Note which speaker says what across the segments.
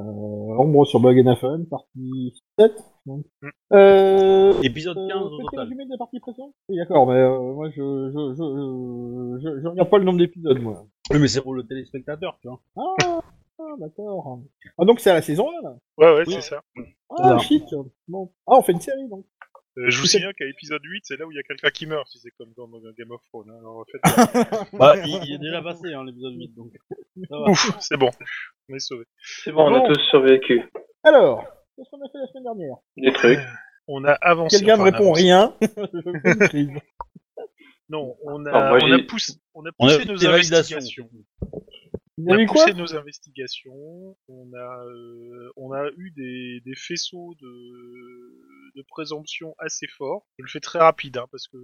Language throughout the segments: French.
Speaker 1: Donc bon, Euh, sur Bug and Fun, partie 7. Donc.
Speaker 2: Mm.
Speaker 1: Euh,
Speaker 2: Épisode 15
Speaker 1: euh,
Speaker 2: au
Speaker 1: faites le
Speaker 2: total.
Speaker 1: résumé de la partie précédente Oui, d'accord, mais euh, moi je je, je, je, je, je regarde pas le nombre d'épisodes, moi.
Speaker 2: Oui, mais c'est pour le téléspectateur, tu vois.
Speaker 1: Ah, ah, d'accord. Ah, donc c'est à la saison 1, là
Speaker 3: Ouais, ouais,
Speaker 2: Oui.
Speaker 3: c'est ça.
Speaker 1: Ah,
Speaker 2: Non.
Speaker 1: shit bon. Ah, on fait une série, donc.
Speaker 3: Euh, je vous
Speaker 1: C'est-
Speaker 3: signale qu'à épisode 8, c'est là où il y a quelqu'un qui meurt, si c'est comme dans euh, Game of Thrones. hein. Alors, faites-
Speaker 2: Bah, il, il est déjà passé, hein, l'épisode 8, donc. Ça va.
Speaker 3: Ouf, c'est bon. On est sauvé.
Speaker 4: C'est bon, on
Speaker 1: Ah Bon.
Speaker 4: a tous survécu.
Speaker 1: Alors, qu'est-ce qu'on a fait la semaine dernière
Speaker 4: Des trucs.
Speaker 3: On a avancé.
Speaker 1: Quelqu'un
Speaker 3: enfin,
Speaker 1: ne
Speaker 3: on a
Speaker 1: répond
Speaker 3: avancé.
Speaker 1: rien. Je fais une crise.
Speaker 3: Non, on a,
Speaker 4: Non, moi,
Speaker 3: on a
Speaker 4: j'ai-
Speaker 3: poussé, on a
Speaker 2: On a
Speaker 3: poussé
Speaker 2: fait
Speaker 3: nos
Speaker 2: des validations.
Speaker 3: investigations.
Speaker 1: Il y
Speaker 3: On
Speaker 1: a
Speaker 3: a
Speaker 1: eu quoi
Speaker 3: poussé nos investigations, on a, euh, on a eu des, des faisceaux de, de présomption assez forts. Je le fais très rapide, hein, parce que.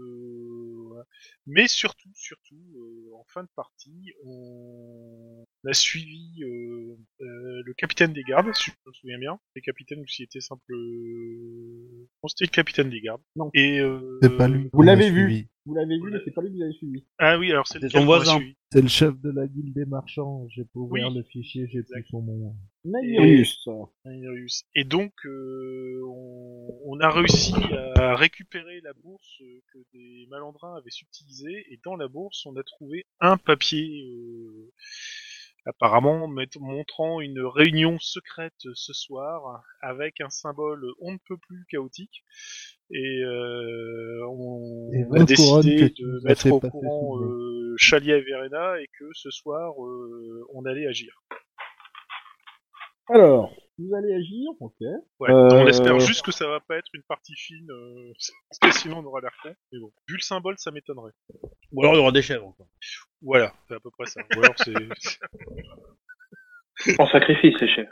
Speaker 3: voilà. Mais surtout, surtout, euh, en fin de partie, on a suivi euh, euh, le capitaine des gardes, si je me souviens bien. C'était capitaine ou s'il était simple. euh, On c'était le capitaine des gardes.
Speaker 1: Non.
Speaker 3: Et, euh,
Speaker 5: C'est pas lui.
Speaker 1: vous
Speaker 5: qu'on a
Speaker 1: l'avez vu.
Speaker 5: suivi.
Speaker 1: Vous l'avez vu, mais c'est pas lui que vous avez suivi.
Speaker 3: Ah oui, alors c'est
Speaker 2: C'était
Speaker 3: le
Speaker 2: son voisin.
Speaker 5: C'est le chef de la guilde des marchands. J'ai pas ouvert
Speaker 3: Oui.
Speaker 5: le fichier, j'ai plus son nom.
Speaker 1: Nagirus.
Speaker 3: Cyrus. Et donc, euh, on, on a réussi à récupérer la bourse euh, que des malandrins avaient subtilisée, et dans la bourse, on a trouvé un papier, euh, apparemment mett- montrant une réunion secrète ce soir, avec un symbole on ne peut plus chaotique. Et euh, on,
Speaker 5: Et
Speaker 3: on a
Speaker 5: vingt couronnes
Speaker 3: décidé
Speaker 5: que tu
Speaker 3: de
Speaker 5: nous as
Speaker 3: mettre
Speaker 5: fait
Speaker 3: au
Speaker 5: passer
Speaker 3: courant
Speaker 5: sous le
Speaker 3: euh, Chalia et Verena, et que ce soir, euh, on allait agir.
Speaker 1: Alors, vous allez agir, ok.
Speaker 3: Ouais,
Speaker 1: Euh,
Speaker 3: on espère juste que ça va pas être une partie fine, euh, parce que sinon on aura l'air con. Mais bon, vu le symbole, ça m'étonnerait.
Speaker 2: Ou alors il y aura des chèvres. quoi.
Speaker 3: Voilà, c'est à peu près ça. Ou alors c'est.
Speaker 4: On sacrifie ces chefs.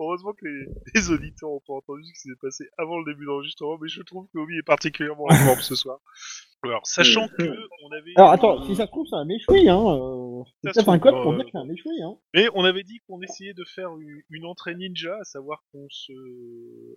Speaker 3: Heureusement que les, les auditeurs ont pas entendu ce qui s'est passé avant le début d'enregistrement, mais je trouve que Obi est particulièrement en forme ce soir. Alors, sachant que on avait.
Speaker 1: Euh, Alors attends, si ça se trouve, c'est un méchoui, hein. euh,
Speaker 3: Ça
Speaker 1: C'est
Speaker 3: se
Speaker 1: peut-être un
Speaker 3: trouve,
Speaker 1: code pour
Speaker 3: euh,
Speaker 1: dire que c'est un méchoui, hein.
Speaker 3: Mais on avait dit qu'on essayait de faire une, une entrée ninja, à savoir qu'on se,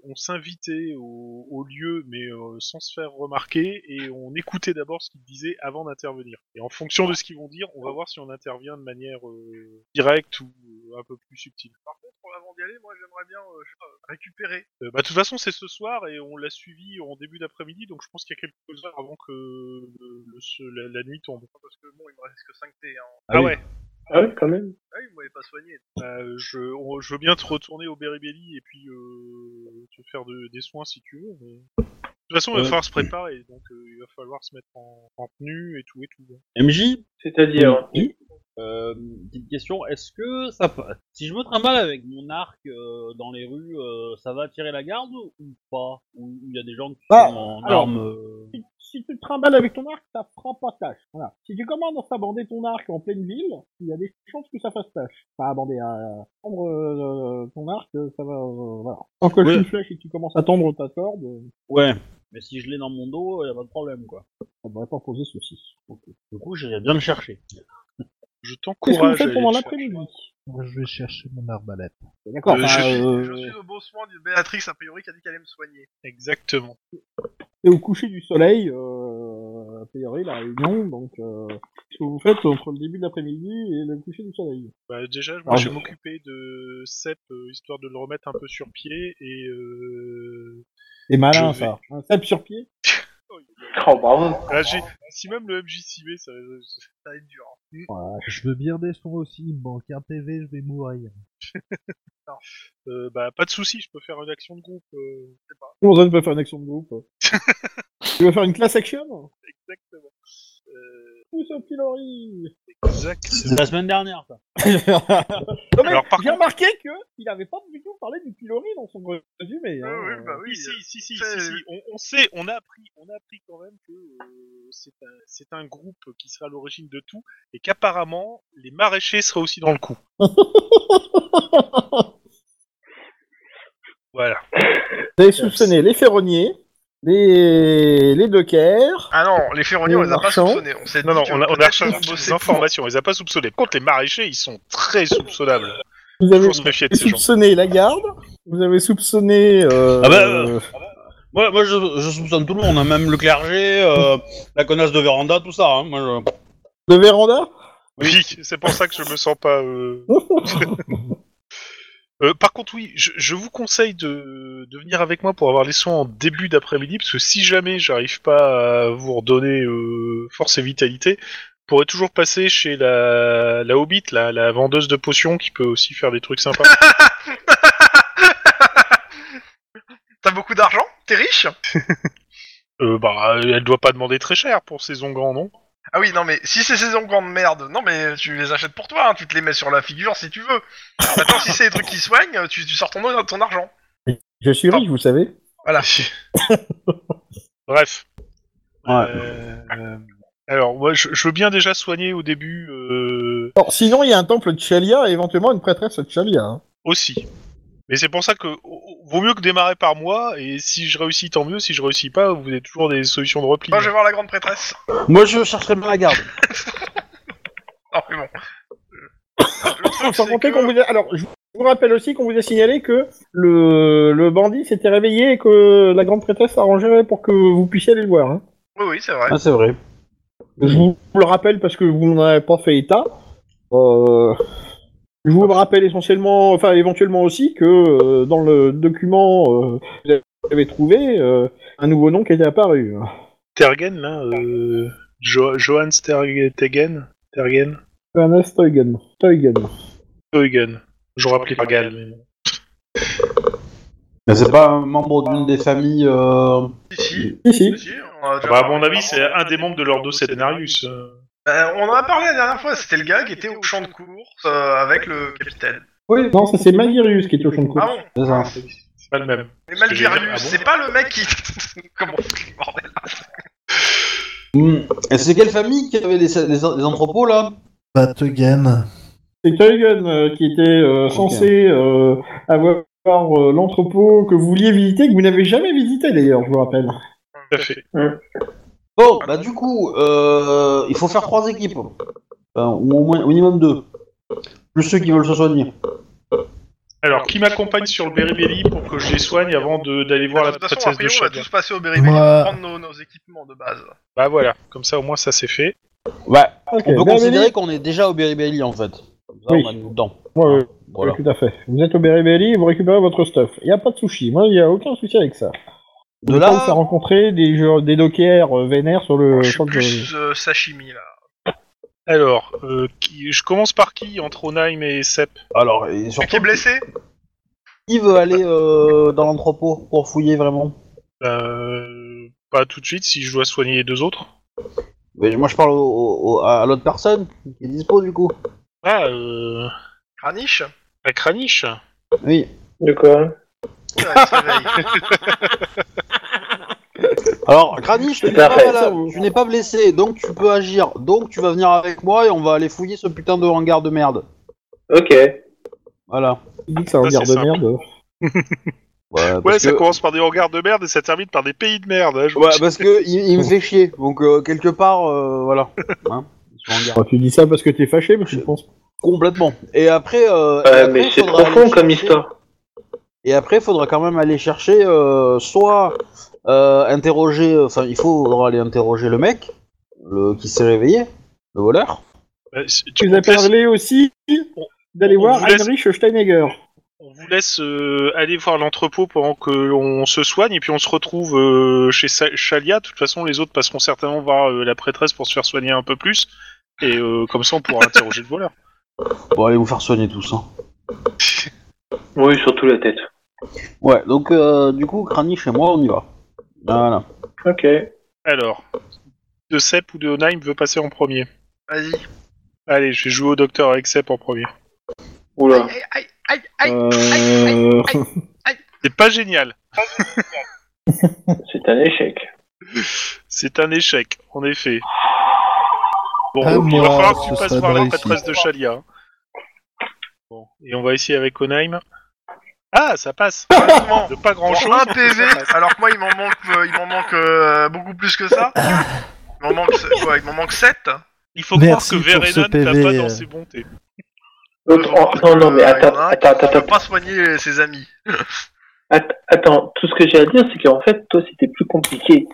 Speaker 3: on s'invitait au, au lieu, mais euh, sans se faire remarquer, et on écoutait d'abord ce qu'ils disaient avant d'intervenir. Et en fonction de ce qu'ils vont dire, on va voir si on intervient de manière euh, directe ou euh, un peu plus subtile. Par contre, euh, avant d'y aller, moi j'aimerais bien euh, je sais pas, récupérer. Euh, bah, de toute façon, c'est ce soir et on l'a suivi en début d'après-midi, donc je pense qu'il y a quelques heures avant que le- le- ce- la, la nuit tombe. Parce que bon, il me reste que 5 T.
Speaker 2: Ah
Speaker 3: ah
Speaker 2: oui.
Speaker 3: ouais.
Speaker 4: Ah ouais, quand même.
Speaker 3: Ah, oui, vous m'avez pas soigné. Euh, je, on- je veux bien te retourner au Beribelli et puis euh, te faire de- des soins si tu veux. mais- De toute façon, il va
Speaker 2: Ouais.
Speaker 3: falloir se préparer, donc euh, il va falloir se mettre en, en tenue et tout et tout.
Speaker 2: MJ,
Speaker 4: C'est-à-dire.
Speaker 2: euh, petite question, est-ce que ça pa- si je me trimballe avec mon arc euh, dans les rues, euh, ça va attirer la garde ou pas Ou il y a des gens qui
Speaker 1: Bah,
Speaker 2: sont en
Speaker 1: alors-
Speaker 2: armes euh,
Speaker 1: Si, si tu te trimbales avec ton arc, ça fera pas tâche. Voilà. Si tu commandes à s'abander ton arc en pleine ville, il y a des chances que ça fasse tâche. Enfin, abander, à tendre euh, ton arc, euh, ça va, euh, voilà. Tant que
Speaker 2: Ouais.
Speaker 1: tu flèche et que tu commences à tendre ta corde, euh,
Speaker 2: Ouais, mais si je l'ai dans mon dos, il y a pas de problème quoi.
Speaker 1: ça devrait pas poser souci.
Speaker 2: Du coup, j'irais bien le chercher.
Speaker 3: Je
Speaker 1: Qu'est-ce que vous
Speaker 3: t'encourage. à
Speaker 1: faites
Speaker 3: aller
Speaker 1: pendant
Speaker 3: le
Speaker 1: l'après-midi
Speaker 5: Moi, je vais chercher mon arbalète.
Speaker 1: D'accord,
Speaker 3: Euh,
Speaker 1: enfin,
Speaker 3: je suis-
Speaker 1: euh,
Speaker 6: au bon soin d'une Béatrix, a priori, qui a dit qu'elle allait me soigner.
Speaker 3: chercher. Exactement.
Speaker 1: c'est au coucher du soleil, euh, a priori, la réunion, donc, euh, ce que vous faites entre le début de l'après-midi et le coucher du soleil.
Speaker 3: Bah, déjà, moi,
Speaker 1: Alors,
Speaker 3: je vais
Speaker 1: je-
Speaker 3: m'occuper de Sep, euh, histoire de le remettre un peu sur pied et. Euh...
Speaker 1: C'est malin,
Speaker 3: Je vais.
Speaker 1: ça. Un sap sur pied.
Speaker 4: Oh, bravo.
Speaker 3: ah, j'ai- si même le MJCB, ça, ça va être dur. hein.
Speaker 5: Je veux bien des soins aussi, il me manque un PV, je vais mourir.
Speaker 3: Euh, bah, pas de souci, je peux faire une action de groupe. euh, je sais pas.
Speaker 1: Comment ça, tu peux faire une action de groupe Tu veux faire une class action
Speaker 3: Exactement. Euh,
Speaker 1: Pousse au pilori
Speaker 3: exactement.
Speaker 2: C'est la semaine dernière ça.
Speaker 1: Non, mais
Speaker 3: Alors, par
Speaker 1: J'ai
Speaker 3: contre-
Speaker 1: remarqué que il avait pas du tout parlé du pilori dans son résumé. hein.
Speaker 6: oui, bah oui.
Speaker 3: Oui, si,
Speaker 6: euh,
Speaker 3: si, si, si,
Speaker 6: c'est-
Speaker 3: si. On, on sait, on a appris, on a appris quand même que euh, c'est un, c'est un groupe qui sera à l'origine de tout et qu'apparemment les maraîchers seraient aussi dans le coup. voilà.
Speaker 1: Vous avez soupçonné les ferronniers, les, les dockers.
Speaker 6: Ah non, les ferronniers, on les a pas
Speaker 1: Marchand.
Speaker 6: soupçonnés. On s'est
Speaker 3: Non,
Speaker 6: dit
Speaker 3: non,
Speaker 6: que
Speaker 3: on a, on a
Speaker 6: peut-être
Speaker 3: reçu
Speaker 6: ils ont bossé
Speaker 3: des informations, on les a pas soupçonnés. Par contre, les maraîchers, ils sont très soupçonnables.
Speaker 1: Vous
Speaker 3: Il
Speaker 1: avez
Speaker 3: faut se méfier de ces gens.
Speaker 1: soupçonné la garde. Vous avez soupçonné. euh,
Speaker 2: Ah bah, euh, Ouais, moi je, je soupçonne tout le monde, hein, même le clergé, euh, la connasse de Véranda, tout ça. Hein, moi, je-
Speaker 1: De véranda
Speaker 3: Oui, c'est pour ça que je me sens pas. euh, Euh, par contre, oui, je, je vous conseille de, de venir avec moi pour avoir les soins en début d'après-midi, parce que si jamais j'arrive pas à vous redonner euh, force et vitalité, vous pourrez toujours passer chez la, la Hobbit, la, la vendeuse de potions, qui peut aussi faire des trucs sympas.
Speaker 4: T'as beaucoup d'argent T'es riche
Speaker 3: euh, bah, elle doit pas demander très cher pour ses onglants, non
Speaker 4: Ah oui, non mais si c'est ces ongles de merde, non mais tu les achètes pour toi, hein, tu te les mets sur la figure si tu veux. Maintenant, si c'est des trucs qui soignent, tu, tu sors ton, ton argent.
Speaker 1: Je suis riche, vous savez.
Speaker 4: Voilà.
Speaker 3: Bref.
Speaker 1: Ouais.
Speaker 3: Euh, alors, moi, je, je veux bien déjà soigner au début euh,
Speaker 1: Bon, sinon, il y a un temple de Chalia et éventuellement une prêtresse de Chalia. hein.
Speaker 3: aussi. Mais c'est pour ça que au- au- vaut mieux que démarrer par moi, et si je réussis, tant mieux. Si je réussis pas, vous avez toujours des solutions de repli.
Speaker 4: Moi, je vais voir la grande prêtresse.
Speaker 7: Moi, je chercherai bien la garde.
Speaker 4: Non mais bon. Le truc,
Speaker 1: Sans
Speaker 4: c'est
Speaker 1: compter
Speaker 4: que-
Speaker 1: qu'on vous a- Alors, je vous rappelle aussi qu'on vous a signalé que le, le bandit s'était réveillé et que la grande prêtresse arrangerait pour que vous puissiez aller le voir. hein.
Speaker 4: Oui, oui, c'est vrai.
Speaker 7: Ah, c'est vrai.
Speaker 1: Je vous le rappelle parce que vous n'en avez pas fait état. Euh, Je vous le rappelle essentiellement, enfin éventuellement aussi, que euh, dans le document euh, que vous avez trouvé, euh, un nouveau nom qui était apparu. hein.
Speaker 3: Tergen, là, euh, Jo- Johannes Tergen, Tergen, Tergen,
Speaker 1: Johannes Steugen. Steugen.
Speaker 3: Tergen. Je rappelais Tergen. mais bon.
Speaker 2: Mais c'est pas un membre d'une des familles. euh,
Speaker 4: Ici.
Speaker 1: Si, si.
Speaker 4: on a déjà
Speaker 3: Bah, à
Speaker 4: parlé.
Speaker 3: mon avis, c'est un des membres de l'ordo Sednarius. euh.
Speaker 4: Euh, on en a parlé la dernière fois, c'était le gars qui était au champ de course euh, avec le capitaine.
Speaker 1: Non, ça c'est Magirius qui est au champ de course.
Speaker 4: Ah bon
Speaker 2: C'est ça.
Speaker 3: C'est pas le même.
Speaker 4: Mais
Speaker 3: Parce que j'ai-
Speaker 4: Malvirius,
Speaker 3: ah bon
Speaker 4: c'est pas le mec qui... Comment bordel
Speaker 2: Hmm. Et c'est quelle famille qui avait des, des- des entrepôts là
Speaker 8: Bategen.
Speaker 1: C'est Teugen euh, qui était euh, censé euh, avoir euh, l'entrepôt que vous vouliez visiter, que vous n'avez jamais visité d'ailleurs, je vous rappelle.
Speaker 3: Tout à fait.
Speaker 2: Bon, bah du coup, euh, il faut faire trois équipes. Enfin, ou au moins, au minimum deux. Plus ceux qui veulent se soigner.
Speaker 3: Alors, qui m'accompagne sur le Beribelli pour que je les soigne avant de- d'aller voir
Speaker 4: De
Speaker 3: la
Speaker 4: toute façon, a
Speaker 3: princesse de
Speaker 4: priori, on va
Speaker 3: Chad
Speaker 4: tous passer au Berry Valley
Speaker 8: Moi-
Speaker 4: pour prendre nos, nos équipements de base.
Speaker 3: Bah voilà, comme ça au moins ça c'est fait.
Speaker 2: Ouais.
Speaker 1: Ok,
Speaker 2: On peut
Speaker 1: Beribelli-
Speaker 2: considérer qu'on est déjà au Beribelli en fait. Comme ça,
Speaker 1: Oui.
Speaker 2: on a du temps.
Speaker 1: Ouais, ouais,
Speaker 2: Voilà.
Speaker 1: Tout à fait. Vous êtes au Beribelli et vous récupérez votre stuff. Il n'y a pas de souci. Moi, il n'y a aucun souci avec ça.
Speaker 2: De
Speaker 1: Vous pensez à
Speaker 2: là,
Speaker 1: rencontrer des, jeux- des dockers euh, vénères sur le
Speaker 4: je suis
Speaker 1: champ de-
Speaker 4: plus euh, sashimi, là.
Speaker 3: Alors, euh, qui- je commence par qui entre Onheim et Sep
Speaker 2: alors, et
Speaker 4: Qui est
Speaker 2: surtout,
Speaker 4: blessé
Speaker 2: qui veut aller euh, dans l'entrepôt pour fouiller vraiment
Speaker 3: euh, Pas tout de suite si je dois soigner les deux autres.
Speaker 2: Mais Moi je parle au- au- au- à l'autre personne qui est dispo du coup.
Speaker 3: Ah, euh,
Speaker 4: Kranich
Speaker 3: la Kranich
Speaker 2: Oui.
Speaker 9: De quoi
Speaker 4: Ouais, il se réveille.
Speaker 2: Alors, Kranich, tu n'es
Speaker 9: Tout à
Speaker 2: pas,
Speaker 9: fait.
Speaker 2: malade, tu n'es pas blessé, donc tu peux agir. Donc tu vas venir avec moi et on va aller fouiller ce putain de hangar de merde.
Speaker 9: Ok.
Speaker 2: Voilà.
Speaker 1: Il dit que c'est un
Speaker 3: Ça,
Speaker 1: regard
Speaker 3: c'est
Speaker 1: de
Speaker 3: simple.
Speaker 1: merde.
Speaker 2: Ouais,
Speaker 3: Ouais,
Speaker 2: parce
Speaker 3: ça
Speaker 2: que-
Speaker 3: commence par des hangars de merde et ça termine par des pays de merde. hein, je vous
Speaker 2: Ouais,
Speaker 3: dis.
Speaker 2: parce que il, il me fait chier. Donc euh, quelque part, euh, voilà. Hein, sur le hangar.
Speaker 1: Enfin, tu dis ça parce que t'es fâché, mais je pense.
Speaker 2: Complètement. Et après, euh, et
Speaker 9: Ouais,
Speaker 2: après,
Speaker 9: mais c'est
Speaker 2: faudra
Speaker 9: trop
Speaker 2: aller
Speaker 9: con comme
Speaker 2: chercher-
Speaker 9: histoire.
Speaker 2: Et après, faudra quand même aller chercher, euh, soit euh, interroger, enfin, il faudra aller interroger le mec, le qui s'est réveillé, le voleur.
Speaker 3: Bah, si- tu
Speaker 1: Tu
Speaker 3: on
Speaker 1: as
Speaker 3: te laisse-
Speaker 1: parlé aussi d'aller
Speaker 3: on
Speaker 1: voir
Speaker 3: vous laisse-
Speaker 1: Heinrich Steinegger.
Speaker 3: on vous laisse euh, aller voir l'entrepôt pendant que on se soigne et puis on se retrouve euh, chez Sa- Chalia. De toute façon, les autres passeront certainement voir euh, la prêtresse pour se faire soigner un peu plus. Et euh, comme ça, on pourra interroger le voleur.
Speaker 2: Bon, allez vous faire soigner tous. Hein.
Speaker 9: Oui, surtout la tête.
Speaker 2: Ouais, donc euh, du coup, Kranich chez moi, on y va. Voilà.
Speaker 9: Ok.
Speaker 3: Alors, de Sep ou de Onheim veut passer en premier.
Speaker 4: Vas-y.
Speaker 3: Allez, je vais jouer au docteur avec Sep en premier.
Speaker 9: Oula.
Speaker 4: Aïe, aïe, aïe, aïe, aïe,
Speaker 1: Euh...
Speaker 3: C'est pas génial.
Speaker 9: C'est un échec.
Speaker 3: C'est un échec, en effet. Bon,
Speaker 8: Ah,
Speaker 3: il
Speaker 8: moi,
Speaker 3: va falloir que tu
Speaker 8: ce
Speaker 3: passes
Speaker 8: serait
Speaker 3: voir
Speaker 8: de
Speaker 3: la
Speaker 8: réussite.
Speaker 3: prêtresse de Chalia. hein. Bon, et on va essayer avec Onheim. Ah, ça passe
Speaker 4: Honnêtement,
Speaker 3: De pas grand chose.
Speaker 4: pour un PV, alors que moi, il m'en manque, euh, il m'en manque euh, beaucoup plus que ça. Il m'en manque, euh, quoi, il m'en manque 7.
Speaker 9: Euh,
Speaker 3: Il faut
Speaker 8: Merci
Speaker 3: croire que
Speaker 8: pour ce
Speaker 3: Verenon t'a
Speaker 8: PV,
Speaker 3: pas
Speaker 8: euh.
Speaker 3: dans ses bontés.
Speaker 9: L'autre, oh, non, non, mais attends, attends, attends,
Speaker 4: ne peut
Speaker 9: attends,
Speaker 4: pas soigner ses amis.
Speaker 9: att- attends. Tout ce que j'ai à dire, c'est qu'en fait, toi, c'était plus compliqué.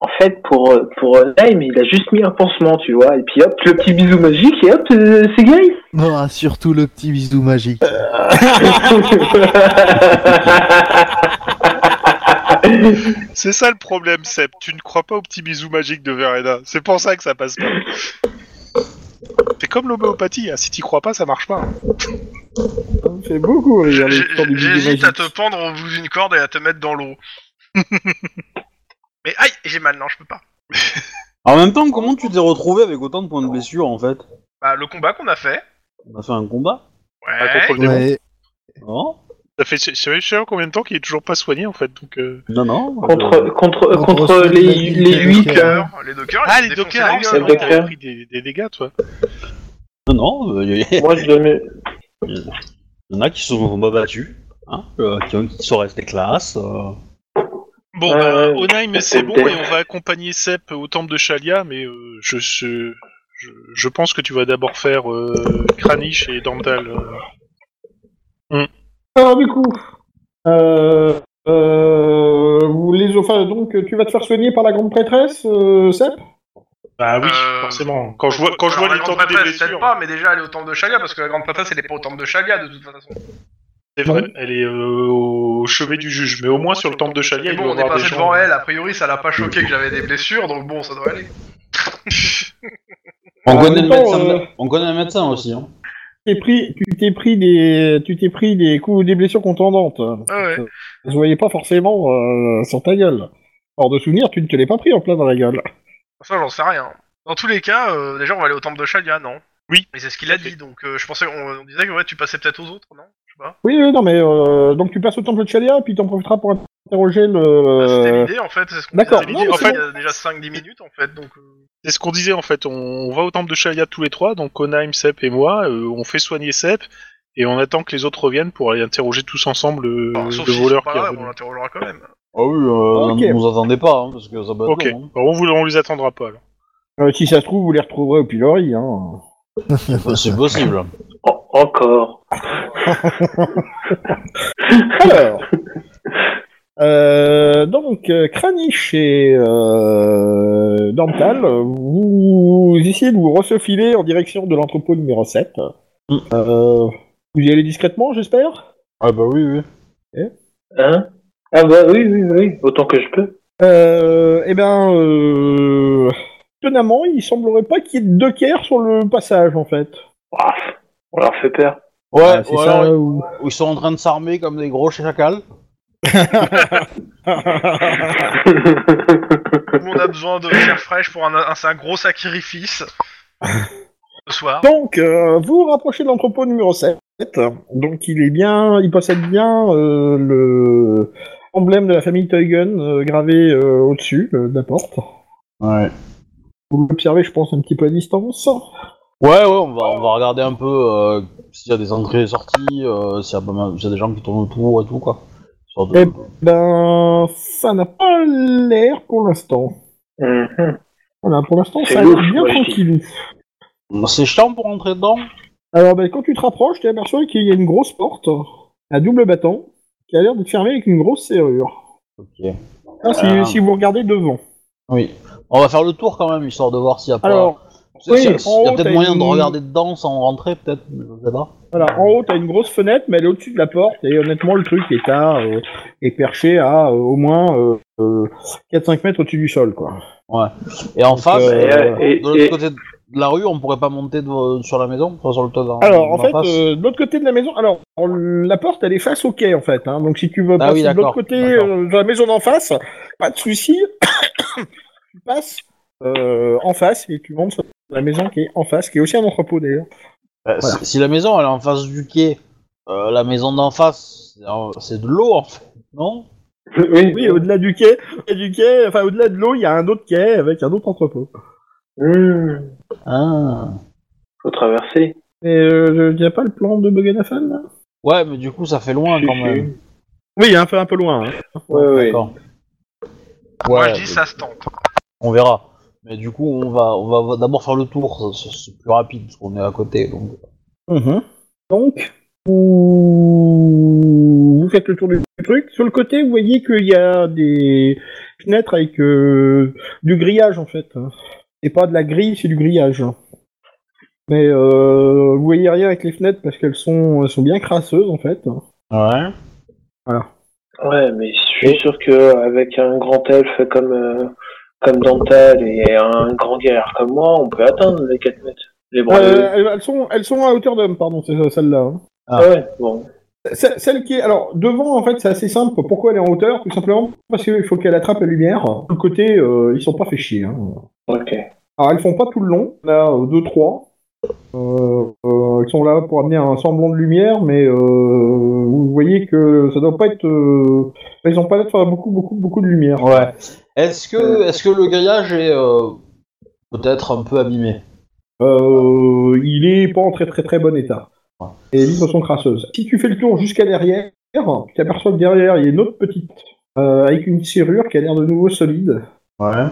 Speaker 9: En fait, pour, euh, pour euh, Naïm, il a juste mis un pansement, tu vois, et puis hop, le petit bisou magique, et hop, euh, c'est gay.
Speaker 8: Non, ah, surtout le petit bisou magique.
Speaker 4: Euh,
Speaker 3: C'est ça le problème, Seb. Tu ne crois pas au petit bisou magique de Verena. C'est pour ça que ça passe pas. C'est comme l'homéopathie. hein. Si t'y crois pas, ça marche pas. Hein.
Speaker 1: C'est beaucoup rire, les histoires du
Speaker 4: J'ai-
Speaker 1: bisou
Speaker 4: J'hésite
Speaker 1: magique.
Speaker 4: à te pendre au bout d'une corde et à te mettre dans l'eau. Mais aïe, j'ai mal, non, je peux pas.
Speaker 2: En même temps, comment tu t'es retrouvé avec autant de points de blessure en fait
Speaker 4: Bah, le combat qu'on a fait.
Speaker 2: On a fait un combat
Speaker 3: Ah,
Speaker 4: Ouais.
Speaker 3: contre le démon.
Speaker 8: Ouais,
Speaker 2: Non
Speaker 3: Ça fait, je sais je sais pas combien de temps qu'il est toujours pas soigné en fait. Donc, euh,
Speaker 2: Non, non.
Speaker 9: contre, contre, euh,
Speaker 8: Contre
Speaker 9: contre
Speaker 8: Sven
Speaker 9: les,
Speaker 8: Magic,
Speaker 9: les
Speaker 8: les
Speaker 9: huit,
Speaker 8: Dockers.
Speaker 9: là.
Speaker 4: dockers, les dockers,
Speaker 3: Ah,
Speaker 4: ils
Speaker 3: les
Speaker 4: se défonçaient
Speaker 3: dockers,
Speaker 4: la
Speaker 3: ah oui,
Speaker 4: gueule.
Speaker 3: c'est vrai que t'avais
Speaker 9: Docker.
Speaker 3: pris des, des dégâts, toi.
Speaker 2: Non, non, il y,
Speaker 9: euh, Moi, je donne...
Speaker 2: en a qui se sont pas battus, hein, euh, qui, ont- qui sont restés classe. euh.
Speaker 3: Bon,
Speaker 9: Ouais,
Speaker 3: bah,
Speaker 9: ouais.
Speaker 3: Onaim, c'est bon,
Speaker 9: Peut-être.
Speaker 3: et on va accompagner Sep au temple de Shalia, mais euh, je, je, je, je pense que tu vas d'abord faire euh, Kranich et Dandal. euh.
Speaker 1: Alors du coup, euh, euh, vous les enfin, donc tu vas te faire soigner par la grande prêtresse, euh, Sep
Speaker 3: Bah oui,
Speaker 4: Euh,
Speaker 3: forcément. Quand je vois, quand je
Speaker 4: Alors,
Speaker 3: vois les
Speaker 4: la grande
Speaker 3: temples des
Speaker 4: prêtresse, peut-être
Speaker 3: blessures,
Speaker 4: pas, mais déjà, aller au temple de Chalia, parce que la grande prêtresse, elle est pas au temple de Chalia, de toute façon.
Speaker 3: c'est vrai, elle est euh, au chevet du juge, mais au moins sur le temple de Shalia,
Speaker 4: Mais
Speaker 3: il doit y
Speaker 4: bon, on est
Speaker 3: avoir des
Speaker 4: passé
Speaker 3: gens.
Speaker 4: devant elle, a priori, ça l'a pas choqué que j'avais des blessures, donc bon, ça doit aller.
Speaker 2: On,
Speaker 1: En
Speaker 2: connaît
Speaker 1: même
Speaker 2: le
Speaker 1: temps,
Speaker 2: médecin, de la-
Speaker 1: euh,
Speaker 2: on connaît le médecin aussi. Hein.
Speaker 1: t'es pris, tu t'es pris des, tu t'es pris des coups, des blessures contendantes.
Speaker 4: Ah ouais.
Speaker 1: Vous voyez pas forcément euh, sur ta gueule. Hors de souvenir, tu ne te l'es pas pris en plein dans la gueule.
Speaker 4: Ça, j'en sais rien. Dans tous les cas, euh, déjà, on va aller au temple de Shalia, non
Speaker 3: Oui.
Speaker 4: Mais c'est ce qu'il a dit, donc euh, je pensais qu'on on disait que ouais, tu passais peut-être aux autres, non Je sais pas.
Speaker 1: Oui, oui, non, mais euh, donc tu passes au temple de Chalia, puis t'en profiteras pour interroger
Speaker 4: Bah, C'était
Speaker 1: le.
Speaker 4: l'idée, en fait. C'est ce qu'on
Speaker 1: Euh, d'accord.
Speaker 4: disait,
Speaker 3: Non, mais
Speaker 4: en
Speaker 3: c'est
Speaker 4: fait,
Speaker 3: bon.
Speaker 4: il y a déjà 5-10 minutes, en fait, donc. euh,
Speaker 3: C'est ce qu'on disait en fait, on, on va au temple de Shalia tous les trois, donc Onaim, Sep et moi, euh, on fait soigner Sep, et on attend que les autres reviennent pour aller interroger tous ensemble euh,
Speaker 4: enfin, Bah, sauf
Speaker 3: le
Speaker 4: si
Speaker 3: voleur
Speaker 4: pas
Speaker 3: qui est
Speaker 4: là,
Speaker 3: revenu.
Speaker 4: on l'interrogera quand même.
Speaker 2: Ah oui, euh,
Speaker 1: Ok.
Speaker 2: ne nous attendez pas, hein, parce que ça peut être
Speaker 3: Ok,
Speaker 2: long, hein.
Speaker 3: alors Bah, on, vous- on les attendra pas alors.
Speaker 1: Euh, si ça se trouve, vous les retrouverez au pilori. Hein.
Speaker 2: Enfin, Bah, c'est possible.
Speaker 9: En- encore.
Speaker 1: Alors, euh, donc euh, Kranich et euh, Dantal, vous, essayez de vous recefiler en direction de l'entrepôt numéro 7.
Speaker 2: Mm.
Speaker 1: Euh, vous y allez discrètement, j'espère
Speaker 2: ah bah oui, oui.
Speaker 9: Hein Ah bah oui, oui, oui, autant que je peux.
Speaker 1: euh, Eh bien, euh, étonnamment, il semblerait pas qu'il y ait de dockers sur le passage, en fait.
Speaker 9: Ouah, Ah, on leur fait peur.
Speaker 2: Ouais,
Speaker 1: Ah, c'est
Speaker 2: ou
Speaker 1: ça,
Speaker 2: alors,
Speaker 1: ou-
Speaker 2: ils sont en train de s'armer comme des gros chacals.
Speaker 4: Nous, on a besoin de chair fraîche pour un, un, c'est un gros sacrifice. Ce soir.
Speaker 1: Donc, euh, vous vous rapprochez de l'entrepôt numéro 7. Donc, il est bien, il possède bien euh, le emblème de la famille Teugen euh, gravé euh, au-dessus euh, de la porte.
Speaker 2: Ouais.
Speaker 1: Vous l'observez, je pense, un petit peu à distance.
Speaker 2: Ouais, ouais, on va, on va regarder un peu euh, s'il y a des entrées et sorties, euh, s'il y, a pas mal- s'il y a des gens qui tournent autour et tout, quoi. Sorte de-
Speaker 1: Et- Ben, ça n'a pas l'air pour l'instant.
Speaker 9: Mhm.
Speaker 1: Voilà, pour l'instant,
Speaker 9: C'est
Speaker 1: ça a l'air
Speaker 9: louche,
Speaker 1: bien
Speaker 9: moi, je dis.
Speaker 1: tranquille.
Speaker 2: Bah, C'est chiant pour entrer dedans
Speaker 1: Alors, ben, quand tu te rapproches, tu aperçois qu'il y a une grosse porte à double battant qui a l'air d'être fermée avec une grosse serrure.
Speaker 2: Ok.
Speaker 1: Ah, si-
Speaker 2: Ah.
Speaker 1: si vous regardez devant.
Speaker 2: Oui. On va faire le tour quand même, histoire de voir s'il y a pas...
Speaker 1: Alors,
Speaker 2: C'est-
Speaker 1: oui,
Speaker 2: c'est-
Speaker 1: en
Speaker 2: il y a
Speaker 1: haut,
Speaker 2: peut-être
Speaker 1: t'as
Speaker 2: moyen
Speaker 1: une-
Speaker 2: de regarder dedans sans rentrer, peut-être, je sais pas.
Speaker 1: Voilà, en haut, t'as une grosse fenêtre, mais elle est au-dessus de la porte, et honnêtement, le truc est à, euh, est perché à euh, au moins euh, euh, 4-5 mètres au-dessus du sol, quoi.
Speaker 2: Et en face,
Speaker 1: euh,
Speaker 2: euh,
Speaker 9: et-
Speaker 2: de l'autre
Speaker 9: et-
Speaker 2: côté de la rue, on pourrait pas monter de- sur la maison, enfin, sur le toit. d'en-
Speaker 1: Alors, en
Speaker 2: d'en
Speaker 1: fait,
Speaker 2: face.
Speaker 1: euh, de l'autre côté de la maison, alors, en- la porte, elle est face au quai, en fait, hein, donc si tu veux
Speaker 2: Ah
Speaker 1: passer
Speaker 2: oui,
Speaker 1: de l'autre
Speaker 2: d'accord,
Speaker 1: côté
Speaker 2: d'accord.
Speaker 1: euh, de la maison d'en face, pas de souci, tu passes euh, en face, et tu montes sur la maison qui est en face, qui est aussi un entrepôt, d'ailleurs.
Speaker 2: Euh,
Speaker 1: voilà.
Speaker 2: si, si la maison elle est en face du quai, euh, la maison d'en face, c'est en- c'est de l'eau en fait, non
Speaker 9: oui,
Speaker 1: Oui, au-delà du quai, au-delà du quai, enfin, au-delà de l'eau, il y a un autre quai avec un autre entrepôt.
Speaker 9: Mhm.
Speaker 2: Ah.
Speaker 9: faut traverser.
Speaker 1: Et euh, je dirais pas le plan de Boganafan, là
Speaker 2: Ouais, mais du coup ça fait loin quand même.
Speaker 1: Oui, un peu, un peu loin. hein.
Speaker 9: Ouais, ouais.
Speaker 2: D'accord.
Speaker 4: Moi,
Speaker 2: Ouais,
Speaker 4: je dis, ça se tente.
Speaker 2: on verra. Mais du coup, on va, on va d'abord faire le tour, ça- ça- c'est plus rapide parce qu'on est à côté. Donc.
Speaker 1: Mhm. Donc, vous... vous faites le tour du truc. Sur le côté, vous voyez qu'il y a des fenêtres avec euh, du grillage en fait. hein. C'est pas de la grille, c'est du grillage. hein. Mais euh, vous voyez rien avec les fenêtres parce qu'elles sont, elles sont bien crasseuses en fait. hein.
Speaker 10: Ouais.
Speaker 9: Ouais, mais je suis sûr que avec un grand elfe comme euh, comme Dantal et un grand guerrier comme moi, on peut atteindre les 4 mètres. Les bras
Speaker 1: Euh, elles, elles sont, elles sont à hauteur d'homme, pardon, c'est ça, celle-là. hein.
Speaker 10: Ah.
Speaker 9: Ouais, bon.
Speaker 1: Ce- Celle qui est. Alors, devant, en fait, c'est assez simple. Pourquoi elle est en hauteur Tout simplement parce qu'il faut qu'elle attrape la lumière. De côté, euh, ils sont pas fait chier. hein.
Speaker 9: Ok.
Speaker 1: Alors, Ah, elles font pas tout le long. Là, euh, deux, trois. Euh, euh, elles sont là pour amener un semblant de lumière, mais euh, vous voyez que ça doit pas être. euh, Ils ont pas l'air de faire beaucoup, beaucoup, beaucoup de lumière.
Speaker 10: Ouais. Est-ce que, est-ce que le grillage est euh, peut-être un peu abîmé
Speaker 1: Euh, il est pas en très, très, très bon état.
Speaker 10: Ouais.
Speaker 1: Et les vitres sont crasseuses. Si tu fais le tour jusqu'à derrière, tu t'aperçois que derrière, il y a une autre petite euh, avec une serrure qui a l'air de nouveau solide.
Speaker 10: Ouais.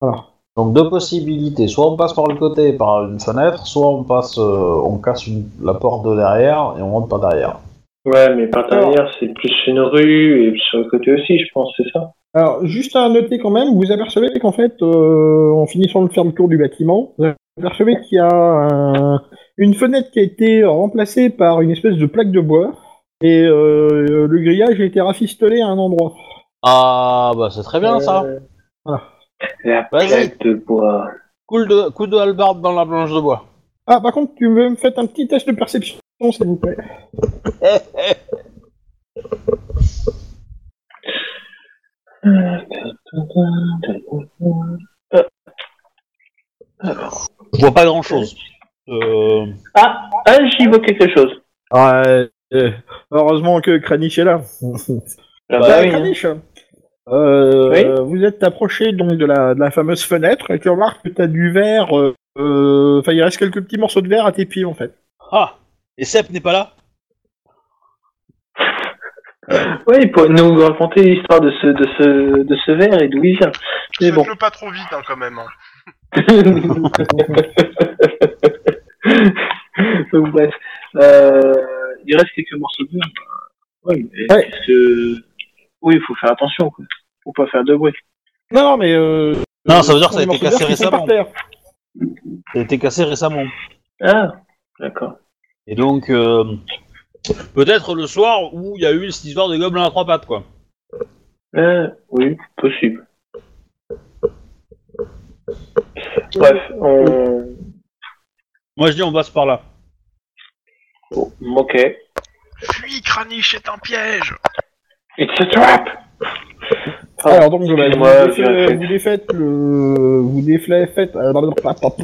Speaker 1: Voilà.
Speaker 10: Donc deux possibilités. Soit on passe par le côté, par une fenêtre, soit on passe, euh, on casse une- la porte de derrière et on rentre par derrière.
Speaker 9: Ouais, mais par derrière, c'est plus une rue et sur le côté aussi, je pense, c'est ça.
Speaker 1: Alors, juste à noter quand même, vous apercevez qu'en fait, euh, en finissant de faire le tour du bâtiment, vous apercevez qu'il y a un- une fenêtre qui a été remplacée par une espèce de plaque de bois, et euh, le grillage a été rafistolé à un endroit.
Speaker 10: Ah bah c'est très bien ça.
Speaker 9: Euh,
Speaker 1: Voilà.
Speaker 9: La
Speaker 10: Vas-y.
Speaker 9: plaque de bois.
Speaker 10: Cool de, coup de halbarde dans la planche de bois.
Speaker 1: Ah, par contre, tu me fais un petit test de perception, s'il vous plaît.
Speaker 9: Ah,
Speaker 2: Je vois pas grand chose. Euh...
Speaker 9: Ah, ah j'y vois quelque chose.
Speaker 1: Ouais, Ah, euh, heureusement que Kranich est là.
Speaker 9: Ah
Speaker 1: Bah,
Speaker 9: bah oui, hein.
Speaker 1: Kranich, euh, vous êtes approché donc de la, de la fameuse fenêtre et tu remarques que tu as du verre, euh, euh, enfin il reste quelques petits morceaux de verre à tes pieds en fait.
Speaker 2: Ah Et Sep n'est pas là
Speaker 9: Ouais, il pourrait nous raconter l'histoire de ce, de ce, de ce verre et d'où il vient. Mais bon.
Speaker 4: Faites-le pas trop vite hein, quand même. hein.
Speaker 9: Donc, bref. Euh, il reste quelques morceaux de verre. Ouais, mais
Speaker 1: Ouais.
Speaker 9: est-ce que- Oui, il faut faire attention, quoi. Faut pas faire de bruit.
Speaker 1: Non, non, mais. euh,
Speaker 2: Non, ça veut dire que
Speaker 1: ce
Speaker 2: ça a
Speaker 1: sont des
Speaker 2: été
Speaker 1: morceaux de
Speaker 2: cassé
Speaker 1: verre qui sont
Speaker 2: récemment.
Speaker 1: par terre.
Speaker 2: Ça a été cassé récemment.
Speaker 9: Ah, d'accord.
Speaker 2: Et donc, euh, peut-être le soir où il y a eu cette histoire de gobelins à trois pattes, quoi.
Speaker 9: Euh, oui, possible. Bref, on...
Speaker 2: Moi, je dis, on passe par là.
Speaker 9: bon, Oh, ok.
Speaker 4: Fuis, Kranich est un piège.
Speaker 9: It's a trap Ah, Pardon,
Speaker 1: Alors donc, bah,
Speaker 9: excusez-moi,
Speaker 1: vous,
Speaker 9: j'ai
Speaker 1: défaites-
Speaker 9: un
Speaker 1: vous défaites le. Vous défaites. euh, blablabla, papa.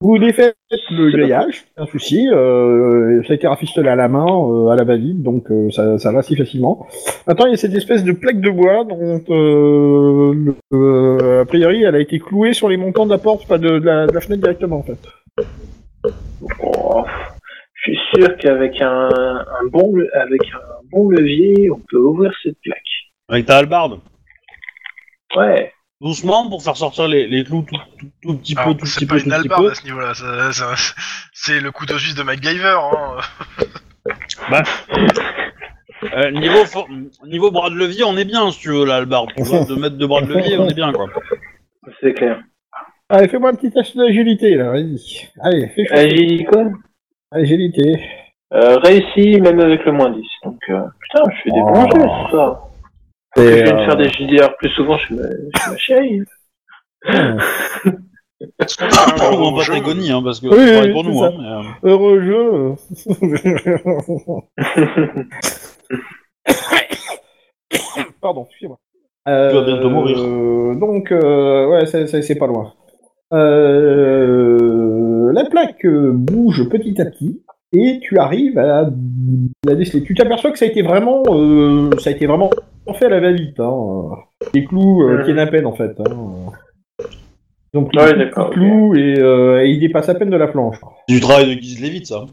Speaker 1: Vous défaites le grillage, un souci. euh, ça a été rafistolé à la main, euh, à la va-vite, donc euh, ça, ça va si facilement. Maintenant, il y a cette espèce de plaque de bois dont, euh, le- euh, a priori, elle a été clouée sur les montants de la porte, pas de, de la, de la fenêtre directement en fait.
Speaker 9: Oh, je suis sûr qu'avec un, un bon le- avec un bon levier, on peut ouvrir cette plaque.
Speaker 2: Avec ta hallebarde.
Speaker 9: Ouais.
Speaker 2: Doucement pour faire sortir les, les clous tout, tout- tout petit
Speaker 4: Alors,
Speaker 2: peu, tout Ah, petit
Speaker 4: Ah, bah, c'est pas
Speaker 2: peu, tout petit
Speaker 4: une hallebarde
Speaker 2: peu.
Speaker 4: à ce niveau-là. ça- ça- C'est le couteau suisse de MacGyver. Hein.
Speaker 2: Euh, niveau, for- niveau bras de levier, on est bien, si tu veux, la hallebarde. Tu vois, de mettre de bras de levier, on est bien, quoi.
Speaker 9: C'est clair.
Speaker 1: Allez, fais-moi un petit test d'agilité là, vas-y. Allez, fais
Speaker 9: Euh,
Speaker 1: chaud.
Speaker 9: Agile quoi
Speaker 1: Agilité.
Speaker 9: euh, Réussi même avec le moins 10. Donc, euh, putain, je fais des bons jeux ce soir. Faut que
Speaker 1: Et,
Speaker 9: je vienne
Speaker 1: euh,
Speaker 9: faire des JDR plus souvent chez ma, chez ma chérie.
Speaker 4: Est-ce qu'on fait un
Speaker 2: Pour
Speaker 4: gros
Speaker 2: en
Speaker 4: jeu
Speaker 2: Patagonie, hein, parce que
Speaker 1: Oui,
Speaker 2: c'est
Speaker 1: oui,
Speaker 2: pour
Speaker 1: c'est
Speaker 2: nous.
Speaker 1: ça.
Speaker 2: hein, mais, euh,
Speaker 1: Heureux jeu. Pardon, excusez-moi.
Speaker 2: Tu vas bientôt mourir.
Speaker 1: Euh, donc, euh, ouais, c'est- c'est c'est pas loin. Euh, la plaque euh, bouge petit à petit et tu arrives à la déceler. Tu t'aperçois que ça a été vraiment, euh, ça a été vraiment fait à la va-vite. Hein. Les clous
Speaker 2: Hmm.
Speaker 1: euh, tiennent à peine en fait. Hein. Donc,
Speaker 9: Ouais,
Speaker 1: les
Speaker 9: d'accord, ok.
Speaker 1: clous et, euh, et ils dépassent à peine de la planche.
Speaker 2: Du travail de Guise Lévite, ça.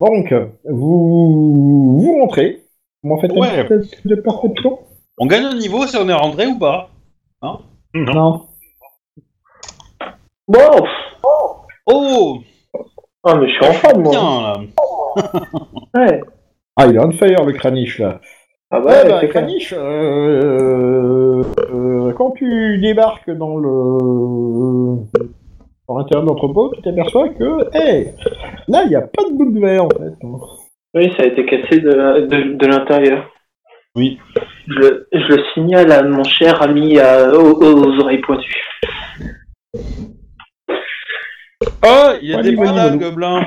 Speaker 1: Donc, vous, vous rentrez. Vous m'en faites
Speaker 2: Ouais.
Speaker 1: un petit test de perception
Speaker 2: On gagne un niveau si on est rentré ou pas
Speaker 1: Non.
Speaker 9: Bon, pff,
Speaker 2: Oh
Speaker 9: ah, mais je suis en forme moi.
Speaker 2: Bien, là.
Speaker 9: hein Ouais.
Speaker 1: Ah, il est on fire, le craniche, là.
Speaker 9: Ah bah,
Speaker 1: Ouais,
Speaker 9: ouais,
Speaker 1: bah,
Speaker 9: c'est clair.
Speaker 1: Kranich, euh, euh, quand tu débarques dans le dans l'intérieur de l'entrepôt, tu t'aperçois que, hey, là, il n'y a pas de goutte de verre, en fait.
Speaker 9: Oui, ça a été cassé de, de, de l'intérieur.
Speaker 1: Oui.
Speaker 9: Je, le- je le signale à mon cher ami euh, aux, aux oreilles pointues.
Speaker 2: Ah, il y a
Speaker 1: Ouais,
Speaker 2: des
Speaker 1: mais bon,
Speaker 2: bananes,
Speaker 1: bon.
Speaker 2: gobelin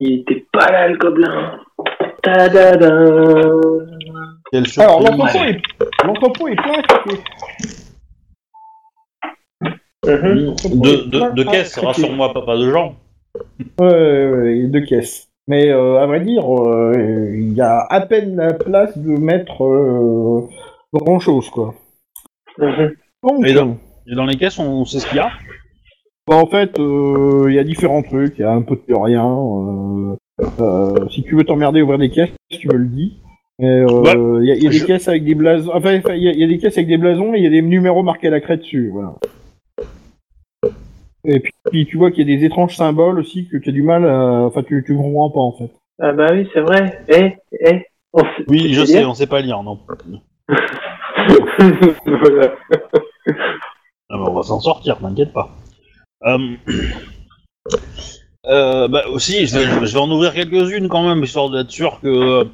Speaker 9: Il était pas là, le gobelin. Tadadam.
Speaker 10: Quelle
Speaker 1: Alors,
Speaker 10: surprise.
Speaker 1: l'entrepôt est, l'entrepôt est plein à craquer.
Speaker 9: Mhm.
Speaker 2: Euh, De, de, de
Speaker 1: Ah,
Speaker 2: caisse,
Speaker 1: ok.
Speaker 2: rassure-moi, papa de gens.
Speaker 1: Ouais, ouais, ouais, il y a deux caisses. Mais euh, à vrai dire, euh, il y a à peine la place de mettre euh, grand chose, quoi.
Speaker 9: Mhm.
Speaker 1: Donc,
Speaker 2: Et donc Et dans les caisses, on, on sait ce qu'il y a.
Speaker 1: Bah, en fait, euh, il y a différents trucs, il y a un peu de rien. euh, euh, si tu veux t'emmerder à ouvrir des caisses, tu me le dis. Mais, euh,
Speaker 2: Bah,
Speaker 1: il y a, il y a des
Speaker 2: je-
Speaker 1: caisses avec des blasons. Enfin, il y, a- il y a des caisses avec des blasons et il y a des numéros marqués à la craie dessus. Voilà. Et puis, puis tu vois qu'il y a des étranges symboles aussi que tu as du mal. à- Enfin, tu tu comprends pas en fait.
Speaker 9: Ah bah oui, c'est vrai. Eh, eh. on s-
Speaker 2: Oui, je
Speaker 9: c'est
Speaker 2: sais,
Speaker 9: bien.
Speaker 2: on sait pas lire, non.
Speaker 9: Voilà.
Speaker 2: Ah bah, on va s'en sortir, t'inquiète pas. Euh... euh, bah aussi, je vais, je vais en ouvrir quelques-unes quand même, histoire d'être sûr que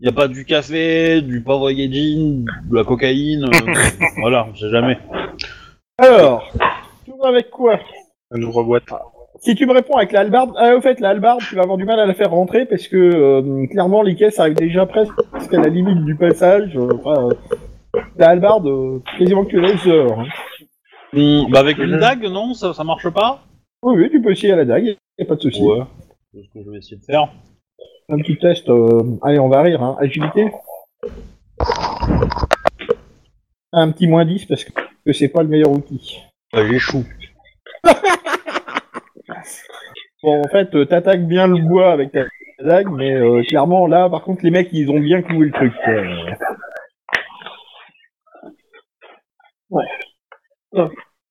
Speaker 2: il n'y a pas du café, du pavoyé gin, de la cocaïne. euh, voilà, on sait jamais.
Speaker 1: Alors, tu vas avec quoi
Speaker 3: Elle ouvre boîte.
Speaker 11: Ah.
Speaker 1: Si tu me réponds avec la hallebarde, ah, au fait, la hallebarde, tu vas avoir du mal à la faire rentrer parce que euh, clairement les caisses arrivent déjà presque à la limite du passage. euh, enfin, euh, la hallebarde, euh, quasiment que tu la laisses dehors, hein.
Speaker 2: Hum, bah avec une dague, non, ça, ça marche pas
Speaker 1: Oui, oui, tu peux essayer à la dague, y a pas de souci.
Speaker 2: C'est ce que je vais essayer de faire.
Speaker 1: Un petit test, euh, allez, on va rire, hein. agilité. Un petit moins 10 parce que c'est pas le meilleur outil.
Speaker 2: Bah, J'échoue.
Speaker 1: Bon, en fait, euh, t'attaques bien le bois avec ta dague, mais euh, clairement, là, par contre, les mecs, ils ont bien cloué le truc. quoi.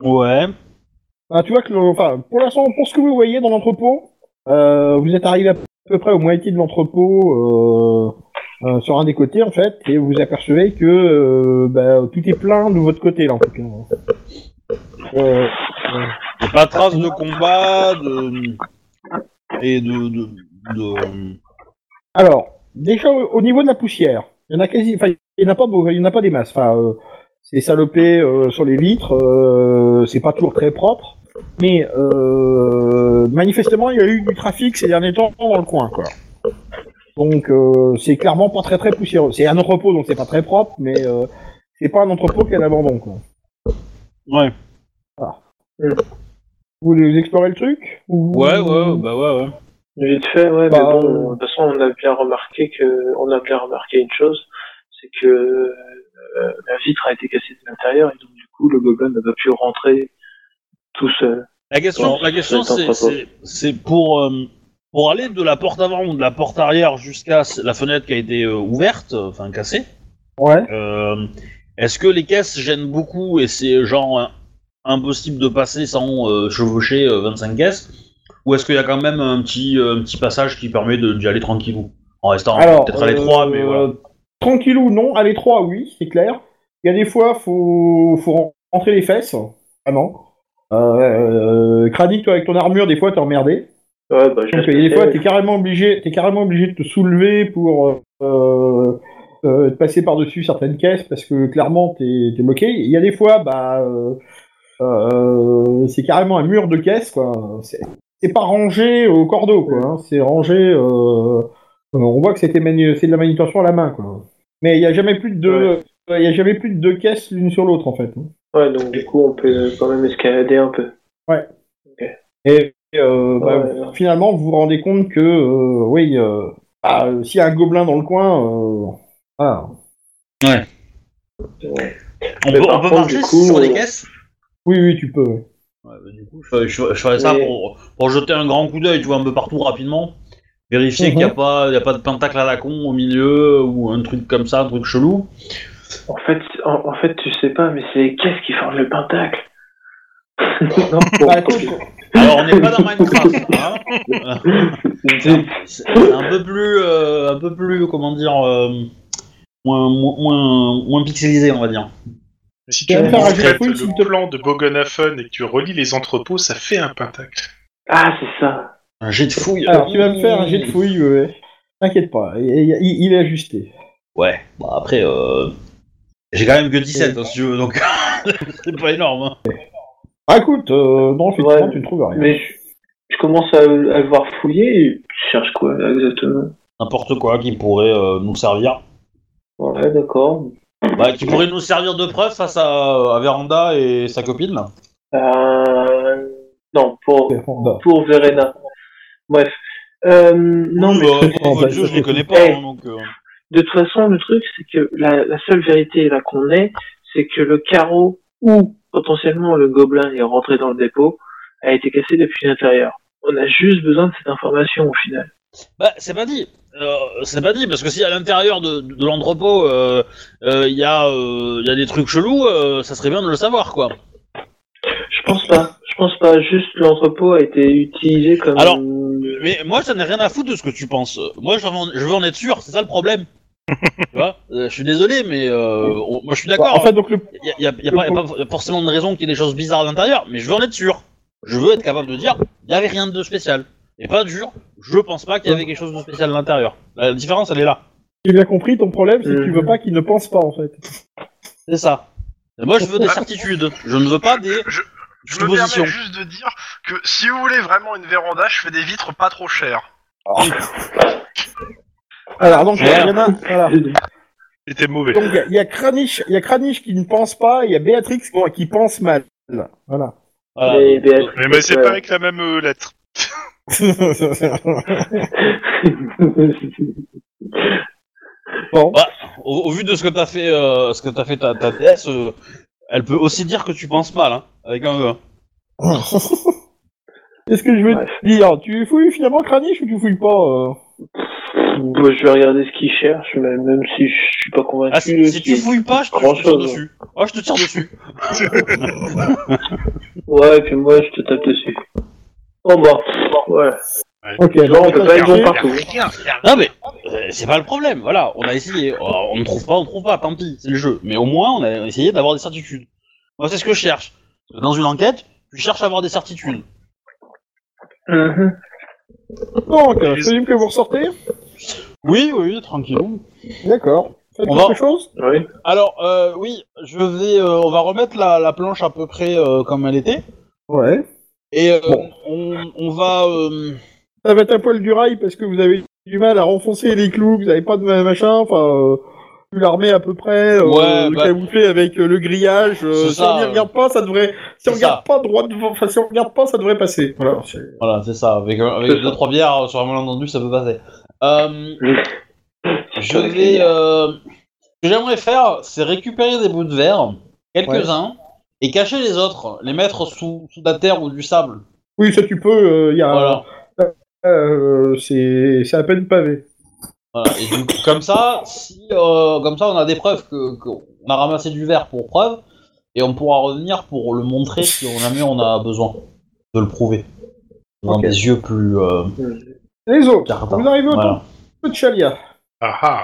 Speaker 2: Ouais.
Speaker 1: Ah, tu vois que, le- enfin, pour l'instant, pour ce que vous voyez dans l'entrepôt, euh, vous êtes arrivé à peu près aux moitié de l'entrepôt euh, euh, sur un des côtés en fait, et vous apercevez que euh, bah, tout est plein de votre côté là en tout cas. Euh,
Speaker 2: Y a pas trace de combat, de. Et de. de, de...
Speaker 1: alors, déjà au, au niveau de la poussière, il y en a quasi, enfin, il n'y en a pas, beau- il y en a pas des masses. Enfin, euh, c'est salopé euh, sur les vitres, euh, c'est pas toujours très propre, mais euh, manifestement, il y a eu du trafic ces derniers temps dans le coin, quoi. Donc, euh, c'est clairement pas très très poussiéreux. C'est un entrepôt, donc c'est pas très propre, mais euh, c'est pas un entrepôt qui est à l'abandon, quoi. Euh,
Speaker 2: Ouais.
Speaker 1: Vous voulez explorer le truc ou-
Speaker 2: Ouais, ouais, bah ouais, ouais.
Speaker 9: Vite fait, ouais,
Speaker 1: Bah,
Speaker 9: mais bon,
Speaker 1: euh,
Speaker 9: de toute façon, on a bien remarqué que, on a bien remarqué une chose, c'est que euh, la vitre a été cassée de l'intérieur et donc du coup, le gobelin n'a pas pu rentrer tout seul.
Speaker 2: La question,
Speaker 9: Bon,
Speaker 2: la question
Speaker 9: je vais
Speaker 2: c'est-
Speaker 9: t'en
Speaker 2: c'est
Speaker 9: proposer.
Speaker 2: c'est pour, euh, pour aller de la porte avant ou de la porte arrière jusqu'à s- la fenêtre qui a été euh, ouverte, euh, enfin cassée,
Speaker 1: Ouais.
Speaker 2: euh, est-ce que les caisses gênent beaucoup et c'est genre euh, impossible de passer sans euh, chevaucher euh, 25 caisses Ou est-ce qu'il y a quand même un petit, euh, un petit passage qui permet de- d'y aller tranquillou En restant
Speaker 1: Alors,
Speaker 2: peut-être à l'étroit, mais
Speaker 1: euh,
Speaker 2: voilà.
Speaker 1: Tranquillou, non. À l'étroit, oui, c'est clair. Il y a des fois, faut, faut rentrer les fesses. Vraiment. Euh, Kranich, toi, avec ton armure, des fois, t'es emmerdé.
Speaker 9: Ouais, bah, je
Speaker 1: Donc, il y a des fois, t'es carrément obligé, t'es carrément obligé de te soulever pour euh, euh, de passer par-dessus certaines caisses parce que clairement, t'es t'es bloqué. Il y a des fois, bah, euh, euh, c'est carrément un mur de caisses, quoi. C'est- C'est pas rangé au cordeau, quoi. hein. C'est rangé. euh, on voit que c'était manu- c'est de la manutention à la main, quoi. Mais il y a jamais plus de deux, il y a jamais plus de deux caisses l'une sur l'autre, en fait. hein.
Speaker 9: Ouais, donc du coup, on peut quand même escalader un peu.
Speaker 1: Et euh, bah,
Speaker 9: Ouais.
Speaker 1: finalement, vous vous rendez compte que, euh, oui, euh, bah, euh, s'il y a un gobelin dans le coin, euh, ah,
Speaker 2: On
Speaker 9: Mais
Speaker 2: peut,
Speaker 9: par
Speaker 2: on peut
Speaker 9: contre,
Speaker 2: marcher
Speaker 9: du coup,
Speaker 2: sur les
Speaker 9: euh,
Speaker 2: caisses
Speaker 1: oui, oui, tu peux. oui.
Speaker 2: Ouais, bah, du coup, je, ferais- je ferais- je ferais ça
Speaker 9: Oui.
Speaker 2: pour, pour jeter un grand coup d'œil, tu vois, un peu partout rapidement. Vérifier
Speaker 1: Mhm.
Speaker 2: qu'il n'y a, pas- il y a pas de pentacle à la con au milieu ou un truc comme ça, un truc chelou.
Speaker 9: En fait, en, en fait, tu sais pas, mais c'est les caisses qui forment le pentacle. non, bon,
Speaker 11: Bah, écoute,
Speaker 2: Alors, on n'est pas dans Minecraft, hein C'est c'est un peu plus, euh, un peu plus, comment dire, euh, moins, moins, moins, moins pixelisé, on va dire.
Speaker 3: Mais si
Speaker 11: Tu
Speaker 3: tu
Speaker 11: vas me faire un
Speaker 3: traites
Speaker 11: graphique, s'il te
Speaker 3: le plan de Bogenhafen et que tu relis les entrepôts, ça fait un pentacle.
Speaker 9: ah, c'est ça.
Speaker 2: Un jet de fouille.
Speaker 1: Alors, tu vas me faire un jet de fouille, ouais. T'inquiète pas, il, il- il est ajusté.
Speaker 2: Ouais, bah après, euh, j'ai quand même que 17, hein, si tu veux, donc c'est pas énorme. hein.
Speaker 1: Ah, écoute, euh, non, effectivement,
Speaker 9: Ouais.
Speaker 1: tu ne trouves rien.
Speaker 9: Mais je, je commence à, à le voir fouiller et tu cherches quoi là, exactement
Speaker 2: N'importe quoi qui pourrait euh, nous servir.
Speaker 9: Ouais, d'accord.
Speaker 2: Bah, qui pourrait nous servir de preuve face à, euh, à Véranda et sa copine, là.
Speaker 9: Euh, non, pour,
Speaker 1: Véranda.
Speaker 9: pour Verena. Bref. Euh, non,
Speaker 2: Oui,
Speaker 9: mais
Speaker 2: bah, pour votre jeu, je les connais pas,
Speaker 9: Eh.
Speaker 2: hein, donc... euh,
Speaker 9: de toute façon, le truc, c'est que la, la seule vérité là qu'on ait, c'est que le carreau où potentiellement le gobelin est rentré dans le dépôt a été cassé depuis l'intérieur. On a juste besoin de cette information au final.
Speaker 2: Bah, c'est pas dit. Euh, c'est pas dit, parce que si à l'intérieur de, de l'entrepôt, euh, euh, il y, a, euh, il y a des trucs chelous, euh, ça serait bien de le savoir, quoi.
Speaker 9: Je pense pas. Je pense pas. Juste l'entrepôt a été utilisé comme.
Speaker 2: Alors, Mais moi, ça n'ai rien à foutre de ce que tu penses. Moi, je veux en, je veux en être sûr, c'est ça le problème. tu vois Euh, Je suis désolé, mais euh, on- moi, je suis d'accord.
Speaker 1: Bah, en fait, donc, le,
Speaker 2: Il n'y a, y a pas- y a pas forcément de raison qu'il y ait des choses bizarres à l'intérieur, mais je veux en être sûr. Je veux être capable de dire, il n'y avait rien de spécial. Et pas dur, je pense pas qu'il y avait quelque chose de spécial à l'intérieur. La différence, elle est là.
Speaker 1: j'ai bien compris, ton problème, c'est que tu
Speaker 9: Mhm.
Speaker 1: veux pas qu'il ne pense pas, en fait.
Speaker 2: C'est ça. Et moi, je veux des certitudes. Je ne veux pas des
Speaker 4: Ah. Je, je me
Speaker 2: suppositions.
Speaker 4: permets juste de dire que si vous voulez vraiment une véranda, je fais des vitres pas trop chères.
Speaker 1: Alors, donc, il
Speaker 2: Merde.
Speaker 1: y en a, voilà.
Speaker 3: C'était mauvais.
Speaker 1: Donc, il y a- il y a Kranich, il y a Kranich qui ne pense pas, et il y a Béatrix qui- qui pense mal. Voilà.
Speaker 2: Voilà.
Speaker 9: Mais Béatrice-
Speaker 3: Mais, mais c'est
Speaker 9: Ouais.
Speaker 3: pas avec la même euh, lettre.
Speaker 1: bon.
Speaker 2: Au, au vu de ce que t'as fait, euh, ce que t'as fait ta, ta TS, euh, elle peut aussi dire que tu penses mal, hein, avec un E.
Speaker 1: Qu'est-ce que je veux
Speaker 9: Bref.
Speaker 1: dire Tu fouilles finalement Kranich ou tu fouilles pas euh
Speaker 9: Moi, je vais regarder ce qu'il cherche, mais même si je suis pas convaincu.
Speaker 2: Ah, si, si tu
Speaker 9: qu'il-
Speaker 2: fouilles pas, je te, je te tire
Speaker 9: Grand-chose.
Speaker 2: dessus. Ah, je te tire dessus.
Speaker 9: Ouais, et puis moi, je te tape dessus. Bon, bon, voilà.
Speaker 1: Ok,
Speaker 9: Non, on
Speaker 1: donc,
Speaker 9: peut pas être bon
Speaker 1: chercher-
Speaker 9: partout. hein.
Speaker 2: Non mais euh, c'est pas le problème, voilà, on a essayé, Oh, on ne trouve pas, on ne trouve pas, tant pis, c'est le jeu. Mais au moins on a essayé d'avoir des certitudes. Moi c'est ce que je cherche. Dans une enquête, tu cherches à avoir des certitudes.
Speaker 9: Mhm.
Speaker 1: Donc, celui que vous ressortez
Speaker 2: Oui, oui, tranquillou.
Speaker 1: D'accord. Faites
Speaker 2: On va-
Speaker 1: quelque chose
Speaker 9: Oui.
Speaker 2: Alors euh, oui, je vais, euh, on va remettre la, la planche à peu près euh, comme elle était.
Speaker 1: Ouais.
Speaker 2: Et euh,
Speaker 1: Bon.
Speaker 2: on, on va. euh,
Speaker 1: Ça va être un poil du rail parce que vous avez du mal à renfoncer les clous, vous avez pas de ma- machin, enfin... euh, L'armée à peu près, euh,
Speaker 2: Ouais, bah-
Speaker 1: camouflée avec euh, le grillage. euh,
Speaker 2: C'est
Speaker 1: si
Speaker 2: ça,
Speaker 1: on n'y
Speaker 2: euh.
Speaker 1: regarde pas, ça devrait. Si
Speaker 2: C'est
Speaker 1: on regarde pas droit devant, enfin si on regarde pas, ça devrait passer. Voilà. c'est-
Speaker 2: Voilà, c'est ça. Avec, un- avec
Speaker 9: C'est
Speaker 2: deux,
Speaker 9: ça.
Speaker 2: trois bières euh, sur un malentendu, ça peut passer. Euh,
Speaker 9: Oui.
Speaker 2: je vais. euh, Ce que j'aimerais faire, c'est récupérer des bouts de verre, quelques-uns, et cacher les autres, les mettre sous, sous de la terre ou du sable.
Speaker 1: Oui, ça tu peux. euh, Il y a.
Speaker 2: Voilà.
Speaker 1: Euh, c'est c'est à peine pavé.
Speaker 2: Voilà. Et du coup, comme ça, si, euh, comme ça, on a des preuves que qu'on a ramassé du verre pour preuve, et on pourra revenir pour le montrer si on a mieux, on a besoin de le prouver. Dans
Speaker 1: Ok.
Speaker 2: des yeux plus euh,
Speaker 1: Les autres,
Speaker 2: Jardin.
Speaker 1: vous arrivez au
Speaker 2: Voilà.
Speaker 1: temple de Chalia.
Speaker 3: Ah ah.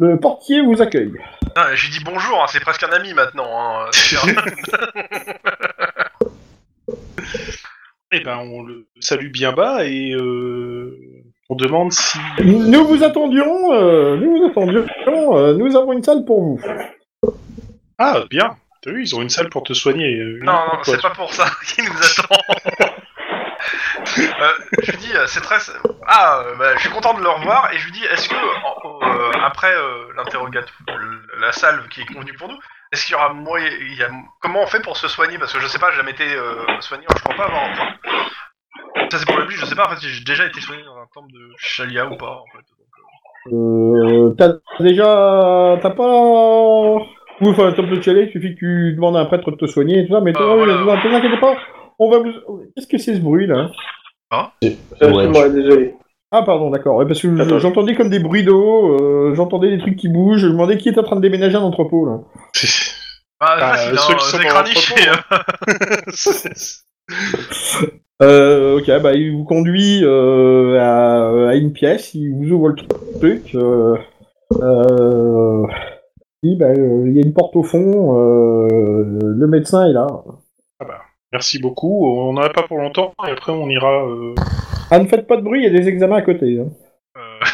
Speaker 1: Le portier vous accueille.
Speaker 4: Ah, J'ai dit bonjour, hein, c'est presque un ami maintenant. Hein.
Speaker 3: Eh ben, on le salue bien bas et euh, on demande si.
Speaker 1: Nous vous attendions, euh, nous vous attendions, euh, nous avons une salle pour vous.
Speaker 3: Ah, bien. T'as vu, ils ont une salle pour te soigner. euh,
Speaker 4: Non, non,
Speaker 3: quoi.
Speaker 4: c'est pas pour ça qu'il nous attend. Euh, je lui dis, euh, c'est très. Ah, euh, bah, je suis content de le revoir et je lui dis, est-ce que en- euh, après euh, l'interrogatoire, le- la salve qui est convenue pour nous, est-ce qu'il y aura moyen, il y a- comment on fait pour se soigner Parce que je sais pas, j'ai jamais été euh, soigné, je crois pas avoir. enfin, ça c'est pour le but, je sais pas en fait si j'ai déjà été soigné dans un temple de Shalia ou pas en fait.
Speaker 1: Euh, t'as déjà, t'as pas, oui, enfin, le temple de Chalet, il suffit que tu demandes à un prêtre de te soigner et tout ça, mais
Speaker 4: Ah,
Speaker 1: toi,
Speaker 4: voilà.
Speaker 1: vous vous inquiétez pas, on va vous. Qu'est-ce que c'est ce bruit là
Speaker 9: Euh,
Speaker 2: Ouais.
Speaker 9: c'est moi, désolé.
Speaker 1: Ah pardon, d'accord, ouais, parce que
Speaker 9: Attends.
Speaker 1: j'entendais comme des bruits d'eau, euh, j'entendais des trucs qui bougent, je me demandais qui était en train de déménager un entrepôt là.
Speaker 4: Bah,
Speaker 3: Ah,
Speaker 4: facile,
Speaker 3: ceux
Speaker 4: hein,
Speaker 3: qui sont
Speaker 4: c'est
Speaker 3: dans
Speaker 4: craniché.
Speaker 3: C'est-
Speaker 1: Euh, ok, bah il vous conduit euh, à, à une pièce, il vous ouvre le truc. Euh, euh, il dit, bah, euh, il y a une porte au fond, euh, le médecin est là.
Speaker 3: Merci beaucoup, on n'en a pas pour longtemps, et après on ira... euh,
Speaker 1: Ah, ne faites pas de bruit, il y a des examens à côté. hein.
Speaker 4: Euh,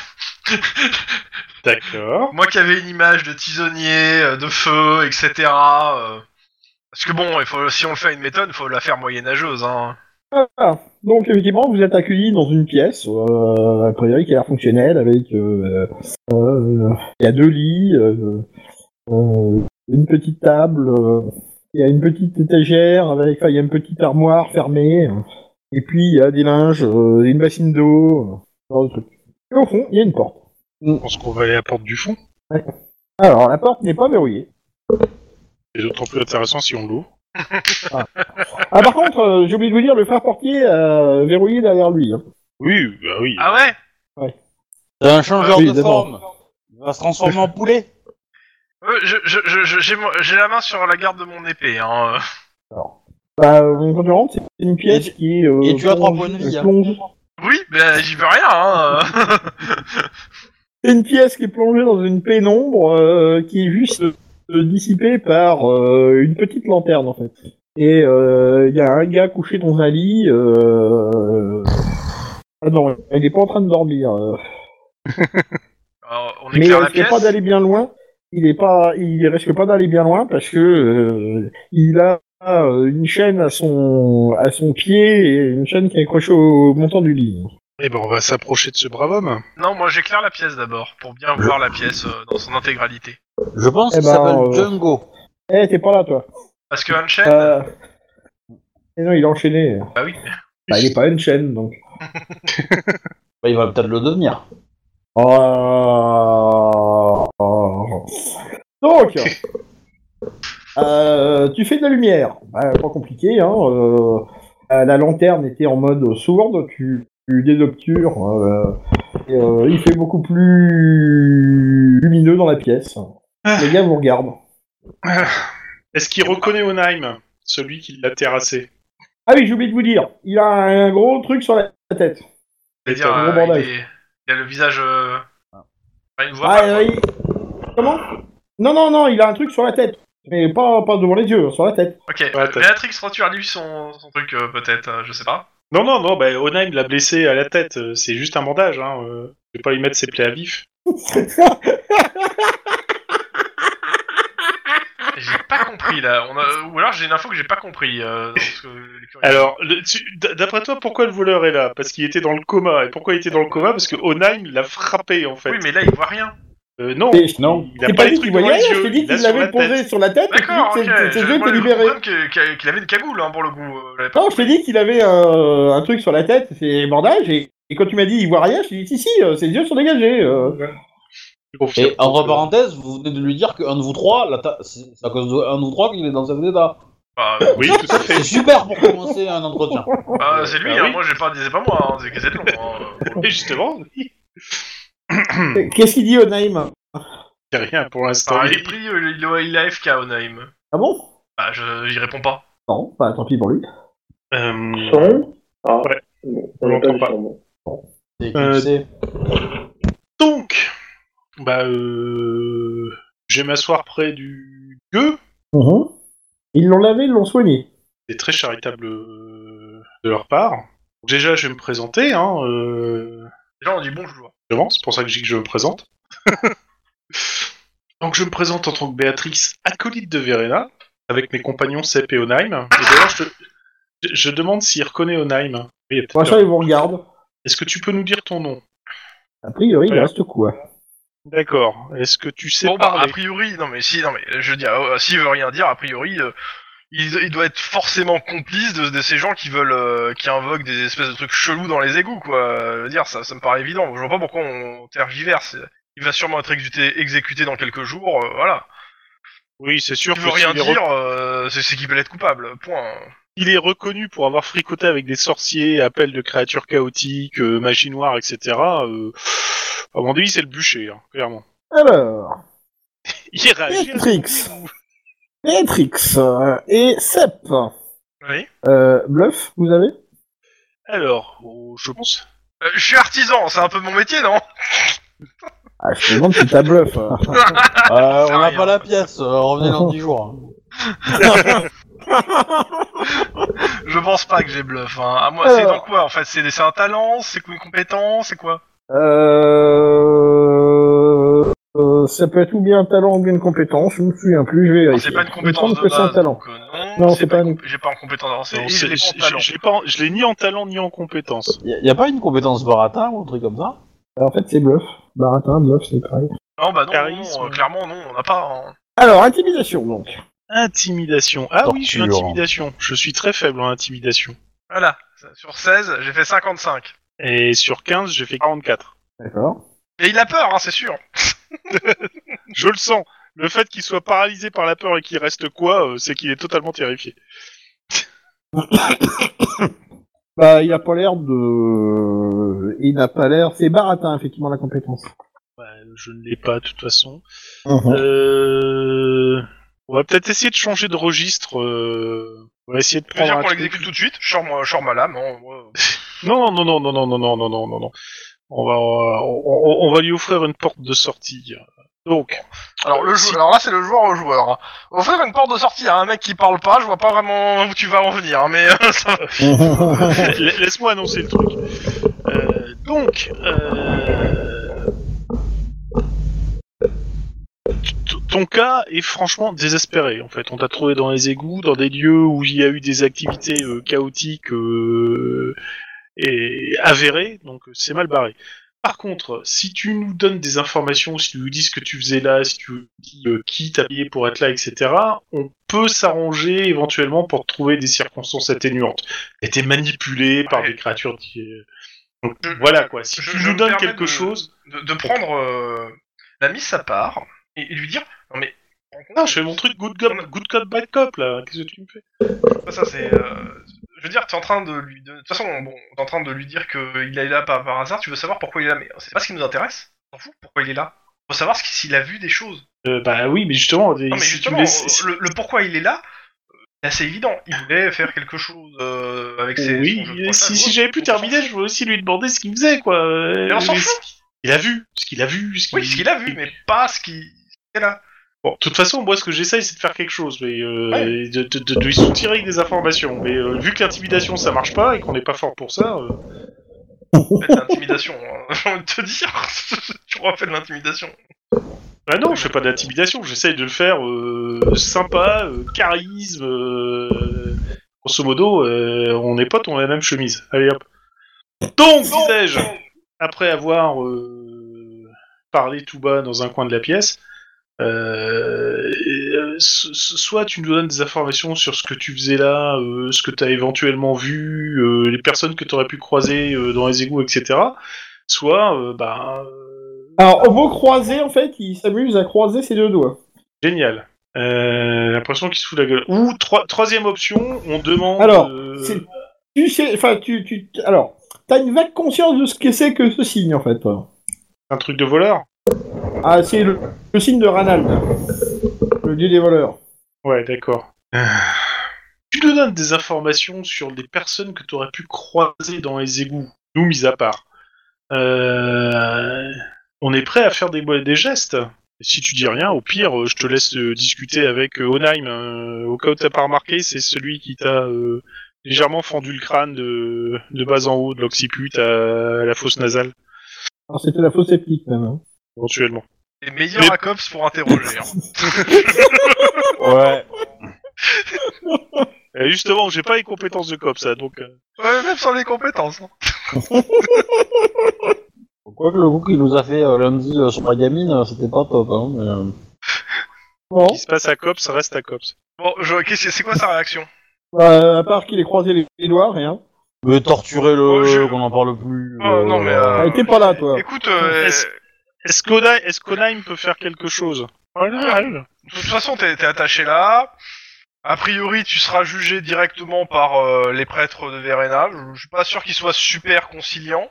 Speaker 3: D'accord.
Speaker 4: Moi qui avais une image de tisonnier, euh, de feu, etc. euh, Parce que bon, il faut, si on le fait à une méthode, il faut la faire moyenâgeuse. Hein.
Speaker 1: Ah, donc effectivement, vous êtes accueillis dans une pièce, euh, a priori qui a l'air fonctionnelle, avec euh, euh, il y a deux lits, euh, euh, une petite table, euh, il y a une petite étagère avec, enfin, il y a une petite armoire fermée, euh, et puis il y a des linges, euh, une bassine d'eau, euh, ce genre de truc. Et au fond, il y a une porte.
Speaker 3: Je pense qu'on va aller à la porte du fond.
Speaker 1: Alors la porte n'est pas verrouillée.
Speaker 3: C'est d'autant plus intéressant si on l'ouvre.
Speaker 1: Ah par contre, euh, j'ai oublié de vous dire, le frère portier a verrouillé derrière lui. hein.
Speaker 3: Oui, bah oui.
Speaker 4: Ah ouais
Speaker 10: T'as un changeur
Speaker 1: Oui,
Speaker 10: de
Speaker 1: d'accord.
Speaker 10: forme. Il va se transformer en poulet.
Speaker 4: Euh, je- je- je- je- J'ai mon- j'ai la main sur la garde de mon épée. Hein.
Speaker 1: Bah, euh, quand tu rentres, c'est une pièce
Speaker 10: Et tu-
Speaker 1: qui est euh,
Speaker 10: et tu as trois
Speaker 1: plonge-
Speaker 10: points de vie, hein.
Speaker 1: plonge-
Speaker 4: Oui, mais j'y peux rien. Hein.
Speaker 1: C'est une pièce qui est plongée dans une pénombre euh, qui est juste euh, dissipée par euh, une petite lanterne en fait. Et euh, il y a un gars couché dans un lit. Euh... Ah non, il est pas en train de dormir. euh.
Speaker 4: Alors, on
Speaker 1: Mais il
Speaker 4: éclaire la
Speaker 1: risque
Speaker 4: pièce.
Speaker 1: pas d'aller bien loin. Il est pas, il risque pas d'aller bien loin parce que euh, il a euh, une chaîne à son à son pied et une chaîne qui est accrochée au montant du lit.
Speaker 3: Eh ben on va s'approcher de ce brave homme.
Speaker 4: Non, moi j'éclaire la pièce d'abord pour bien voir la pièce euh, dans son intégralité.
Speaker 10: Je pense
Speaker 1: Eh
Speaker 10: qu'il
Speaker 1: ben,
Speaker 10: s'appelle
Speaker 1: euh,
Speaker 10: Django.
Speaker 1: Eh, t'es pas là toi.
Speaker 4: Parce que Unchained,
Speaker 1: Euh... eh non, il est enchaîné.
Speaker 4: bah oui.
Speaker 1: Bah, il est pas une chaîne donc.
Speaker 10: Bah, il va peut-être le devenir.
Speaker 1: Oh. Donc, euh, tu fais de la lumière. Bah, pas compliqué, hein. euh, euh, la lanterne était en mode sourde, tu, tu désobtures. euh, et, euh, il fait beaucoup plus lumineux dans la pièce. Les gars vous regardent.
Speaker 3: Est-ce qu'il reconnaît Onaim, celui qui l'a terrassé
Speaker 1: Ah oui, j'ai oublié de vous dire, il a un gros truc sur la tête.
Speaker 4: C'est-à-dire,
Speaker 1: un
Speaker 4: euh,
Speaker 1: gros
Speaker 4: il,
Speaker 1: bandage.
Speaker 4: est- il a le visage. euh, enfin, il me voit
Speaker 1: Ah,
Speaker 4: pas,
Speaker 1: euh,
Speaker 4: quoi.
Speaker 1: il- Comment Non, non, non, il a un truc sur la tête. Mais pas, pas devant les yeux, sur la tête.
Speaker 4: Ok,
Speaker 3: attends.
Speaker 4: Béatrix retire-lui son, son truc, euh, peut-être, euh, je sais pas.
Speaker 3: Non, non, non, bah, Onaim l'a blessé à la tête, euh, c'est juste un bandage. Hein. euh, Je vais pas lui mettre ses plaies à vif.
Speaker 4: J'ai pas compris là. On a... Ou alors j'ai une info que j'ai pas compris. euh, parce que les curieux-
Speaker 3: Alors, le- tu- d- d'après toi, pourquoi le voleur est là Parce qu'il était dans le coma. Et pourquoi il était dans le coma Parce que Onaim l'a frappé, en fait.
Speaker 4: Oui, mais là il voit rien.
Speaker 3: Euh, non,
Speaker 1: Et je-
Speaker 3: non, il a
Speaker 1: T'es
Speaker 3: pas
Speaker 1: pas
Speaker 3: les
Speaker 1: dit qu'il
Speaker 3: trucs dans
Speaker 1: voyait
Speaker 3: les
Speaker 1: rien, je
Speaker 3: yeux.
Speaker 1: t'ai dit
Speaker 3: il l'a
Speaker 1: qu'il
Speaker 3: sur la
Speaker 1: l'avait posé
Speaker 3: tête.
Speaker 1: sur la tête et
Speaker 4: D'accord,
Speaker 1: puis
Speaker 4: ok.
Speaker 1: que ses- ses
Speaker 4: je-
Speaker 1: yeux
Speaker 4: moi,
Speaker 1: étaient
Speaker 4: je
Speaker 1: libérés.
Speaker 4: comprends que- que- qu'il avait une cagoule hein, pour le coup. euh, j'avais pas
Speaker 1: Non, je t'ai dit qu'il avait euh, un truc sur la tête, c'est bandage, et, et quand tu m'as dit il voit rien, je t'ai dit si, si, euh, ses yeux sont dégagés. euh.
Speaker 3: Je confirme.
Speaker 10: Et entre parenthèses, vous venez de lui dire qu'un de vous trois, là, t'as- c'est c'est à cause d'un de vous trois qu'il est dans cet état.
Speaker 4: Bah, euh,
Speaker 3: Oui, tout à fait.
Speaker 10: C'est super pour commencer un entretien.
Speaker 4: bah, c'est lui,
Speaker 3: Bah
Speaker 4: hein,
Speaker 3: oui.
Speaker 4: moi j'ai pas, c'est pas moi, hein, c'est que c'est long. hein, pour le coup.
Speaker 3: Et justement, oui. Hmm.
Speaker 1: Qu'est-ce qu'il dit Onaim
Speaker 3: Il y a rien pour l'instant.
Speaker 4: Ah, il est
Speaker 3: Il-
Speaker 4: pris, euh, il, il a FK Onaim.
Speaker 1: Ah bon
Speaker 4: Bah, je, j'y réponds pas.
Speaker 1: Non, bah tant pis pour lui.
Speaker 3: Euh,
Speaker 9: Son Ah,
Speaker 3: Ouais.
Speaker 9: bon,
Speaker 3: On
Speaker 9: on entend
Speaker 3: l'entend pas.
Speaker 9: pas. du son, bon.
Speaker 10: C'est éclipsé.
Speaker 3: Donc, bah, euh, je vais m'asseoir près du gueux.
Speaker 1: Mhm. Ils l'ont lavé, ils l'ont soigné.
Speaker 3: C'est très charitable euh, de leur part. Déjà, je vais me présenter. Hein, euh,
Speaker 4: Les gens ont dit bonjour.
Speaker 3: avant, c'est pour ça que je dis que je me présente. Donc, je me présente en tant que Béatrix, acolyte de Verena, avec mes compagnons Sepp et Onaim. Et d'ailleurs, je, te- je- je demande s'il reconnaît Onaim. Oui, il y a peut-être
Speaker 1: Machin,
Speaker 3: un-
Speaker 1: ils vous regardent.
Speaker 3: Est-ce que tu peux nous dire ton nom
Speaker 1: A priori, il
Speaker 3: Ouais.
Speaker 1: reste quoi
Speaker 3: D'accord. Est-ce que tu sais
Speaker 4: Bon, bah, a
Speaker 3: parler
Speaker 4: priori, non mais si, non mais je veux dire, euh, s'il veut rien dire, a priori, euh, il, il doit être forcément complice de, de ces gens qui veulent, euh, qui invoquent des espèces de trucs chelous dans les égouts, quoi. Je veux dire, ça, ça me paraît évident. Je vois pas pourquoi on tergiverse. Il va sûrement être exécuté, exécuté dans quelques jours, euh, voilà.
Speaker 3: Oui, c'est sûr
Speaker 4: Il
Speaker 3: que
Speaker 4: veut rien
Speaker 3: s'il est re-
Speaker 4: dire, euh, c'est c'est qu'il peut l'être coupable, point.
Speaker 3: Il est reconnu pour avoir fricoté avec des sorciers, appels de créatures chaotiques, euh, magie noire, etc. Euh, à mon avis, c'est le bûcher, hein, clairement.
Speaker 1: Alors,
Speaker 3: Il réagit.
Speaker 1: Béatrix. Béatrix euh, et Sep.
Speaker 3: Oui.
Speaker 1: Euh, bluff, vous avez
Speaker 3: Alors, oh, je pense.
Speaker 4: Euh, je suis artisan, c'est un peu mon métier, non
Speaker 1: Ah, je te demande si t'as bluff. hein.
Speaker 10: Euh, on n'a
Speaker 4: rien.
Speaker 10: pas la pièce, euh, revenez dans 10 jours. hein.
Speaker 4: Je pense pas que j'ai bluff. Hein. À moi, c'est
Speaker 1: Alors.
Speaker 4: dans quoi en fait C'est c'est un talent C'est quoi une compétence C'est quoi
Speaker 1: Euh... euh, ça peut être ou bien un talent ou bien une compétence, je me souviens plus, je vais
Speaker 4: Non,
Speaker 1: vérifier.
Speaker 4: C'est pas une
Speaker 1: Il me
Speaker 4: compétence
Speaker 1: semble
Speaker 4: de
Speaker 1: que c'est un
Speaker 4: base.
Speaker 1: talent.
Speaker 4: donc, euh, non,
Speaker 1: Non,
Speaker 4: c'est
Speaker 1: c'est pas
Speaker 4: pas.
Speaker 1: une-
Speaker 4: J'ai pas en compétence avancée.
Speaker 3: Non,
Speaker 4: et
Speaker 3: c'est-
Speaker 4: je l'ai pas en
Speaker 3: je
Speaker 4: talent.
Speaker 3: je l'ai pas en- je l'ai ni en talent ni en compétence.
Speaker 10: Y a- y a pas une compétence baratin ou un truc comme ça
Speaker 1: Alors, en fait, c'est bluff. Baratin, bluff, c'est pareil.
Speaker 4: Non, bah non,
Speaker 3: Charisme.
Speaker 4: non, euh, clairement non, on n'a pas. hein.
Speaker 1: Alors, intimidation, donc.
Speaker 3: Intimidation. Ah oui, je suis
Speaker 10: Torture.
Speaker 3: intimidation. Je suis très faible en intimidation.
Speaker 4: Voilà. Sur 16, j'ai fait 55.
Speaker 3: Et sur 15, j'ai fait 44.
Speaker 1: D'accord.
Speaker 4: Et il a peur, hein, c'est sûr.
Speaker 3: Je le sens. Le fait qu'il soit paralysé par la peur et qu'il reste quoi, euh, c'est qu'il est totalement terrifié.
Speaker 1: Bah, il a pas l'air de... Il n'a pas l'air... C'est baratin, effectivement, la compétence.
Speaker 3: Bah, je ne l'ai pas, de toute façon. Euh... On va peut-être essayer de changer de registre. euh, On va essayer de
Speaker 1: Oh,
Speaker 4: Je veux
Speaker 3: prendre
Speaker 4: dire
Speaker 3: un
Speaker 4: qu'on
Speaker 3: truc-
Speaker 4: l'exécute tout de suite. Je sors, moi- je sors ma lame. hein, moi.
Speaker 3: Non, non, non, non, non, non, non, non, non, non, non. On va, on, on- on va lui offrir une porte de sortie. Donc,
Speaker 4: Alors, le
Speaker 3: Si-
Speaker 4: jou- Alors là, c'est le joueur au joueur. hein. Offrir une porte de sortie à un mec qui parle pas, je vois pas vraiment où tu vas en venir. hein, Mais euh, ça va.
Speaker 3: la- laisse-moi annoncer le truc. Euh, donc, euh, t- ton cas est franchement désespéré. En fait, on t'a trouvé dans les égouts, dans des lieux où il y a eu des activités euh, chaotiques euh, et avérées. Donc, euh, c'est mal barré. Par contre, si tu nous donnes des informations, si tu nous dis ce que tu faisais là, si tu nous dis euh, qui t'a payé pour être là, etc., on peut s'arranger éventuellement pour trouver des circonstances atténuantes. T'as été manipulé par
Speaker 4: Ouais.
Speaker 3: des créatures qui... Donc,
Speaker 4: Je-
Speaker 3: voilà quoi, si
Speaker 4: je-
Speaker 3: tu
Speaker 4: je
Speaker 3: nous
Speaker 4: me
Speaker 3: donnes
Speaker 4: permets
Speaker 3: quelque
Speaker 4: de-
Speaker 3: chose...
Speaker 4: de, de prendre euh, la mise à part et, et lui dire non mais
Speaker 3: Non, je fais mon truc good cop, good cop bad cop là, qu'est-ce que tu me fais
Speaker 4: Pas ça c'est euh, je veux dire t'es en train de lui de de toute façon bon t'es en train de lui dire que il est là par, par hasard tu veux savoir pourquoi il est là mais c'est pas ce qui nous intéresse on s'en fout pourquoi il est là faut savoir ce qui- s'il a vu des choses
Speaker 3: Euh, Bah oui, mais justement, des-
Speaker 4: non mais
Speaker 3: si
Speaker 4: justement
Speaker 3: tu laisses... si-
Speaker 4: le, le pourquoi il est là euh, c'est assez évident il voulait faire quelque chose euh, avec ses
Speaker 3: Oui,
Speaker 4: son jeu de pointage
Speaker 3: si,
Speaker 4: ou
Speaker 3: si
Speaker 4: autre.
Speaker 3: j'avais pu
Speaker 4: Donc, on s'en
Speaker 3: terminer,
Speaker 4: fout.
Speaker 3: je voulais aussi lui demander ce qu'il faisait quoi. euh,
Speaker 4: Mais on s'en
Speaker 3: mais-
Speaker 4: fout
Speaker 3: Il a vu, ce qu'il a vu, ce qu'il
Speaker 4: oui ce qu'il a vu mais pas ce qui ce qui est là
Speaker 3: Bon, de toute façon, moi, ce que j'essaye, c'est de faire quelque chose, mais euh,
Speaker 4: Ouais.
Speaker 3: et de, de, de, de lui soutirer des informations. Mais euh, vu que l'intimidation, ça marche pas et qu'on n'est pas fort pour ça, euh,
Speaker 4: En fait, c'est l'intimidation hein. j'ai envie de te dire tu refais de l'intimidation
Speaker 3: bah non, je fais pas d'intimidation. J'essaye de le faire euh, sympa, euh, charisme. euh, grosso modo, euh, on est potes, on a la même chemise. Allez hop. Donc, disais-je, après avoir euh, parlé tout bas dans un coin de la pièce, euh, et, euh, so- so- soit tu nous donnes des informations sur ce que tu faisais là, euh, ce que tu as éventuellement vu, euh, les personnes que tu aurais pu croiser euh, dans les égouts, etc. Soit, euh, bah, euh,
Speaker 1: Alors, au mot croisé, en fait, il s'amuse à croiser ses deux doigts.
Speaker 3: génial. Euh, L'impression qu'il se fout la gueule. Ou trois- troisième option, on demande.
Speaker 1: Alors,
Speaker 3: euh,
Speaker 1: c'est- Tu sais, enfin, tu, tu, alors, t'as une vague conscience de ce que c'est que ce signe, en fait.
Speaker 3: un truc de voleur.
Speaker 1: Ah, c'est le, le signe de Ranald, le dieu des voleurs.
Speaker 3: Ouais, d'accord.
Speaker 1: Ah.
Speaker 3: Tu nous donnes des informations sur les personnes que tu aurais pu croiser dans les égouts, nous mis à part. Euh, on est prêt à faire des, des gestes. Si tu dis rien, au pire, euh, je te laisse euh, discuter avec euh, Onheim. euh, au cas où t'as pas remarqué, c'est celui qui t'a euh, légèrement fendu le crâne de, de bas en haut, de l'occiput à la fosse nasale,
Speaker 1: Alors, c'était la fausse sceptique, même. hein.
Speaker 3: éventuellement.
Speaker 4: les meilleurs
Speaker 3: Mais-
Speaker 4: à cops pour interroger hein.
Speaker 10: Ouais.
Speaker 3: Et justement, j'ai pas les compétences de cop, ça, donc... euh,
Speaker 4: Ouais, même sans les
Speaker 3: hein.
Speaker 4: compétences.
Speaker 10: Quoique le coup qu'il nous a fait euh, lundi euh, sur la gamine, euh, c'était pas top. Hein, mais, euh,
Speaker 1: Bon,
Speaker 3: Ce qui se passe à COPS reste à COPS.
Speaker 4: Bon, je... qu'est-ce que- c'est quoi sa réaction
Speaker 1: bah, à part qu'il ait croisé les, les doigts, rien.
Speaker 10: mais torturez-le,
Speaker 4: Oh, je-
Speaker 10: qu'on en parle plus.
Speaker 4: Oh, non, mais, euh,
Speaker 1: Ah, t'es pas là, toi.
Speaker 4: Écoute, euh,
Speaker 3: Est-ce- Est-ce qu'Onaim peut faire quelque chose Voilà.
Speaker 4: de toute façon, t'es t'es attaché là. A priori, tu seras jugé directement par euh, les prêtres de Verena. Je, je suis pas sûr qu'ils soient super conciliants.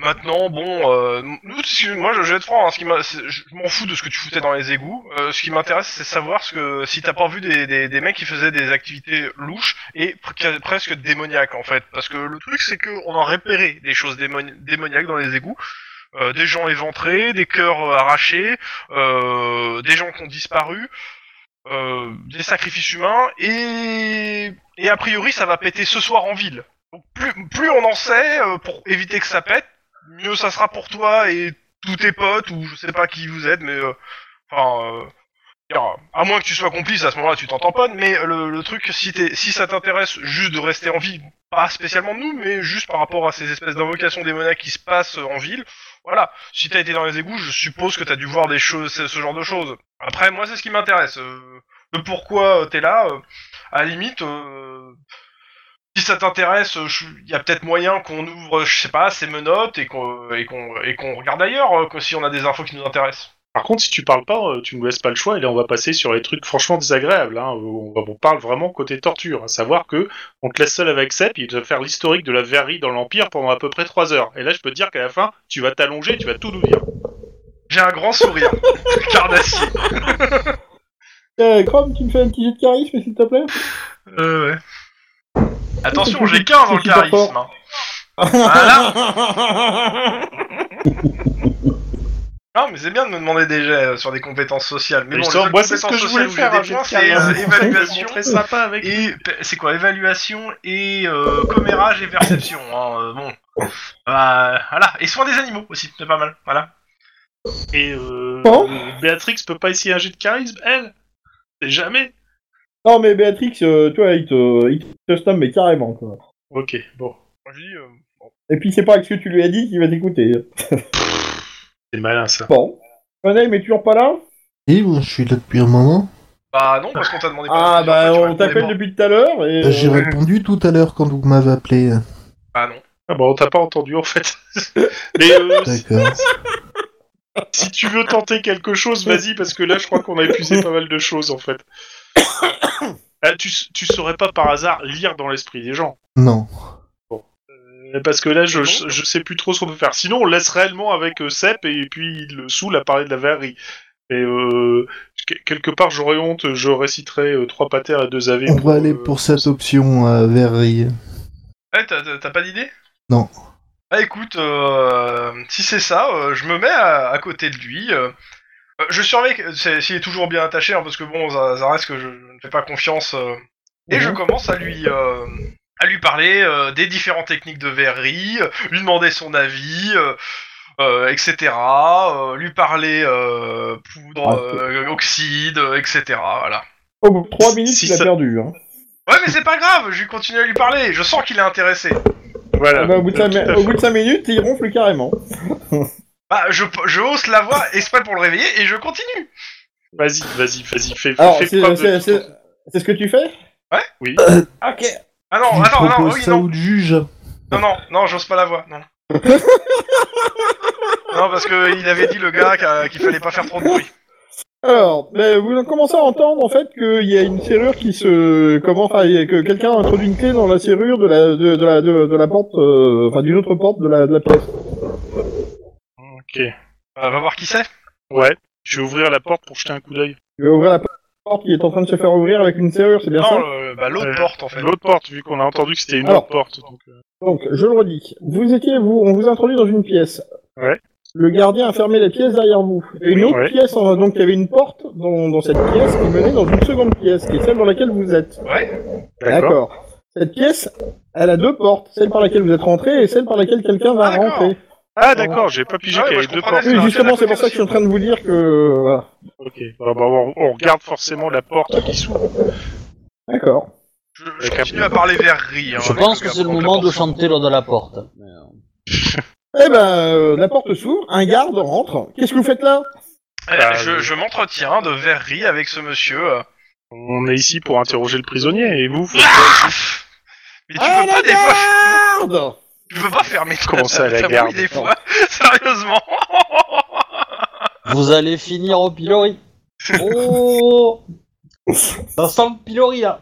Speaker 4: Maintenant, bon, euh, nous, ce que- moi je, je vais être franc, hein, ce qui m'a- c'est- je je m'en fous de ce que tu foutais dans les égouts. Euh, ce qui m'intéresse, c'est savoir ce que si t'as pas vu des, des, des mecs qui faisaient des activités louches et pre- ca- presque démoniaques en fait. Parce que le truc, c'est que on en repérait des choses démoni- démoniaques dans les égouts. Euh, des gens éventrés, des cœurs euh, arrachés, euh, des gens qui ont disparu, euh, des sacrifices humains, et... et a priori ça va péter ce soir en ville. Donc plus, plus on en sait euh, pour éviter que ça pète, mieux ça sera pour toi et tous tes potes, ou je sais pas qui vous êtes, mais... euh, Enfin... euh, alors, à moins que tu sois complice, à ce moment-là tu t'en tamponnes, mais le, le truc, si, t'es- si ça t'intéresse juste de rester en vie, pas spécialement de nous, mais juste par rapport à ces espèces d'invocations démoniaques qui se passent euh, en ville, voilà, si t'as été dans les égouts, je suppose que t'as dû voir des choses, ce, ce genre de choses. Après, moi, c'est ce qui m'intéresse. Euh, le pourquoi euh, t'es là, euh, à la limite, euh, si ça t'intéresse, euh, il y a peut-être moyen qu'on ouvre, je sais pas, ces menottes et qu'on et qu'on et qu'on regarde ailleurs, euh, que si on a des infos qui nous intéressent.
Speaker 3: Par contre, si tu parles pas, euh, tu nous laisses pas le choix, et là on va passer sur les trucs franchement désagréables. Hein. On, on parle vraiment côté torture, à savoir que on te laisse seul avec Sepp, il doit faire l'historique de la verrerie dans l'Empire pendant à peu près 3 heures. Et là, je peux te dire qu'à la fin, tu vas t'allonger, tu vas tout nous dire.
Speaker 4: J'ai un grand sourire, carnassier.
Speaker 1: Euh, Chrome, tu me fais un petit jet de charisme, s'il te plaît
Speaker 4: Euh, ouais. Attention, j'ai 15 en
Speaker 1: C'est super
Speaker 4: charisme. hein. Voilà. Non, mais c'est bien de me demander des jets euh, sur des compétences sociales. Mais
Speaker 3: Et
Speaker 4: bon,
Speaker 3: justement,
Speaker 4: les
Speaker 3: moi,
Speaker 4: seules
Speaker 3: c'est ce que
Speaker 4: compétences
Speaker 3: je voulais
Speaker 4: sociales où
Speaker 3: faire hein,
Speaker 4: j'ai
Speaker 3: un jeu
Speaker 4: des points,
Speaker 3: de
Speaker 4: c'est euh,
Speaker 3: carrière.
Speaker 4: évaluation.
Speaker 3: Très sympa avec.
Speaker 4: Et c'est quoi Évaluation et euh, commérage et perception. hein, euh, bon, Euh, voilà. Et soin des animaux aussi, c'est pas mal. Voilà.
Speaker 3: Et euh,
Speaker 1: Oh.
Speaker 3: Béatrix peut pas essayer un jet de charisme, elle C'est jamais
Speaker 1: Non, mais Béatrix, euh, toi, il te, il te snob, mais carrément, quoi.
Speaker 3: Ok, bon.
Speaker 4: Moi, je dis, euh, bon.
Speaker 1: Et puis, c'est pas avec ce que tu lui as dit qu'il va t'écouter.
Speaker 3: C'est malin ça.
Speaker 1: Bon. Anaïm est toujours pas là
Speaker 8: Et moi, je suis là depuis un moment.
Speaker 4: Bah non, parce qu'on t'a demandé.
Speaker 1: Ah, bah, on t'appelle
Speaker 4: depuis...
Speaker 1: depuis tout à l'heure,
Speaker 4: Euh,
Speaker 1: et...
Speaker 8: Bah, J'ai répondu tout à l'heure quand vous m'avez appelé.
Speaker 4: Ah non.
Speaker 3: Ah bah on t'a pas entendu en fait. Mais euh, si-
Speaker 8: D'accord.
Speaker 3: si tu veux tenter quelque chose, vas-y, parce que là je crois qu'on a épuisé pas mal de choses en fait. Ah, tu, s- tu saurais pas par hasard lire dans l'esprit des gens.
Speaker 8: Non.
Speaker 3: Euh, Parce que là,
Speaker 1: Ah
Speaker 3: je, je sais plus trop ce qu'on peut faire. Sinon, on le laisse réellement avec euh, Sepp et puis il le saoule à parler de la verrerie. Et euh, que- quelque part, j'aurais honte, je réciterai euh, trois patères et deux euh, AV.
Speaker 8: On va
Speaker 4: euh,
Speaker 8: aller pour cette option euh, verrerie.
Speaker 4: Ouais, Eh, t'as- t'as t'as pas d'idée
Speaker 8: Non.
Speaker 4: Bah écoute, euh, si c'est ça, euh, je me mets à, à côté de lui. euh, euh, je surveille que- c'est- s'il est toujours bien attaché, hein, parce que bon, ça, ça reste que je je ne fais pas confiance. euh, et je commence à lui, euh, à lui parler euh, des différentes techniques de verrerie, euh, lui demander son avis, euh, euh, etc. euh, lui parler euh, poudre,
Speaker 1: Ah, c'est-
Speaker 4: euh, oxyde, euh, etc. Voilà.
Speaker 1: euh, Au bout de 3 minutes,
Speaker 3: Si
Speaker 1: il a
Speaker 3: ça-
Speaker 1: perdu. Hein.
Speaker 4: Ouais, mais c'est pas grave, je continue à lui parler, je sens qu'il est intéressé.
Speaker 3: Voilà.
Speaker 1: Ah bah, au, bout de
Speaker 3: Euh,
Speaker 1: cinq
Speaker 3: tout à
Speaker 1: mi-
Speaker 3: fait.
Speaker 1: au bout de 5 minutes, il ronfle carrément.
Speaker 4: Bah, je, je hausse la voix exprès pour le réveiller et je continue.
Speaker 3: Vas-y, vas-y, vas-y, fais,
Speaker 1: Alors,
Speaker 3: fais
Speaker 1: c'est
Speaker 3: preuve de
Speaker 1: c'est-
Speaker 3: tout
Speaker 1: c'est-
Speaker 3: ton-
Speaker 1: c'est ce que tu fais
Speaker 3: Oui.
Speaker 1: Ok.
Speaker 4: Ah non,
Speaker 8: Il
Speaker 4: ah non, ah non,
Speaker 8: propose
Speaker 4: oui,
Speaker 8: ça
Speaker 4: non,
Speaker 8: au juge.
Speaker 4: non, non, non, j'ose pas la voix, non. non, parce que il avait dit le gars qu'a- qu'il fallait pas faire trop de bruit.
Speaker 1: Alors, ben, vous commencez à entendre en fait qu'il y a une serrure qui se, comment, enfin, il y a- que quelqu'un a introduit une clé dans la serrure de la, de, de la, de, de la porte, euh, enfin, d'une autre porte de la, de la pièce.
Speaker 3: Ok.
Speaker 4: Euh, va voir qui c'est.
Speaker 3: Ouais. Je vais ouvrir la porte pour jeter un coup d'œil.
Speaker 1: Il va ouvrir la porte qui est en train de se faire ouvrir avec une serrure, c'est bien ça
Speaker 4: Non, le- bah, l'autre
Speaker 3: Euh,
Speaker 4: porte en fait.
Speaker 3: L'autre porte, vu qu'on a entendu que c'était une
Speaker 1: Alors.
Speaker 3: autre porte. donc, euh,
Speaker 1: Donc, je le redis. Vous étiez, vous, on vous introduit dans une pièce.
Speaker 3: Ouais.
Speaker 1: Le gardien a fermé la pièce derrière vous. Et une
Speaker 3: Oui,
Speaker 1: autre
Speaker 3: ouais.
Speaker 1: pièce, en- donc il y avait une porte dans, dans cette pièce qui menait dans une seconde pièce, qui est celle dans laquelle vous êtes.
Speaker 4: Ouais.
Speaker 3: D'accord.
Speaker 1: Cette pièce, elle a deux portes, celle par laquelle vous êtes rentré et celle par laquelle quelqu'un va
Speaker 4: Ah, d'accord.
Speaker 1: rentrer.
Speaker 3: Ah d'accord, j'ai pas pigé
Speaker 4: Ah ouais,
Speaker 3: qu'il y
Speaker 4: moi,
Speaker 3: avait
Speaker 4: je
Speaker 3: deux
Speaker 4: comprenais
Speaker 3: portes.
Speaker 4: C'est
Speaker 1: Oui,
Speaker 4: la
Speaker 1: justement,
Speaker 4: pièce à
Speaker 1: c'est pour ça que je suis en train de vous dire que. Voilà.
Speaker 3: Ok. Bah, bah, on, on regarde forcément la porte qui s'ouvre.
Speaker 1: D'accord.
Speaker 4: Je, je continue à parler verrerie. Hein,
Speaker 2: Je
Speaker 4: avec
Speaker 2: pense
Speaker 4: le
Speaker 2: que
Speaker 4: gars
Speaker 2: c'est le
Speaker 4: pendant
Speaker 2: moment
Speaker 4: la
Speaker 2: de
Speaker 4: porte s'ouvre.
Speaker 2: chanter l'ordre de la porte.
Speaker 1: Eh ben, euh, la porte s'ouvre, un garde rentre. Qu'est-ce que vous faites là
Speaker 4: Euh,
Speaker 3: Ah,
Speaker 4: je
Speaker 3: oui.
Speaker 4: je m'entretiens de verrerie avec ce monsieur. euh.
Speaker 3: On est ici pour interroger le prisonnier et vous, vous
Speaker 4: Mais tu
Speaker 8: Ah
Speaker 4: peux Ah, pas des fois,
Speaker 1: Ah, garde
Speaker 4: tu peux pas fermer ta-
Speaker 3: Comment ça, la
Speaker 4: ta
Speaker 3: garde
Speaker 4: bouille des fois. Sérieusement.
Speaker 8: Ah,
Speaker 2: Vous allez finir au pilori. Oh Ça sent le pilori là.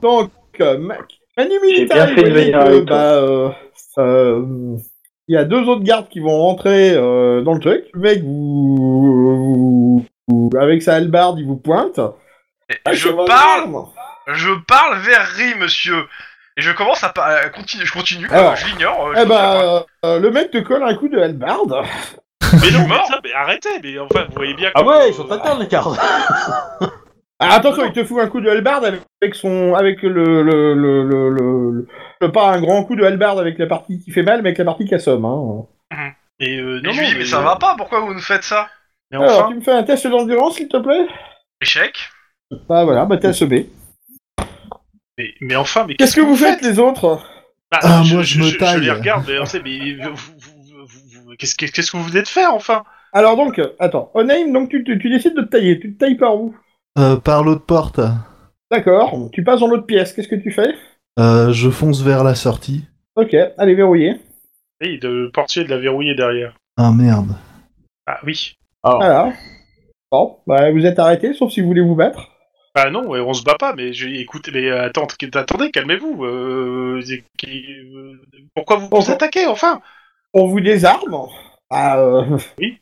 Speaker 1: Donc, euh, Mac, Manu
Speaker 9: J'ai bien
Speaker 1: Militari,
Speaker 9: fait de
Speaker 1: vous voyez
Speaker 9: venir
Speaker 1: que,
Speaker 9: avec toi.
Speaker 1: bah, euh, euh, il y a deux autres gardes qui vont rentrer euh, dans le truc. Le mec, vous, vous- avec sa hallebarde, il vous pointe.
Speaker 4: Et
Speaker 1: Ah,
Speaker 4: je
Speaker 1: c'est mon
Speaker 4: parle,
Speaker 1: arme.
Speaker 4: je parle verrerie, monsieur. Et je commence à, pa- à continuer, je continue,
Speaker 1: Alors.
Speaker 4: euh, je l'ignore. euh, je
Speaker 1: Eh
Speaker 4: continue à parler.
Speaker 1: bah, euh, le mec te colle un coup de hallebarde.
Speaker 3: Mais non, mais
Speaker 4: Mort.
Speaker 3: ça, mais arrêtez, mais enfin, vous voyez bien que...
Speaker 10: Ah ouais, ils sont
Speaker 3: euh,
Speaker 10: internes les cartes.
Speaker 1: Ah, attention, il te fout un coup de hallebarde avec- avec son, avec le, le, le, le, le- le- le- pas un grand coup de hallebarde avec la partie qui fait mal, mais avec la partie qui assomme. Hein.
Speaker 3: mais, euh,
Speaker 4: Et
Speaker 3: non,
Speaker 4: je
Speaker 3: non,
Speaker 4: lui dis, mais ça va pas, pourquoi vous nous faites ça
Speaker 3: Mais
Speaker 1: Alors,
Speaker 3: enfin,
Speaker 1: tu me fais un test d'endurance, s'il te plaît
Speaker 4: Échec
Speaker 1: Bah voilà, bah t'es assommé.
Speaker 3: mais, mais enfin, mais
Speaker 1: Qu'est-ce que vous faites, les autres
Speaker 3: Bah,
Speaker 8: Ah, moi, je me
Speaker 3: Je
Speaker 8: taille.
Speaker 3: les regarde, mais on sait, mais vous- vous- vous- vous- vous- qu'est-ce que qu'est-ce que vous venez de faire, enfin
Speaker 1: Alors donc, euh, attends, Onaim, donc tu, tu, tu décides de te tailler, tu te tailles par où
Speaker 8: Euh, par l'autre porte,
Speaker 1: D'accord, tu passes dans l'autre pièce, qu'est-ce que tu fais
Speaker 8: euh, je fonce vers la sortie.
Speaker 1: Ok, allez verrouiller.
Speaker 3: Oui, le portier de la verrouiller derrière.
Speaker 8: Ah merde.
Speaker 3: Ah oui.
Speaker 1: Voilà. Bon, bah vous êtes arrêtés, sauf si vous voulez vous battre.
Speaker 3: Bah non, ouais, on se bat pas, mais j'ai- écoutez, mais euh, attends, qu- attendez, calmez-vous. euh, c'est qui- euh, pourquoi vous vous
Speaker 1: Pourquoi
Speaker 3: attaquez, enfin
Speaker 1: On vous désarme Ah, euh...
Speaker 3: Oui.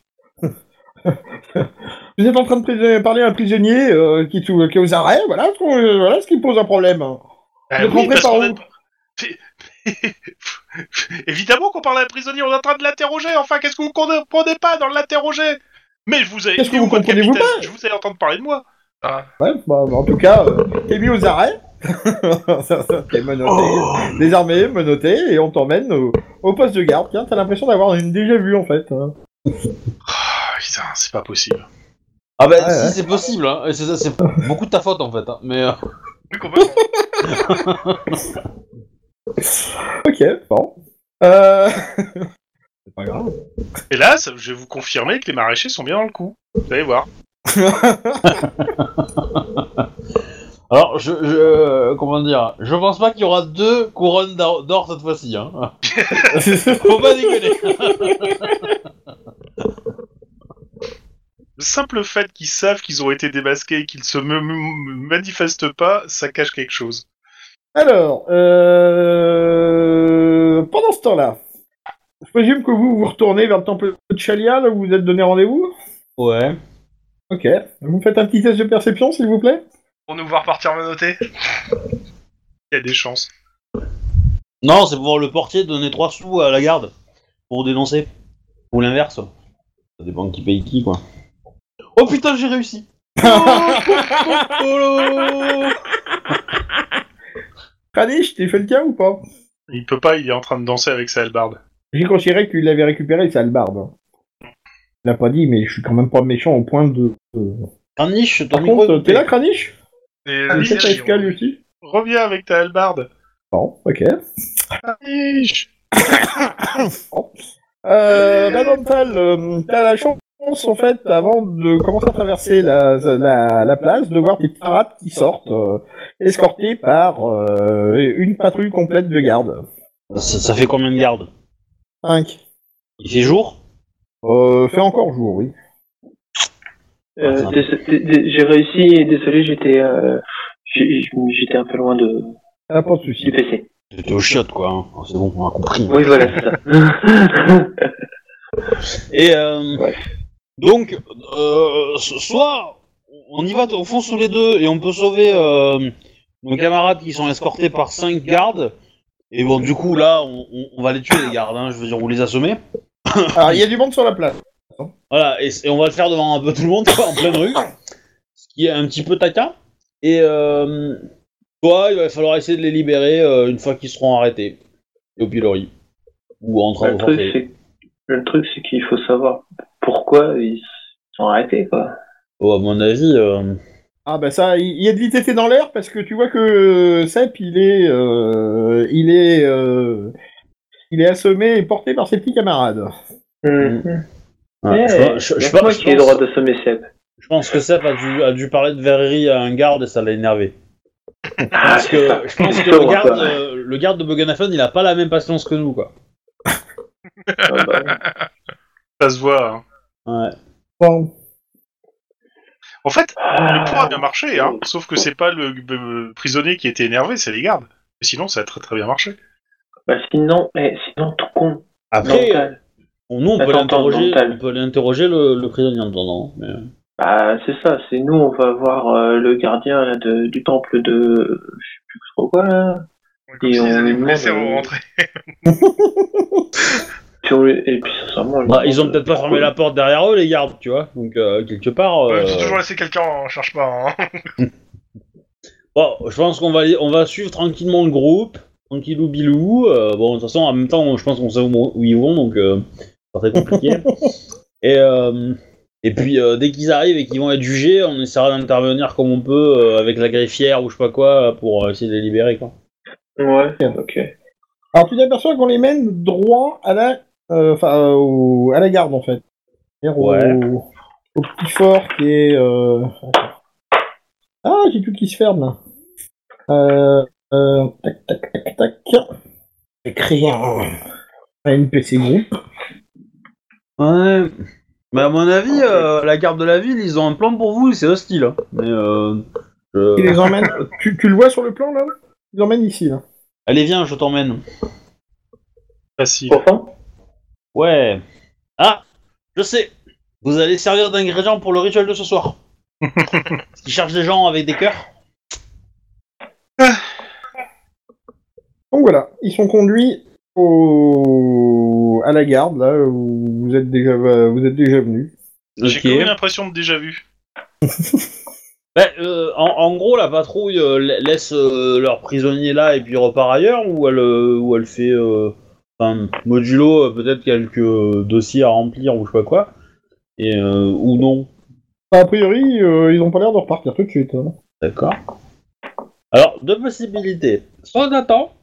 Speaker 1: vous êtes en train de pris- parler à un prisonnier euh, qui, tou- qui est aux arrêts, voilà ce, qu'on- euh, voilà ce qui pose un problème.
Speaker 3: Bah
Speaker 1: Vous
Speaker 3: oui,
Speaker 1: comprenez
Speaker 3: parce
Speaker 1: par
Speaker 3: qu'on
Speaker 1: où
Speaker 3: est- Évidemment qu'on parle à un prisonnier, on est en train de l'interroger, enfin, qu'est-ce que vous comprenez pas dans l'interroger Mais je vous ai...
Speaker 1: Qu'est-ce que
Speaker 3: et
Speaker 1: vous
Speaker 3: votre
Speaker 1: comprenez, vous
Speaker 3: capitaine, Je vous ai entendu parler de moi.
Speaker 1: Ouais, bah, bah, en tout cas, euh, t'es mis aux arrêts. t'es menotté, désarmé, menotté, et on t'emmène au, au poste de garde. Tiens, t'as l'impression d'avoir une déjà vue en fait. hein.
Speaker 3: Ah, putain, c'est pas possible.
Speaker 10: Ah bah
Speaker 1: Ouais,
Speaker 10: si
Speaker 1: ouais.
Speaker 10: c'est possible, hein. Et c'est ça, c'est beaucoup de ta faute en fait. hein. Mais euh,
Speaker 4: Oui, complètement.
Speaker 1: Ok, bon. Euh... C'est pas grave.
Speaker 3: Et là, ça- je vais vous confirmer que les maraîchers sont bien dans le coup. Vous allez voir.
Speaker 10: alors je, je euh, comment dire, je pense pas qu'il y aura deux couronnes d'or d'or cette fois-ci. Hein. Faut pas déconner.
Speaker 3: Le simple fait qu'ils savent qu'ils ont été démasqués et qu'ils se me- me- manifestent pas, ça cache quelque chose.
Speaker 1: Alors, euh... pendant ce temps-là, je présume que vous vous retournez vers le temple de Chalia, là où vous vous êtes donné rendez-vous
Speaker 10: Ouais.
Speaker 1: Ok. Vous me faites un petit test de perception, s'il vous plaît
Speaker 4: Pour nous voir partir menottés
Speaker 3: Il y a des chances.
Speaker 10: Non, c'est pour voir le portier donner trois sous à la garde pour dénoncer ou l'inverse. Ça dépend de qui paye qui quoi. Oh putain j'ai réussi.
Speaker 1: Radish, t'es fait le tien ou pas
Speaker 3: Il peut pas, il est en train de danser avec sa hallebarde.
Speaker 1: J'ai considéré qu'il l'avait récupéré, sa hallebarde. Il l'a pas dit, mais je suis quand même pas méchant au point de. de-
Speaker 10: Carniche, ton
Speaker 1: Par
Speaker 10: micro,
Speaker 1: contre,
Speaker 10: il
Speaker 1: t'es
Speaker 10: paye.
Speaker 1: là, Kranich
Speaker 4: Et
Speaker 1: Ah,
Speaker 4: le
Speaker 1: c'est
Speaker 4: visage,
Speaker 1: AFK, lui aussi
Speaker 3: Reviens avec ta hallebarde.
Speaker 1: Bon, ok.
Speaker 3: Iche.
Speaker 1: Euh, Madame Tal, euh, t'as la chance, en fait, avant de commencer à traverser la, la, la place, de voir tes petites rats qui sortent, euh, escortés par euh, une patrouille complète de gardes.
Speaker 10: Ça, ça fait combien de gardes
Speaker 1: 5.
Speaker 10: Il fait jour
Speaker 1: Euh, fait encore jour, oui.
Speaker 9: Euh, dés- dés- dés- j'ai réussi et désolé, j'étais euh, j'ai- j'étais un peu loin de
Speaker 1: Ah, pas de
Speaker 9: du
Speaker 1: souci.
Speaker 9: PC.
Speaker 10: T'es au chiotte quoi. hein. C'est bon, on a compris.
Speaker 9: Oui, voilà, c'est ça.
Speaker 10: Et euh,
Speaker 9: Ouais.
Speaker 10: donc, euh, so- soit on y va, on fonce tous les deux et on peut sauver euh, nos camarades qui sont escortés par cinq gardes. Et bon, du coup, là, on, on- on va les tuer, les gardes, hein, je veux dire, ou les assommer.
Speaker 1: Alors, il y a du monde sur la place.
Speaker 10: Voilà, et, et on va le faire devant un peu tout le monde, quoi, en pleine rue. Ce qui est un petit peu taquin. Et euh, soit il va falloir essayer de les libérer euh, une fois qu'ils seront arrêtés. Et au pilori. Ou en train
Speaker 9: le
Speaker 10: de
Speaker 9: truc, c'est le truc, c'est qu'il faut savoir pourquoi ils sont arrêtés, quoi.
Speaker 10: Oh, à mon avis. euh,
Speaker 1: Ah, bah ça, il il y a de l'ITT dans l'air parce que tu vois que euh, Sepp, il est. euh, il est. euh, il est assommé et porté par ses petits camarades.
Speaker 9: Mhm.
Speaker 10: ouais,
Speaker 9: Eh,
Speaker 10: je sais pas, je- je sais
Speaker 9: c'est
Speaker 10: pas,
Speaker 9: moi
Speaker 10: je
Speaker 9: qui ai le
Speaker 10: pense-
Speaker 9: droit d'assommer Seb.
Speaker 10: Je pense que Seth a dû, a dû parler de verrerie à un garde et ça l'a énervé.
Speaker 9: Ah,
Speaker 10: Parce
Speaker 9: c'est ça.
Speaker 10: que je pense
Speaker 9: C'est
Speaker 10: que le
Speaker 9: sûr,
Speaker 10: garde,
Speaker 9: ça.
Speaker 10: euh, le garde de Boganaphone, il a pas la même patience que nous, quoi.
Speaker 9: Ah, bah,
Speaker 3: Ça se voit. hein.
Speaker 10: Ouais.
Speaker 1: Bon.
Speaker 3: En fait,
Speaker 9: ah.
Speaker 3: hein. euh, le plan a bien marché, hein. sauf que c'est pas le, le prisonnier qui était énervé, c'est les gardes. Mais sinon, ça a très très bien marché.
Speaker 9: Bah sinon, eh, sinon tout con.
Speaker 2: Après,
Speaker 9: mental.
Speaker 2: on- nous, on peut
Speaker 9: Attends,
Speaker 2: l'interroger,
Speaker 9: mental.
Speaker 2: on peut l'interroger le, le prisonnier en attendant. mais-
Speaker 9: Bah c'est ça, c'est nous, on va voir euh, le gardien là, de, du temple de... Je sais plus trop quoi là.
Speaker 4: Comme
Speaker 9: Et
Speaker 4: s'ils
Speaker 9: on
Speaker 4: allaient me
Speaker 9: demande,
Speaker 4: laisser
Speaker 9: euh,
Speaker 4: rentrer.
Speaker 9: Puis on lui- Et puis sincèrement... on lui
Speaker 2: Bah, ils ont
Speaker 9: demande,
Speaker 2: peut-être pas
Speaker 9: pourquoi-
Speaker 2: fermé la porte derrière eux, les gardes, tu vois. Donc, euh, quelque part.
Speaker 4: Ouais,
Speaker 2: euh,
Speaker 4: J'ai toujours laissé quelqu'un, on cherche pas. hein.
Speaker 2: Bon, je pense qu'on va, on va suivre tranquillement le groupe, tranquillou bilou. euh, bon, de toute façon, en même temps, on- je pense qu'on sait où, où ils vont, donc euh, c'est pas très compliqué. et, euh, et puis, euh, dès qu'ils arrivent et qu'ils vont être jugés, on essaiera d'intervenir comme on peut euh, avec la greffière ou je sais pas quoi pour euh, essayer de les libérer, quoi.
Speaker 9: Ouais, ok.
Speaker 1: Alors tu t'aperçois qu'on les mène droit à la, euh, enfin, euh, au- à la garde en fait. C'est-à-dire au-
Speaker 2: Ouais.
Speaker 1: au, petit fort qui est. euh, Ah, j'ai plus qui se ferme là. Euh, euh, Tac, tac, tac, tac. J'ai créé un, un NPC group.
Speaker 2: Ouais. Mais à mon avis, euh, la garde de la ville, ils ont un plan pour vous, c'est hostile. hein. Mais euh,
Speaker 1: Ils les emmènent. tu, tu le vois sur le plan là Ils l'emmènent ici là.
Speaker 2: Allez, viens, je t'emmène.
Speaker 3: Facile.
Speaker 9: Pourtant,
Speaker 2: Ouais. Ah, je sais. Vous allez servir d'ingrédients pour le rituel de ce soir. Parce qu'ils cherchent des gens avec des cœurs.
Speaker 1: Donc voilà, ils sont conduits au... à la garde là où vous êtes déjà euh, vous êtes déjà venus.
Speaker 3: J'ai quand même l'impression de déjà vu.
Speaker 2: Bah, euh, en, en gros, la patrouille euh, la- laisse euh, leur prisonnier là et puis repart ailleurs ou elle, euh, ou elle fait euh, enfin, modulo euh, peut-être quelques euh, dossiers à remplir ou je sais pas quoi. Et, euh, ou non.
Speaker 1: A priori, euh, ils ont pas l'air de repartir tout de suite. hein.
Speaker 2: D'accord. Alors, deux possibilités. Soit on attend.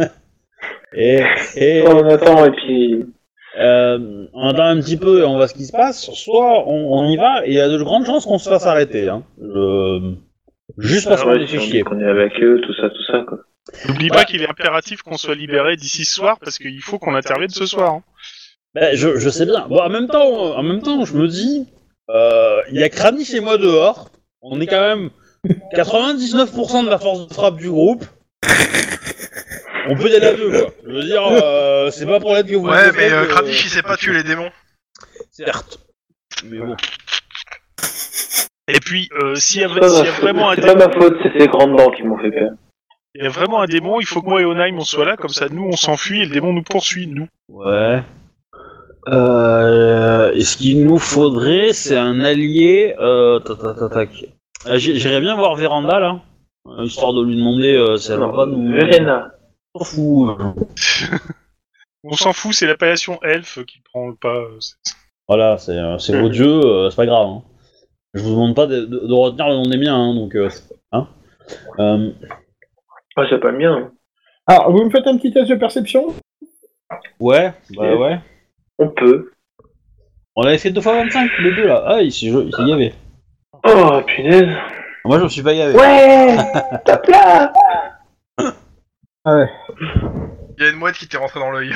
Speaker 2: et, et
Speaker 9: on attend et puis...
Speaker 2: Euh, on attend un petit peu et on voit ce qui se passe, soit on, on y va et il y a de grandes chances qu'on se fasse arrêter. Hein. Euh, juste parce
Speaker 9: Ah
Speaker 2: qu'on
Speaker 9: ouais,
Speaker 2: est
Speaker 9: si
Speaker 2: fait
Speaker 9: on dit
Speaker 2: chier.
Speaker 9: qu'on est avec eux, tout ça, tout ça quoi.
Speaker 3: N'oublie pas qu'il est impératif qu'on soit libéré d'ici ce soir parce qu'il faut qu'on intervienne ce soir. hein.
Speaker 2: Ben, je, je sais bien. Bon, en même temps, en même temps, je me dis, euh, il y a Kranich et moi dehors. On est quand même 99% de la force de frappe du groupe. On peut y aller à deux, quoi. Je veux dire, euh, c'est pas pour être que vous.
Speaker 4: Ouais,
Speaker 2: vous faites,
Speaker 4: mais euh,
Speaker 2: euh,
Speaker 4: Kranich, il sait pas tuer les démons.
Speaker 2: Certes. Mais bon.
Speaker 3: Et puis, euh, s'il y, a-
Speaker 9: C'est pas
Speaker 3: s'il y
Speaker 9: ma
Speaker 3: a
Speaker 9: faute,
Speaker 3: vraiment
Speaker 2: Ah,
Speaker 3: un
Speaker 9: c'est pas
Speaker 3: démon,
Speaker 9: ma faute, c'est ces grandes dents qui m'ont fait peur.
Speaker 3: il y a vraiment un démon, il faut que moi et Onaim on soit là, comme ça nous on s'enfuit et le démon nous poursuit, nous.
Speaker 2: Ouais. Euh, et ce qu'il nous faudrait, c'est un allié. Euh, tac, tac, tac, tac. Ah, j'ai- J'irais bien voir Véranda là, euh, histoire de lui demander euh, si elle va pas nous.
Speaker 9: Verena.
Speaker 2: On s'en fout, euh.
Speaker 3: On s'en fout, c'est l'appellation elfe qui prend le pas. euh, c'est-
Speaker 2: Voilà, c'est euh, c'est vos dieux, euh, c'est pas grave. hein. Je vous demande pas de, de- de retenir le nom des miens, hein, donc. euh, hein. Euh,
Speaker 9: Ah, c'est pas le mien.
Speaker 1: Alors, Ah, vous me faites un petit test de perception
Speaker 2: ouais, bah ouais.
Speaker 9: On peut.
Speaker 2: On avait fait deux fois 25 les deux là. Ah, il s'est il s'est gavé.
Speaker 9: Oh, punaise.
Speaker 2: Moi, je me suis pas gavé.
Speaker 9: Ouais Top là
Speaker 4: Il y a une mouette qui t'est rentrée dans l'œil.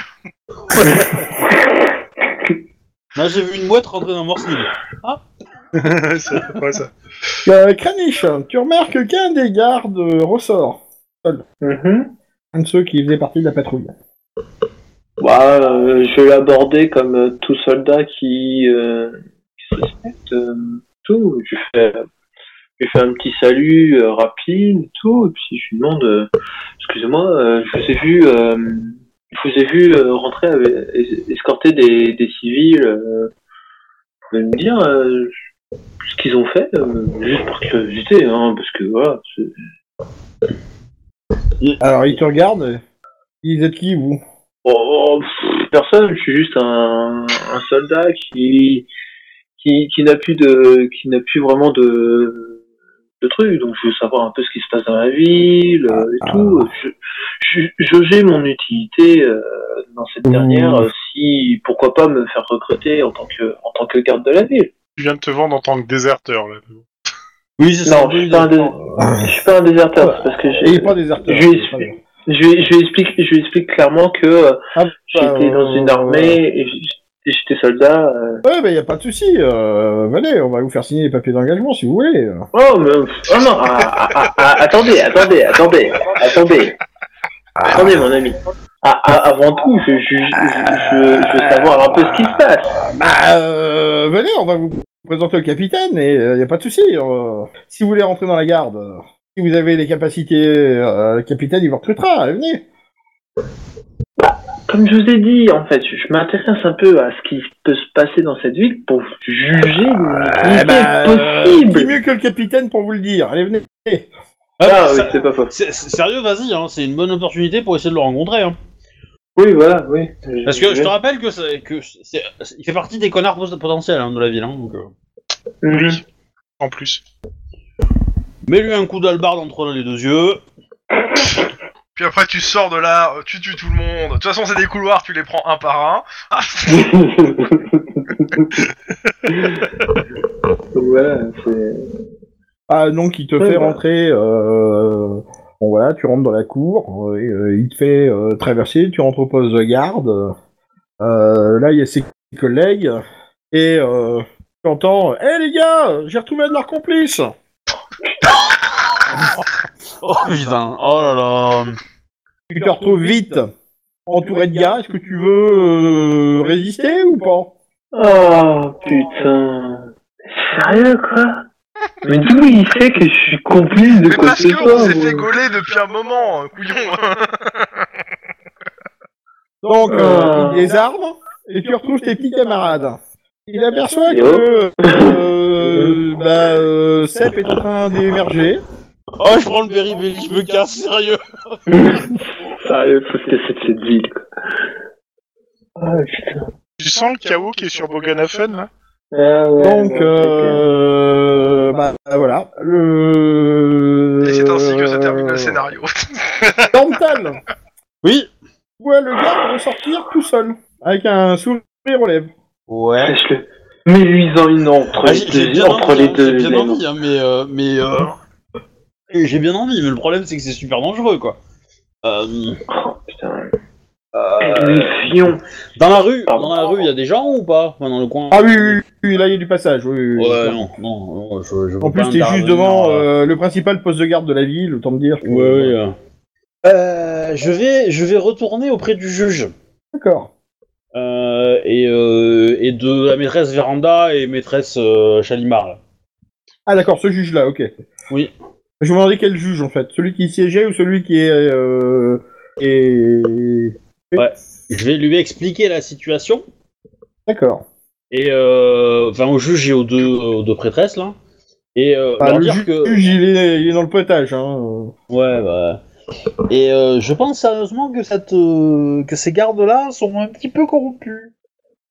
Speaker 2: Moi, j'ai vu une mouette rentrer dans Morsil.
Speaker 3: c'est à peu près ça.
Speaker 1: euh, Kranich, tu remarques qu'un des gardes euh, ressort.
Speaker 9: Mhm.
Speaker 1: Un de ceux qui faisait partie de la patrouille.
Speaker 9: Bah, euh, je vais l'aborder comme euh, tout soldat qui, euh, qui se respecte, euh, tout. Je lui fais, je lui fais un petit salut euh, rapide, tout, et puis je lui demande, euh, excusez-moi, euh, je vous ai vu, euh, je vous ai vu euh, rentrer, avec, es- escorter des, des civils. euh, vous pouvez me dire euh, ce qu'ils ont fait, euh, juste par curiosité, hein, parce que voilà. c'est-
Speaker 1: Alors, ils te regardent. Ils êtes qui, vous
Speaker 9: Oh, oh, pff, personne, je suis juste un, un soldat qui qui, qui n'a plus de qui n'a plus vraiment de de trucs, donc je veux savoir un peu ce qui se passe dans la ville
Speaker 1: Ah,
Speaker 9: euh, et tout. Je, je, jauger mon utilité euh, dans cette
Speaker 1: Mmh.
Speaker 9: dernière, euh, si pourquoi pas me faire recruter en tant que en tant que garde de la ville.
Speaker 3: Tu viens de te vendre en tant que déserteur là.
Speaker 2: Oui, c'est
Speaker 9: Non, je suis pas un, dés- je suis pas un déserteur, c'est parce que
Speaker 1: Et il est
Speaker 9: j'ai-
Speaker 1: pas déserteur.
Speaker 9: je lui
Speaker 1: c'est pas grave.
Speaker 9: je lui je lui explique je lui explique clairement que euh,
Speaker 1: Ah,
Speaker 9: j'étais
Speaker 1: bah,
Speaker 9: dans une
Speaker 1: euh,
Speaker 9: armée et j- et j'étais soldat. euh,
Speaker 1: Ouais, bah, y a pas de souci. Euh, venez, on va vous faire signer les papiers d'engagement si vous voulez.
Speaker 9: Oh, mais... oh non, ah, ah, ah, ah, attendez, attendez, attendez, attendez. Attendez, mon ami. Ah, ah, avant tout, je, je, je, je-
Speaker 1: Ah.
Speaker 9: je veux savoir un peu ce qui se passe.
Speaker 1: Bah, euh, venez, on va vous présenter le capitaine et il n'y a pas de souci. euh, si vous voulez rentrer dans la garde, euh, si vous avez les capacités, euh, le capitaine il vous recrutera. allez, Venez.
Speaker 9: Comme je vous ai dit, en fait, je, je m'intéresse un peu à ce qui peut se passer dans cette ville pour juger
Speaker 1: Eh
Speaker 9: le
Speaker 1: ben,
Speaker 9: possible.
Speaker 1: qui mieux que le capitaine pour vous le dire. Allez, venez.
Speaker 9: Ah oui, c'est pas faux.
Speaker 2: C'est- c'est- Sérieux, vas-y, hein, c'est une bonne opportunité pour essayer de le rencontrer. hein.
Speaker 9: Oui, voilà, oui.
Speaker 2: Parce que je te rappelle que, c'est- que c'est- c'est- il fait partie des connards pot- potentiels hein, de la ville. Hein, donc, euh.
Speaker 9: Mhm.
Speaker 3: Oui. En plus.
Speaker 2: Mets-lui un coup d'albarde entre les deux yeux.
Speaker 4: Puis après, tu sors de là, euh, tu tues tout le monde. De toute façon, c'est des couloirs, tu les prends un par un. Ah,
Speaker 9: Donc voilà, c'est.
Speaker 1: Ah non, qui te
Speaker 9: Ouais,
Speaker 1: fait
Speaker 9: voilà.
Speaker 1: rentrer. euh, Bon voilà, tu rentres dans la cour, euh, et, euh, il te fait euh, traverser, tu rentres au poste de garde. euh, là, il y a ses collègues et euh, tu entends Hé les gars, j'ai retrouvé un de leurs complices.
Speaker 2: Oh putain, oh là là.
Speaker 1: Tu te retrouves vite entouré de gars. Est-ce que tu veux euh, résister ou pas
Speaker 9: Oh putain. Sérieux quoi Mais d'où il sait que je suis complice de
Speaker 4: mais
Speaker 9: quoi
Speaker 4: parce
Speaker 9: que ce
Speaker 4: qu'on
Speaker 9: soit
Speaker 4: s'est fait
Speaker 9: moi
Speaker 4: gauler depuis un moment, euh, couillon.
Speaker 1: Donc,
Speaker 9: Ah.
Speaker 1: euh, il désarme et tu retrouves tes petits camarades. Il aperçoit
Speaker 9: Yo.
Speaker 1: que euh, bah, euh, Sepp est en train d'émerger.
Speaker 2: Oh, je prends le péripéri, je me casse, sérieux.
Speaker 9: Sérieux, faut se casser de cette ville quoi. Ah putain.
Speaker 3: Tu sens le chaos qui est sur Boganafen là
Speaker 9: Ah, ouais,
Speaker 1: Donc,
Speaker 9: ouais,
Speaker 1: euh, bah, voilà. Le...
Speaker 4: Et c'est ainsi que se
Speaker 1: Euh,
Speaker 4: termine le scénario.
Speaker 1: Dental
Speaker 2: Oui.
Speaker 1: Tu vois le gars ressortir tout seul, avec un sourire aux lèvres.
Speaker 9: ok.
Speaker 2: Ouais.
Speaker 9: Sache-le. Mets-lui-en une entre,
Speaker 2: Ah,
Speaker 9: les
Speaker 2: j'ai- j'ai
Speaker 9: deux-
Speaker 2: bien
Speaker 9: entre
Speaker 2: envie,
Speaker 9: les
Speaker 2: hein,
Speaker 9: deux
Speaker 2: j'ai bien
Speaker 9: lèvres.
Speaker 2: envie, hein, mais euh, mais euh, j'ai bien envie, mais le problème c'est que c'est super dangereux quoi. Euh,
Speaker 9: Oh putain.
Speaker 2: euh,
Speaker 9: Le fion.
Speaker 2: dans la rue, dans la rue, il y a des gens ou pas Enfin, dans le coin.
Speaker 1: Ah oui, oui, oui, là il y a du passage. Oui, oui, oui.
Speaker 2: Ouais, non, non, non, je, je veux
Speaker 1: En plus,
Speaker 2: pas
Speaker 1: t'es juste
Speaker 2: intervenir,
Speaker 1: devant
Speaker 2: euh,
Speaker 1: euh, le principal poste de garde de la ville, autant me dire. que-
Speaker 2: Ouais, ouais. euh. Euh, je vais, je vais retourner auprès du juge
Speaker 1: D'accord.
Speaker 2: euh, et euh, et de la maîtresse Véranda et maîtresse euh, Chalimard. là.
Speaker 1: Ah d'accord, ce juge-là, ok.
Speaker 2: Oui.
Speaker 1: Je me demandais quel juge en fait, celui qui siégeait ou celui qui est... Euh, est...
Speaker 2: Ouais. Je vais lui expliquer la situation.
Speaker 1: D'accord.
Speaker 2: et euh, enfin au juge et aux deux, aux deux prêtresses là et euh,
Speaker 1: Bah,
Speaker 2: leur
Speaker 1: le
Speaker 2: dire
Speaker 1: juge,
Speaker 2: que
Speaker 1: il, est, il est dans le potage. Hein.
Speaker 2: ouais bah et euh, je pense sérieusement que cette euh, que ces gardes là sont un petit peu corrompus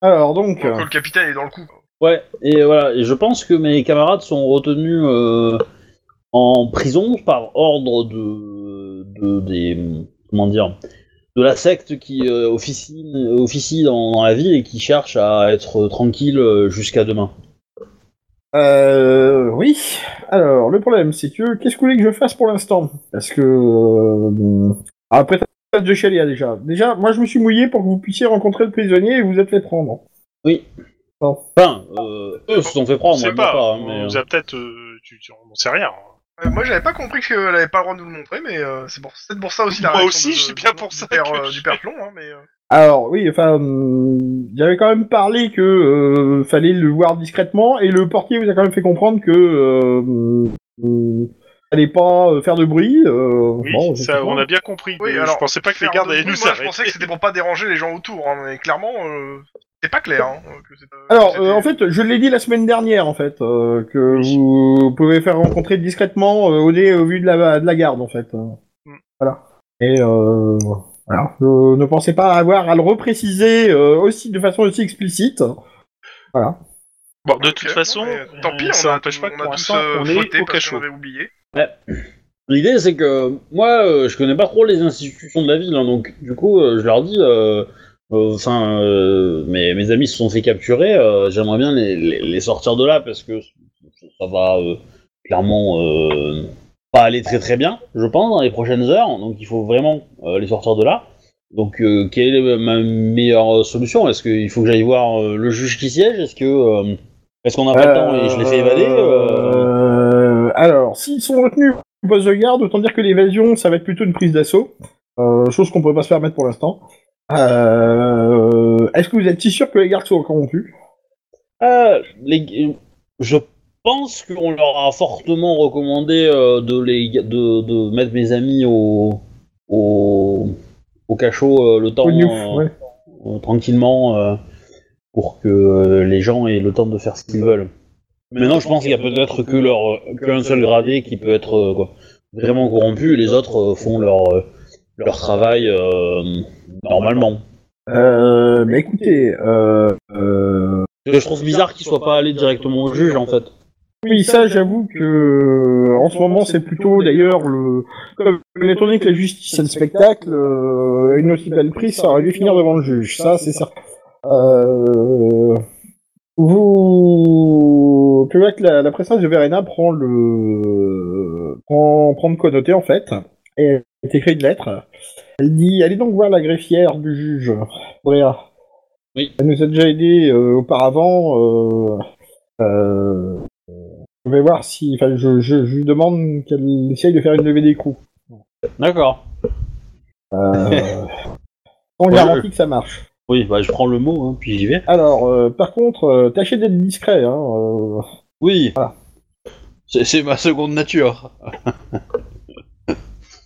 Speaker 1: Alors donc...
Speaker 4: Donc,
Speaker 1: euh,
Speaker 4: le capitaine est dans le coup.
Speaker 2: ouais et voilà et je pense que mes camarades sont retenus euh, en prison par ordre de, de des comment dire de la secte qui euh, officie officie dans, dans la ville et qui cherche à être tranquille euh, jusqu'à demain
Speaker 1: Euh, oui. Alors, le problème, c'est que qu'est-ce que vous voulez que je fasse pour l'instant Parce que euh, bon. après t'as de Chalia déjà. Déjà, moi je me suis mouillé pour que vous puissiez rencontrer le prisonnier et vous êtes fait prendre.
Speaker 2: enfin euh, eux se sont fait prendre
Speaker 3: sais
Speaker 2: moi,
Speaker 3: pas,
Speaker 2: pas, hein,
Speaker 3: on
Speaker 2: mais, euh,
Speaker 3: nous a peut-être. euh, tu, tu- on sait rien. hein.
Speaker 4: Euh, moi, j'avais pas compris qu'elle avait pas le droit de nous le montrer, mais euh, c'est pour, peut-être pour ça aussi la
Speaker 3: Moi
Speaker 4: réaction
Speaker 3: aussi,
Speaker 4: de-
Speaker 3: c'est bien
Speaker 4: du
Speaker 3: pour ça
Speaker 4: père,
Speaker 3: que
Speaker 4: euh,
Speaker 3: je-
Speaker 4: du père Plon, hein, mais... euh,
Speaker 1: Alors oui, enfin, hum, j'avais quand même parlé que euh, fallait le voir discrètement et le portier vous a quand même fait comprendre que euh, hum, hum, fallait pas euh, faire de bruit. euh,
Speaker 3: Oui,
Speaker 1: bon,
Speaker 3: ça,
Speaker 1: effectivement.
Speaker 3: on a bien compris.
Speaker 4: Oui,
Speaker 3: mais
Speaker 4: alors,
Speaker 3: je pensais pas que les
Speaker 4: faire
Speaker 3: gardes
Speaker 4: de
Speaker 3: allaient
Speaker 4: bruit,
Speaker 3: nous
Speaker 4: moi, je
Speaker 3: arrêter.
Speaker 4: pensais que c'était pour pas déranger les gens autour, hein, mais clairement, euh, c'est pas clair. Hein, que c'est- euh,
Speaker 1: Alors,
Speaker 4: que
Speaker 1: euh,
Speaker 4: c'était-
Speaker 1: en fait, je l'ai dit la semaine dernière, en fait, euh, que vous pouvez faire rencontrer discrètement euh, au nez au vu de la, de la garde, en fait. euh.
Speaker 4: Mm.
Speaker 1: Voilà. Et euh, voilà. Euh, ne pensez pas avoir à le repréciser euh, aussi de façon aussi explicite.
Speaker 3: Bon, de toute
Speaker 4: Ok,
Speaker 3: façon, euh,
Speaker 4: non, mais euh, tant pis,
Speaker 3: ça
Speaker 4: on a,
Speaker 3: n'empêche
Speaker 4: on
Speaker 3: pas
Speaker 4: a
Speaker 3: que pour
Speaker 4: tous
Speaker 3: l'instant,
Speaker 4: euh,
Speaker 3: on est
Speaker 4: voté
Speaker 3: au
Speaker 4: parce
Speaker 3: cachot.
Speaker 4: qu'on avait oublié.
Speaker 2: L'idée, c'est que moi, euh, je connais pas trop les institutions de la ville, hein, donc du coup, euh, je leur dis, euh, euh, enfin, euh, mes, mes amis se sont fait capturer, euh, j'aimerais bien les, les- les sortir de là parce que ça va euh, clairement euh, pas aller très très bien, je pense, dans les prochaines heures, donc il faut vraiment euh, les sortir de là. Donc, euh, quelle est ma meilleure solution Est-ce qu'il faut que j'aille voir euh, le juge qui siège Est-ce que euh, est-ce qu'on a pas le temps et je les fais évader euh
Speaker 1: Euh, alors, s'ils sont retenus au poste de garde, autant dire que l'évasion, ça va être plutôt une prise d'assaut. Euh, chose qu'on peut pas se permettre pour l'instant. Euh, Est-ce que vous êtes si sûr que les gardes sont corrompus
Speaker 2: Ah, les- Je pense qu'on leur a fortement recommandé euh, de, les... de, de mettre mes amis au, au... au cachot euh, le temps
Speaker 1: Au Newf,
Speaker 2: euh,
Speaker 1: ouais.
Speaker 2: euh, tranquillement euh, pour que euh, les gens aient le temps de faire ce qu'ils veulent. Maintenant, je pense qu'il y a peut-être que leur euh, qu'un seul gradé qui peut être euh, quoi, vraiment corrompu, et les autres euh, font leur euh, leur travail euh, normalement.
Speaker 1: Euh, bah écoutez, euh, euh,
Speaker 2: Je trouve bizarre qu'ils soient pas allés directement au juge en fait.
Speaker 1: oui, ça j'avoue que euh, en ce moment c'est plutôt d'ailleurs le. Comme étant donné que la justice c'est le spectacle, euh, une aussi belle prise ça aurait dû finir devant le juge, ça c'est certain. Euh, vous. Tu vois que la, la prestance de Verena prend le. prend, prend de connoté en fait, et elle écrit une lettre. Elle dit Allez donc voir la greffière du juge, Bréa.
Speaker 2: Oui.
Speaker 1: Elle nous a déjà aidé euh, auparavant. euh, euh, je vais voir si. Enfin, je, je, je lui demande qu'elle essaye de faire une levée d'écrou.
Speaker 2: D'accord.
Speaker 1: Euh, on
Speaker 2: Ouais,
Speaker 1: garantit que ça marche.
Speaker 2: Oui, bah je prends le mot, hein, puis j'y vais.
Speaker 1: Alors, euh, par contre, euh, tâchez d'être discret. Hein, euh,
Speaker 2: Oui.
Speaker 1: Voilà.
Speaker 10: C'est c'est ma seconde nature.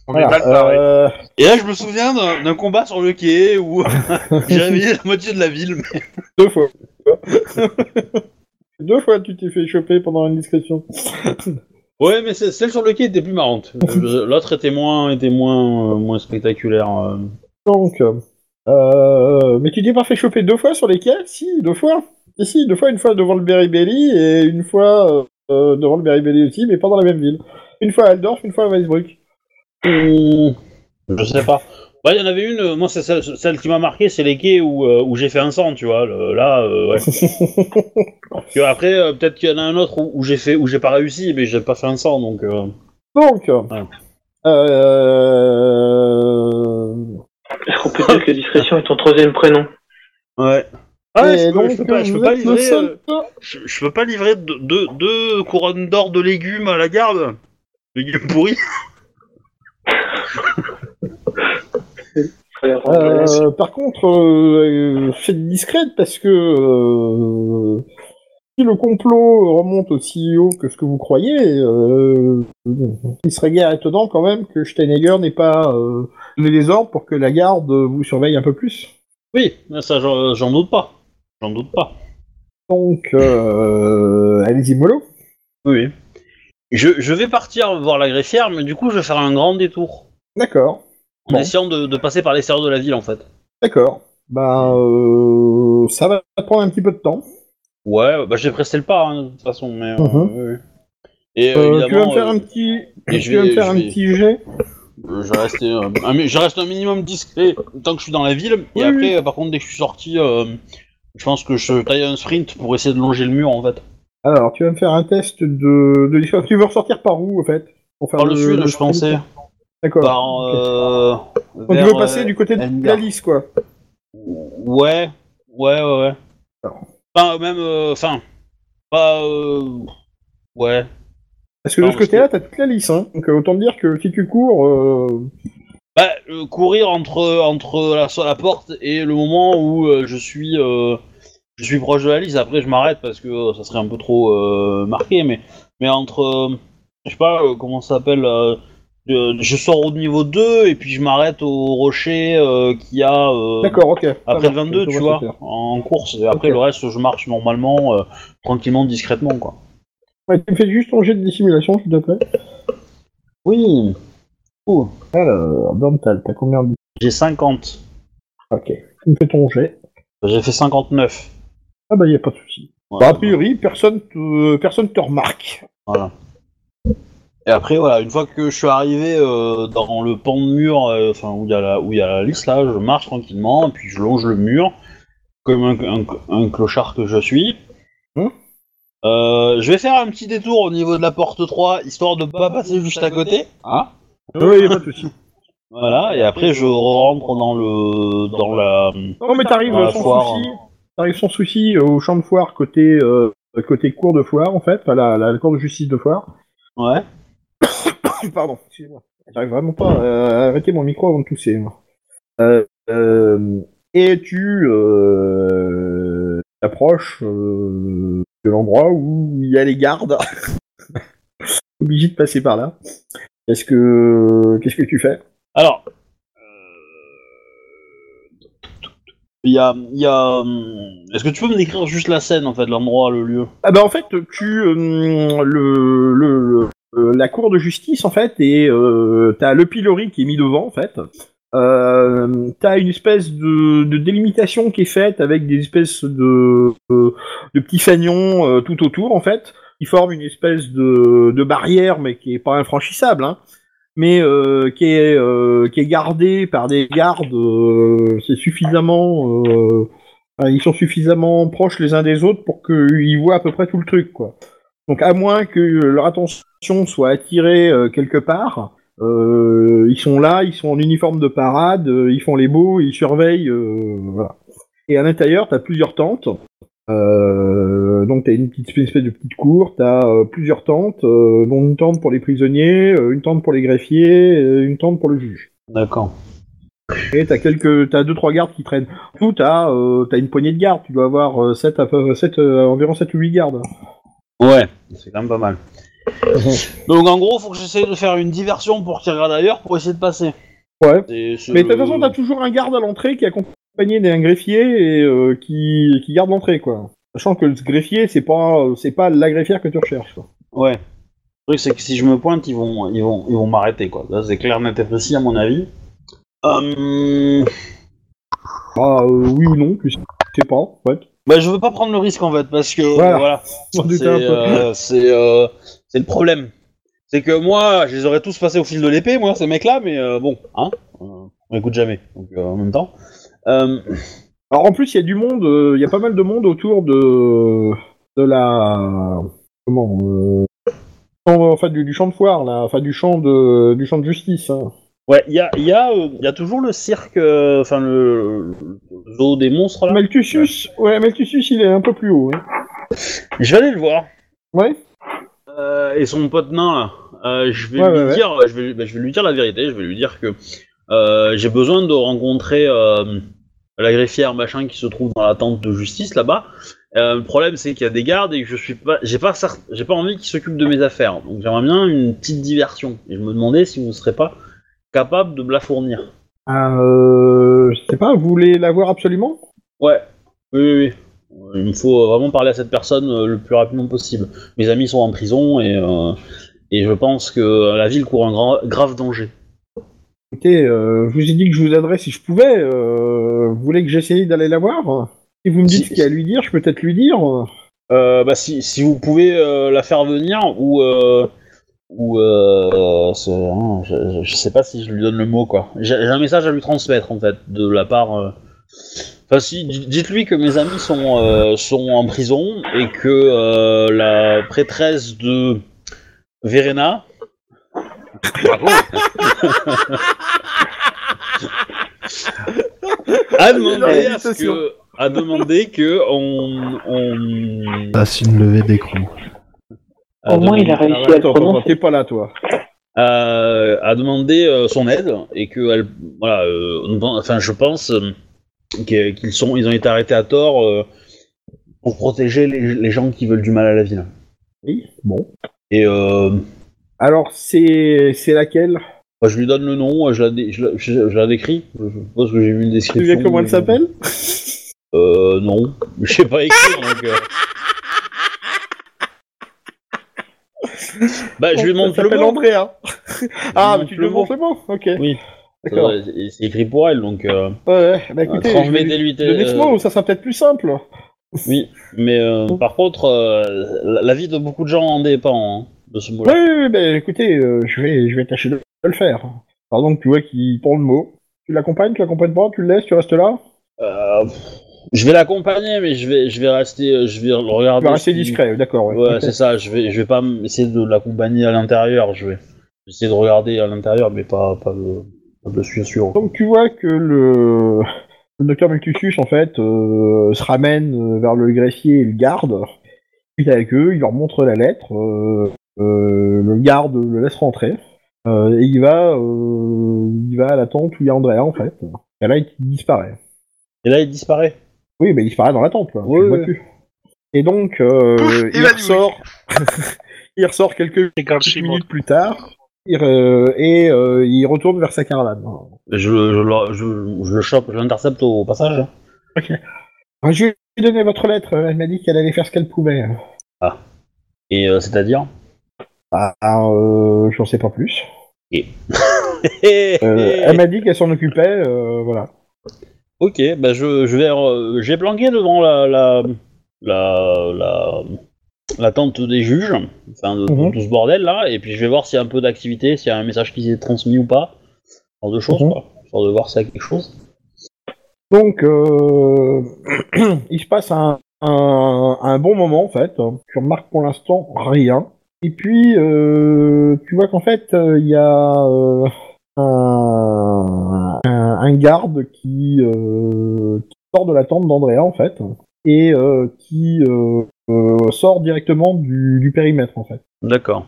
Speaker 4: On
Speaker 1: voilà,
Speaker 4: est mal barré.
Speaker 1: euh,
Speaker 10: Et là, je me souviens d'un d'un combat sur le quai où j'ai réveillé la moitié de la ville. mais-
Speaker 1: deux fois. deux fois, tu t'es fait choper pendant une discussion.
Speaker 2: Ouais, mais c'est- celle sur le quai était plus marrante. Euh, L'autre était moins, était moins, euh, moins spectaculaire. euh.
Speaker 1: Donc, euh, mais tu t'es pas fait choper deux fois sur les quais Si, deux fois. Si, si, deux fois, une fois devant le Berry-Belly et une fois euh, euh, devant le Berry-Belly aussi, mais pas dans la même ville. Une fois à Aldorf, une fois à Weisbruck.
Speaker 2: Hum, Je sais pas. Bah, il y en avait une, euh, moi, c'est celle, celle qui m'a marqué, c'est les quais où, euh, où j'ai fait un sang, tu vois. le- là, euh, ouais. Parce que après, euh, peut-être qu'il y en a un autre où, où j'ai fait, où j'ai pas réussi, mais j'ai pas fait un sang, donc. euh,
Speaker 1: Donc, euh,
Speaker 9: Est-ce qu'on peut dire que discrétion est ton troisième prénom
Speaker 2: Ouais. Ah ouais,
Speaker 1: et
Speaker 2: je peux,
Speaker 1: donc,
Speaker 2: je peux pas, je peux
Speaker 1: vous
Speaker 2: pas
Speaker 1: êtes le
Speaker 2: livrer.
Speaker 1: seul-
Speaker 2: euh, je, je peux pas livrer deux deux- deux couronnes d'or de légumes à la garde. Légumes pourris.
Speaker 1: Euh, par contre, euh, euh, faites discrète parce que euh, si le complot remonte aussi haut que ce que vous croyez, euh, il serait guère étonnant quand même que Steinegger n'ait pas euh, donné les ordres pour que la garde vous surveille un peu plus.
Speaker 2: Oui, ça, j'en j'en doute pas. J'en doute pas.
Speaker 1: Donc, euh, allez-y mollo.
Speaker 2: Oui. Je, je vais partir voir la greffière, mais du coup, je vais faire un grand détour.
Speaker 1: D'accord,
Speaker 2: En
Speaker 1: Bon.
Speaker 2: essayant de, de passer par l'extérieur de la ville, en fait.
Speaker 1: d'accord. Ben, euh, ça va prendre un petit peu de temps.
Speaker 2: Ouais, bah j'ai presté le pas, hein, de toute façon, mais... euh,
Speaker 1: Mhm.
Speaker 2: oui, oui. Et euh,
Speaker 1: Euh,
Speaker 2: évidemment,
Speaker 1: tu vas me faire
Speaker 2: euh,
Speaker 1: un petit,
Speaker 10: et
Speaker 1: tu
Speaker 10: je
Speaker 1: vas
Speaker 10: vais-
Speaker 1: me faire
Speaker 10: je
Speaker 1: un
Speaker 10: vais-
Speaker 1: petit jet.
Speaker 10: Euh, Je reste, euh, un, mi- je reste un minimum discret tant que je suis dans la ville.
Speaker 1: Oui,
Speaker 10: et après, euh, par contre, dès que je suis sorti, euh, je pense que je taille un sprint pour essayer de longer le mur en fait.
Speaker 1: Alors, tu vas me faire un test de, de distance. Tu veux ressortir par où, en fait pour faire
Speaker 10: Par le, sud,
Speaker 1: Euh, le-
Speaker 10: je pensais.
Speaker 1: D'accord.
Speaker 10: Par.
Speaker 1: Ok.
Speaker 10: Euh,
Speaker 1: Donc, tu
Speaker 10: vers,
Speaker 1: veux passer
Speaker 10: euh,
Speaker 1: du côté de
Speaker 10: Elgar.
Speaker 1: la liste, quoi.
Speaker 10: Ouais, ouais, ouais. ouais.
Speaker 1: Alors.
Speaker 10: Enfin, même. euh, Enfin. pas. euh, Ouais.
Speaker 1: Parce que
Speaker 10: Non,
Speaker 1: de ce
Speaker 10: parce
Speaker 1: côté-là, t'as toute la liste, hein. Donc, euh, autant te dire que si tu cours, euh,
Speaker 10: Bah, euh, courir entre, entre la, soit la porte et le moment où euh, je suis euh, je suis proche de la liste. Après, je m'arrête parce que euh, ça serait un peu trop euh, marqué, mais, mais entre. euh, je sais pas euh, comment ça s'appelle. euh, euh, je sors au niveau 2 et puis je m'arrête au rocher euh, qui a. euh,
Speaker 1: d'accord, ok.
Speaker 10: Après le
Speaker 1: Ça marche,
Speaker 10: 22,
Speaker 1: je
Speaker 10: tu
Speaker 1: vois
Speaker 10: vois,
Speaker 1: ce faire.
Speaker 10: en course. Et après,
Speaker 1: Ok.
Speaker 10: le reste, je marche normalement, euh, tranquillement, discrètement, quoi.
Speaker 1: Ouais, tu me fais juste ton jet de dissimulation, s'il te plaît.
Speaker 10: Oui,
Speaker 1: Alors, Dental, t'as combien de...
Speaker 10: j'ai 50.
Speaker 1: Ok. Tu me fais ton jet.
Speaker 10: J'ai fait 59.
Speaker 1: Ah bah, y a pas de souci.
Speaker 10: Voilà.
Speaker 1: Bah, a priori, personne te, euh, personne te remarque.
Speaker 10: Et après, voilà, une fois que je suis arrivé euh, dans le pan de mur, euh, enfin, où il y a la- où il y a la liste, là, je marche tranquillement, et puis je longe le mur, comme un, un- un clochard que je suis.
Speaker 1: Hmm.
Speaker 10: Euh, je vais faire un petit détour au niveau de la porte 3, histoire de pas passer juste à côté. Hein
Speaker 1: Oui, y a pas de souci.
Speaker 10: voilà, et après, je rentre dans le... dans la...
Speaker 1: Non, mais t'arrives
Speaker 10: Dans la
Speaker 1: sans
Speaker 10: Euh, foire.
Speaker 1: souci. T'arrives sans souci au champ de foire côté euh, côté cour de foire en fait, enfin la, la, la cour de justice de foire.
Speaker 10: Ouais.
Speaker 1: Pardon. excusez-moi. J'arrive vraiment pas à arrêter mon micro avant de tousser. moi. Euh, euh, et tu euh, t'approches euh, de l'endroit où il y a les gardes. Obligé de passer par là. Qu'est-ce que qu'est-ce que tu fais
Speaker 2: Alors, euh, il y a, il y a. hum, Est-ce que tu peux me décrire juste la scène en fait, l'endroit, le lieu
Speaker 1: Ah bah en fait, tu euh, le, le- le- la cour de justice en fait et euh, t'as le pilori qui est mis devant en fait. Euh, t'as une espèce de, de délimitation qui est faite avec des espèces de, de, de petits fanions euh, tout autour en fait. Ils forment une espèce de, de barrière mais qui est pas infranchissable. Hein. Mais euh, qui est euh, qui est gardée par des gardes, euh, c'est suffisamment euh, Enfin, ils sont suffisamment proches les uns des autres pour qu'ils voient à peu près tout le truc, quoi. Donc à moins que leur attention soit attirée euh, quelque part, euh, ils sont là, ils sont en uniforme de parade, euh, ils font les beaux, ils surveillent, euh, voilà. Et à l'intérieur, t'as plusieurs tentes. Euh, donc t'as une petite une espèce de petite cour, t'as euh, plusieurs tentes, euh, dont une tente pour les prisonniers, euh, une tente pour les greffiers, euh, une tente pour le juge.
Speaker 2: D'accord.
Speaker 1: Et t'as quelques, t'as deux trois gardes qui traînent. En tout, t'as, euh, t'as une poignée de gardes. Tu dois avoir euh, sept à peu- sept, euh, environ 7 ou 8 gardes.
Speaker 2: Ouais, c'est quand même pas mal. Donc en gros, faut que j'essaye de faire une diversion pour qu'il regarde ailleurs pour essayer de passer.
Speaker 1: Ouais.
Speaker 2: Et ce-
Speaker 1: Mais de toute façon, t'as toujours un garde à l'entrée qui est accompagné d'un greffier et euh, qui, qui garde l'entrée, quoi. Sachant que le greffier, c'est pas, euh, c'est pas la greffière que tu recherches. Quoi.
Speaker 2: Ouais. Le truc c'est que si je me pointe, ils vont, ils vont, ils vont m'arrêter quoi. Là, c'est clair, net et précis à mon avis. Hum,
Speaker 1: Ah, euh, oui ou non, tu sais pas. En fait.
Speaker 2: Bah, je veux pas prendre le risque en fait parce que
Speaker 1: Voilà.
Speaker 2: voilà,
Speaker 1: On en doutait
Speaker 2: c'est
Speaker 1: un peu.
Speaker 2: euh, c'est euh, c'est le problème. C'est que moi, je les aurais tous passés au fil de l'épée, moi, ces mecs-là, mais euh, bon, hein, euh, on écoute jamais. Donc euh, en même temps, Euh,
Speaker 1: Alors en plus, il y a du monde, euh, il y a pas mal de monde autour de de la comment euh, en fait du, du champ de foire là, enfin du champ de du champ de justice. hein.
Speaker 2: ouais, il y a, il y a, euh, il y a toujours le cirque, euh, enfin le, le zoo des monstres là.
Speaker 1: Malthusius, ouais, Malthusius, il est un peu plus haut. hein.
Speaker 2: Je vais aller le voir.
Speaker 1: Ouais.
Speaker 2: Euh, et son pote nain là. Euh, je vais
Speaker 1: Ouais,
Speaker 2: lui
Speaker 1: ouais, ouais.
Speaker 2: dire, je vais, bah, je vais lui dire la vérité. Je vais lui dire que euh, j'ai besoin de rencontrer euh, la greffière machin qui se trouve dans la tente de justice là-bas. Euh, le problème c'est qu'il y a des gardes et que je suis pas, j'ai pas, cer- j'ai pas envie qu'ils s'occupent de mes affaires. Donc j'aimerais bien une petite diversion. Et je me demandais si vous ne serez pas capable de me la fournir.
Speaker 1: Euh, je sais pas, vous voulez l'avoir absolument
Speaker 2: Ouais. Oui, oui, oui. Il me faut euh, vraiment parler à cette personne euh, le plus rapidement possible. Mes amis sont en prison et, euh, et je pense que la ville court un gra- grave danger.
Speaker 1: Écoutez, euh, je vous ai dit que je vous adresse si je pouvais. euh, vous voulez que j'essaye d'aller la voir Si vous me dites
Speaker 2: Si-
Speaker 1: ce qu'il y a à lui dire, je peux peut-être lui dire.
Speaker 2: Euh, bah, si, si vous pouvez euh, la faire venir ou. euh, ou euh, c'est- hein, je, je- je sais pas si je lui donne le mot quoi. J'ai j'ai un message à lui transmettre en fait de la part. euh, Enfin si, d- dites-lui que mes amis sont euh, sont en prison et que euh, la prêtresse de Verena. Bravo. a demandé à ce que a demandé que on on
Speaker 8: Passe Ah, une levée d'écrou.
Speaker 2: a
Speaker 9: Au moins, il a
Speaker 2: demandé-
Speaker 9: réussi à le
Speaker 1: Ah, attends, attends,
Speaker 9: prononcer.
Speaker 1: t'es pas là, toi.
Speaker 2: à, à demander euh, son aide et que elle, voilà, euh, on- enfin je pense euh, que- qu'ils sont, ils ont été arrêtés à tort euh, pour protéger les, les gens qui veulent du mal à la ville.
Speaker 1: Oui, bon.
Speaker 2: Et euh,
Speaker 1: Alors, c'est c'est laquelle
Speaker 2: moi, je lui donne le nom, je la, dé- je la, je- je la décris. Je, je suppose que j'ai vu une
Speaker 1: Tu
Speaker 2: description. euh,
Speaker 1: sais comment elle
Speaker 2: mais-
Speaker 1: s'appelle
Speaker 2: Euh, non, je sais pas écrire donc. euh. bah, je lui montre
Speaker 1: Elle
Speaker 2: le
Speaker 1: s'appelle
Speaker 2: mot.
Speaker 1: André, hein. Ah, mais
Speaker 2: montre
Speaker 1: tu
Speaker 2: le
Speaker 1: le montres le mot Ok.
Speaker 2: Oui.
Speaker 1: D'accord.
Speaker 2: Euh, C'est c'est écrit pour elle donc. Euh,
Speaker 1: Ouais, ouais. Bah écoutez, je vais lui
Speaker 2: transmettez-lui tes-
Speaker 1: donner ce
Speaker 2: euh,
Speaker 1: mot, ça sera peut-être plus simple.
Speaker 2: Oui, mais euh, par contre, euh, la, la vie de beaucoup de gens en dépend hein, de ce
Speaker 1: Oui,
Speaker 2: mot-là.
Speaker 1: oui, oui, bah, écoutez, euh, je vais je vais tâcher de, de le faire. Alors donc, tu vois qu'il prend le mot. Tu l'accompagnes, tu l'accompagnes pas, tu le laisses, tu restes là
Speaker 2: Euh, pff, je vais l'accompagner, mais je vais, je vais rester, euh, je vais le
Speaker 1: Tu
Speaker 2: regarder.
Speaker 1: vas Bah, rester
Speaker 2: si-
Speaker 1: discret, d'accord.
Speaker 2: Ouais,
Speaker 1: Ouais, Ok.
Speaker 2: c'est ça. Je vais, je vais pas m- essayer de l'accompagner à l'intérieur. Je vais essayer de regarder à l'intérieur, mais pas, pas de, pas de suivre sur.
Speaker 1: Donc tu vois que le, le docteur Multitus en fait euh, se ramène euh, vers le greffier et le garde. Il est avec eux, il leur montre la lettre. euh, euh, le garde le laisse rentrer. Euh, et il va, euh, il va à la tente où il y a Andrea, en fait. Et là, il disparaît.
Speaker 2: Et là, il disparaît.
Speaker 1: Oui, mais il disparaît dans la tente, là. Tu
Speaker 2: Ouais,
Speaker 1: le vois
Speaker 2: ouais.
Speaker 1: plus. Et donc, euh,
Speaker 4: Pouf,
Speaker 1: il
Speaker 4: évanoui.
Speaker 1: ressort... il ressort quelques
Speaker 3: Et quand
Speaker 1: petites minutes plus tard, il re- et euh, il retourne vers sa caravane.
Speaker 2: Je, je, le- je- je le chope, je l'intercepte au passage. hein.
Speaker 1: Ah, Je lui ai donné votre lettre, elle m'a dit qu'elle allait faire ce qu'elle pouvait.
Speaker 2: Et euh, c'est-à-dire
Speaker 1: Ah, ah, euh, j'en sais pas plus. Euh, Elle m'a dit qu'elle s'en occupait, euh, voilà.
Speaker 2: Ok, bah je, je vais. re- J'ai planqué devant la la, la, la la tente des juges, enfin de, de
Speaker 1: Mhm.
Speaker 2: tout ce bordel là, et puis je vais voir s'il y a un peu d'activité, s'il y a un message qui s'est transmis ou pas, genre de choses,
Speaker 1: Mhm.
Speaker 2: quoi, histoire de voir s'il y a quelque chose.
Speaker 1: Donc, euh, il se passe un, un, un bon moment, en fait. Tu remarques pour l'instant rien. Et puis, euh, tu vois qu'en fait, euh, il y a euh, un, un- un garde qui, euh, qui sort de la tente d'Andrea, en fait, et euh, qui euh, euh, sort directement du, du périmètre, en fait.
Speaker 2: D'accord.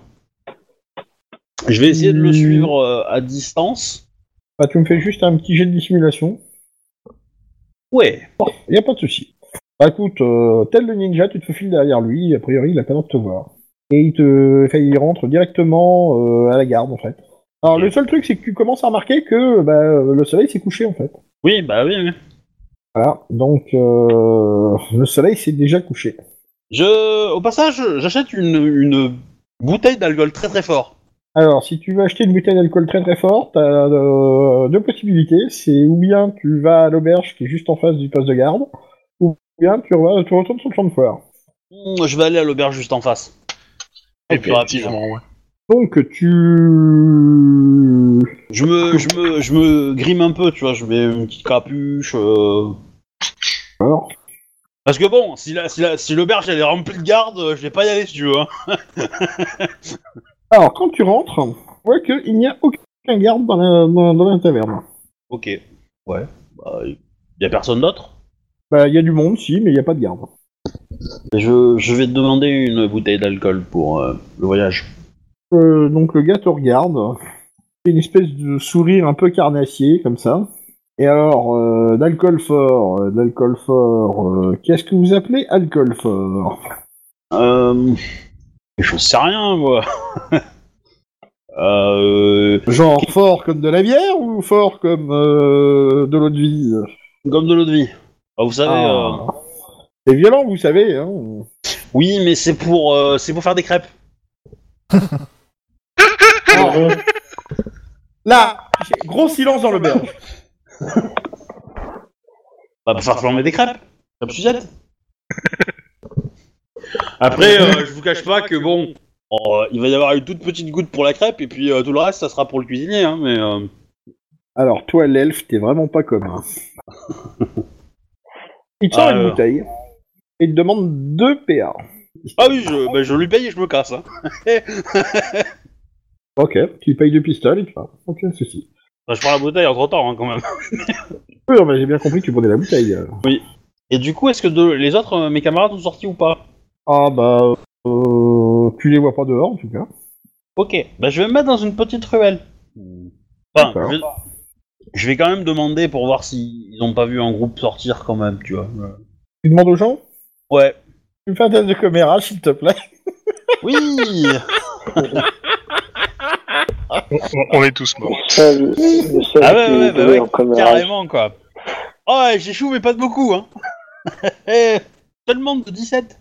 Speaker 2: Je vais essayer de le
Speaker 1: Mhm.
Speaker 2: suivre euh, à distance.
Speaker 1: Bah, tu me fais juste un petit jet de dissimulation.
Speaker 2: Ouais.
Speaker 1: Il n'y a pas de souci. Bah écoute, euh, tel le ninja, tu te faufiles derrière lui, a priori il a pas l'air de te voir. Et il te enfin, il rentre directement euh, à la garde en fait. Alors le seul truc c'est que tu commences à remarquer que bah, euh, le soleil s'est couché en fait.
Speaker 2: Oui, bah oui. oui.
Speaker 1: Voilà, donc euh, le soleil s'est déjà couché.
Speaker 2: Je, au passage, j'achète une, une bouteille d'alcool très très fort.
Speaker 1: Alors si tu veux acheter une bouteille d'alcool très très forte, t'as euh, deux possibilités, c'est ou bien tu vas à l'auberge qui est juste en face du poste de garde, ou bien tu, re- tu retournes sur le champ de foire.
Speaker 2: Hmm, Je vais aller à l'auberge juste en face. Et puis rapide.
Speaker 3: ouais.
Speaker 1: Donc tu
Speaker 2: Je me, je me, je me grime un peu, tu vois, je mets une petite capuche. euh.
Speaker 1: Alors
Speaker 2: Parce que bon, si la, si la, si l'auberge elle est remplie de gardes, euh, je vais pas y aller si tu veux. hein.
Speaker 1: Alors, quand tu rentres, tu vois qu'il n'y a aucun garde dans la, dans, dans la taverne.
Speaker 2: Ok. Ouais. Bah, y a personne d'autre.
Speaker 1: Bah, il y a du monde, si, mais il n'y a pas de garde.
Speaker 2: Je, je vais te demander une bouteille d'alcool pour euh, le voyage.
Speaker 1: Euh, donc, le gars te regarde. Il fait une espèce de sourire un peu carnassier, comme ça. Et alors, euh, d'alcool fort, euh, d'alcool fort, euh, qu'est-ce que vous appelez alcool fort
Speaker 2: Euh... Je sais rien, moi. euh...
Speaker 1: Genre fort comme de la bière ou fort comme euh, de l'eau de vie
Speaker 2: Comme de l'eau de vie. Ah, vous savez. euh,
Speaker 1: Ah. C'est violent, vous savez. Hein.
Speaker 2: Oui, mais c'est pour, euh, c'est pour faire des crêpes.
Speaker 1: Là, gros silence dans l'auberge.
Speaker 2: Bah, pour faire flamber des crêpes. Crêpes Suzette. Après,
Speaker 1: Ah,
Speaker 2: euh, je vous cache pas que bon, euh, il va y avoir une toute petite goutte pour la crêpe et puis euh, tout le reste, ça sera pour le cuisinier. Hein, mais euh,
Speaker 1: Alors, toi, l'elfe, t'es vraiment pas comme. hein. Il te sort une
Speaker 2: Alors.
Speaker 1: bouteille et il te demande 2 PA.
Speaker 2: ah oui, je, bah, je lui paye et je me casse. Hein.
Speaker 1: Ok, tu payes 2 pistoles et tu vas. Ok, ceci.
Speaker 2: Bah, je prends la bouteille entre temps quand même.
Speaker 1: Oui, non, mais j'ai bien compris que tu prenais la bouteille. euh.
Speaker 2: Et du coup, est-ce que de- les autres, euh, mes camarades, sont sortis ou pas
Speaker 1: Ah, bah. Euh, tu les vois pas dehors en tout cas.
Speaker 2: Ok, bah, je vais me mettre dans une petite ruelle. Enfin,
Speaker 1: D'accord.
Speaker 2: je, je vais quand même demander pour voir s'ils ont pas vu un groupe sortir quand même, tu vois.
Speaker 1: Tu demandes aux gens
Speaker 2: Ouais.
Speaker 1: Tu me fais un test de caméra, s'il te plaît.
Speaker 2: Oui
Speaker 3: On, on est tous morts.
Speaker 9: Ça, le, le seul
Speaker 2: Ah ouais,
Speaker 9: qui
Speaker 2: ouais,
Speaker 9: est
Speaker 2: bah
Speaker 9: doué
Speaker 2: ouais,
Speaker 9: en caméra.
Speaker 2: Carrément, quoi. Oh, ouais, j'échoue, mais pas de beaucoup, hein. Eh, Seulement de 17.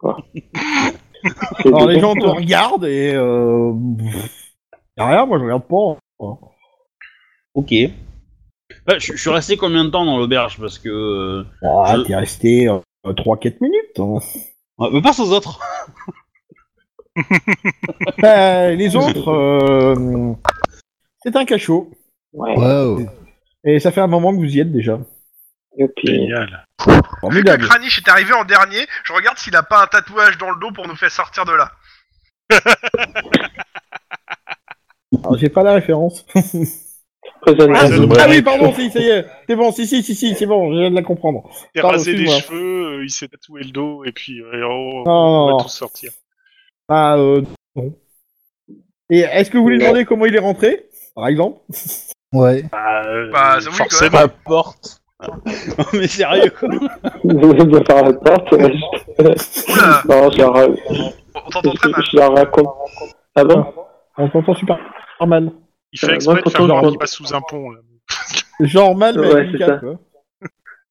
Speaker 9: C'est
Speaker 1: Alors,
Speaker 9: des
Speaker 1: les gens te
Speaker 9: bons.
Speaker 1: regardent et. Euh... Y'a rien, moi je regarde pas. hein.
Speaker 2: Ok. Bah, je je suis resté combien de temps dans l'auberge Parce que... euh,
Speaker 1: Ah,
Speaker 2: Je-
Speaker 1: t'es resté 3-4 minutes. hein.
Speaker 2: on peut passe aux autres.
Speaker 1: Bah, les autres, euh, c'est un cachot.
Speaker 9: Ouais,
Speaker 8: Waouh.
Speaker 1: Et ça fait un moment que vous y êtes déjà.
Speaker 9: youpi.
Speaker 3: Génial.
Speaker 1: Formidable.
Speaker 4: Kranich est arrivé en dernier, je regarde s'il a pas un tatouage dans le dos pour nous faire sortir de là.
Speaker 1: Alors, Ah, J'ai pas la référence.
Speaker 9: Prison
Speaker 1: Ah,
Speaker 9: break.
Speaker 1: ah oui, pardon, si, ça y est. C'est bon, si, si, si, si, c'est bon, je viens de la comprendre.
Speaker 3: Il s'est
Speaker 1: Pardon,
Speaker 3: rasé les
Speaker 1: excuse-moi.
Speaker 3: cheveux, euh, il s'est tatoué le
Speaker 1: Ah.
Speaker 3: dos, et puis euh, et on-
Speaker 1: Non, non,
Speaker 3: on
Speaker 1: Bah, non.
Speaker 3: va tous sortir.
Speaker 1: Ah, euh, Et est-ce que vous lui demandez comment il est rentré Par exemple
Speaker 8: Ouais.
Speaker 3: Euh,
Speaker 4: Bah, ça oui,
Speaker 10: forcément.
Speaker 4: quand
Speaker 10: la porte. non mais sérieux.
Speaker 9: de par la porte. ouais.
Speaker 4: Oula,
Speaker 9: non, je la, ra-
Speaker 4: on t'entend très mal.
Speaker 9: je la raconte. Ah bon
Speaker 1: On t'entend super mal.
Speaker 3: Il
Speaker 9: Euh,
Speaker 3: fait exprès
Speaker 9: moi,
Speaker 3: de faire
Speaker 9: quand on-
Speaker 3: genre qu'il passe sous un pont. Là.
Speaker 1: Genre mal, mais
Speaker 9: Ouais,
Speaker 1: avec une
Speaker 9: c'est
Speaker 1: cape,
Speaker 9: ça.
Speaker 1: quoi.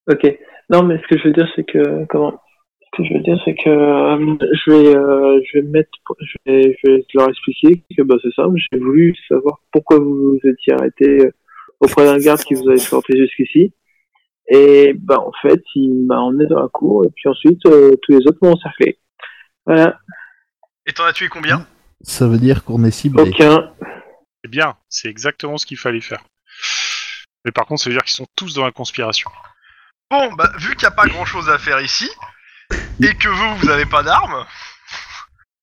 Speaker 9: Ok. Non, mais ce que je veux dire, c'est que comment Ce que je veux dire, c'est que euh, je vais, euh, je vais me mettre, je vais, je vais leur expliquer que bah c'est simple. J'ai voulu savoir pourquoi vous vous étiez arrêté euh, auprès d'un garde qui vous avait sorti jusqu'ici. Et bah en fait, il m'a emmené dans la cour et puis ensuite euh, tous les autres m'ont encerclé. Voilà.
Speaker 4: Et t'en as tué combien
Speaker 8: Ça veut dire qu'on est ciblé.
Speaker 9: Aucun.
Speaker 3: C'est bien, c'est exactement ce qu'il fallait faire. Mais par contre, ça veut dire qu'ils sont tous dans la conspiration.
Speaker 4: Bon, bah, vu qu'il n'y a pas grand chose à faire ici, et que vous, vous avez pas d'armes,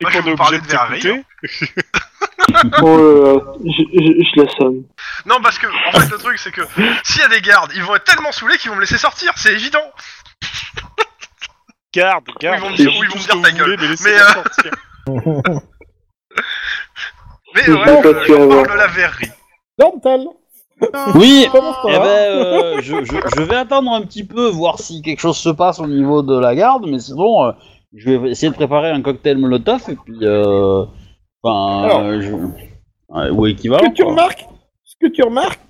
Speaker 3: Et
Speaker 4: Moi, je
Speaker 3: qu'on
Speaker 4: vais
Speaker 3: est
Speaker 4: vous parler
Speaker 3: obligé de
Speaker 4: de hein. Vermeer.
Speaker 3: t'écouter,
Speaker 9: Bon, euh, je, je, je l'assomme.
Speaker 4: non, parce que, en fait, le truc, c'est que s'il y a des gardes, ils vont être tellement saoulés qu'ils vont me laisser sortir, c'est évident.
Speaker 3: garde, garde,
Speaker 4: Ou ils vont me dire- ou ils
Speaker 3: tout
Speaker 4: vont me
Speaker 3: ce
Speaker 4: dire
Speaker 3: que
Speaker 4: ta
Speaker 3: vous
Speaker 4: gueule.
Speaker 3: voulez, mais
Speaker 4: Mais, euh,
Speaker 3: laissez-moi sortir.
Speaker 4: Mais
Speaker 9: Je
Speaker 4: ouais,
Speaker 9: vais pas
Speaker 4: euh,
Speaker 9: tuer
Speaker 4: on
Speaker 9: avant.
Speaker 4: parle
Speaker 3: hein.
Speaker 4: de la verrerie.
Speaker 1: Dental
Speaker 10: Oui.
Speaker 1: Comment ça
Speaker 10: Eh
Speaker 1: va
Speaker 10: ben, euh, je, je, je vais attendre un petit peu, voir si quelque chose se passe au niveau de la garde, mais sinon, euh, je vais essayer de préparer un cocktail Molotov et puis, euh, enfin,
Speaker 1: Alors.
Speaker 10: euh, je- ouais, ou
Speaker 1: Ce
Speaker 10: équivalent.
Speaker 1: que tu
Speaker 10: quoi.
Speaker 1: remarques, ce que tu remarques,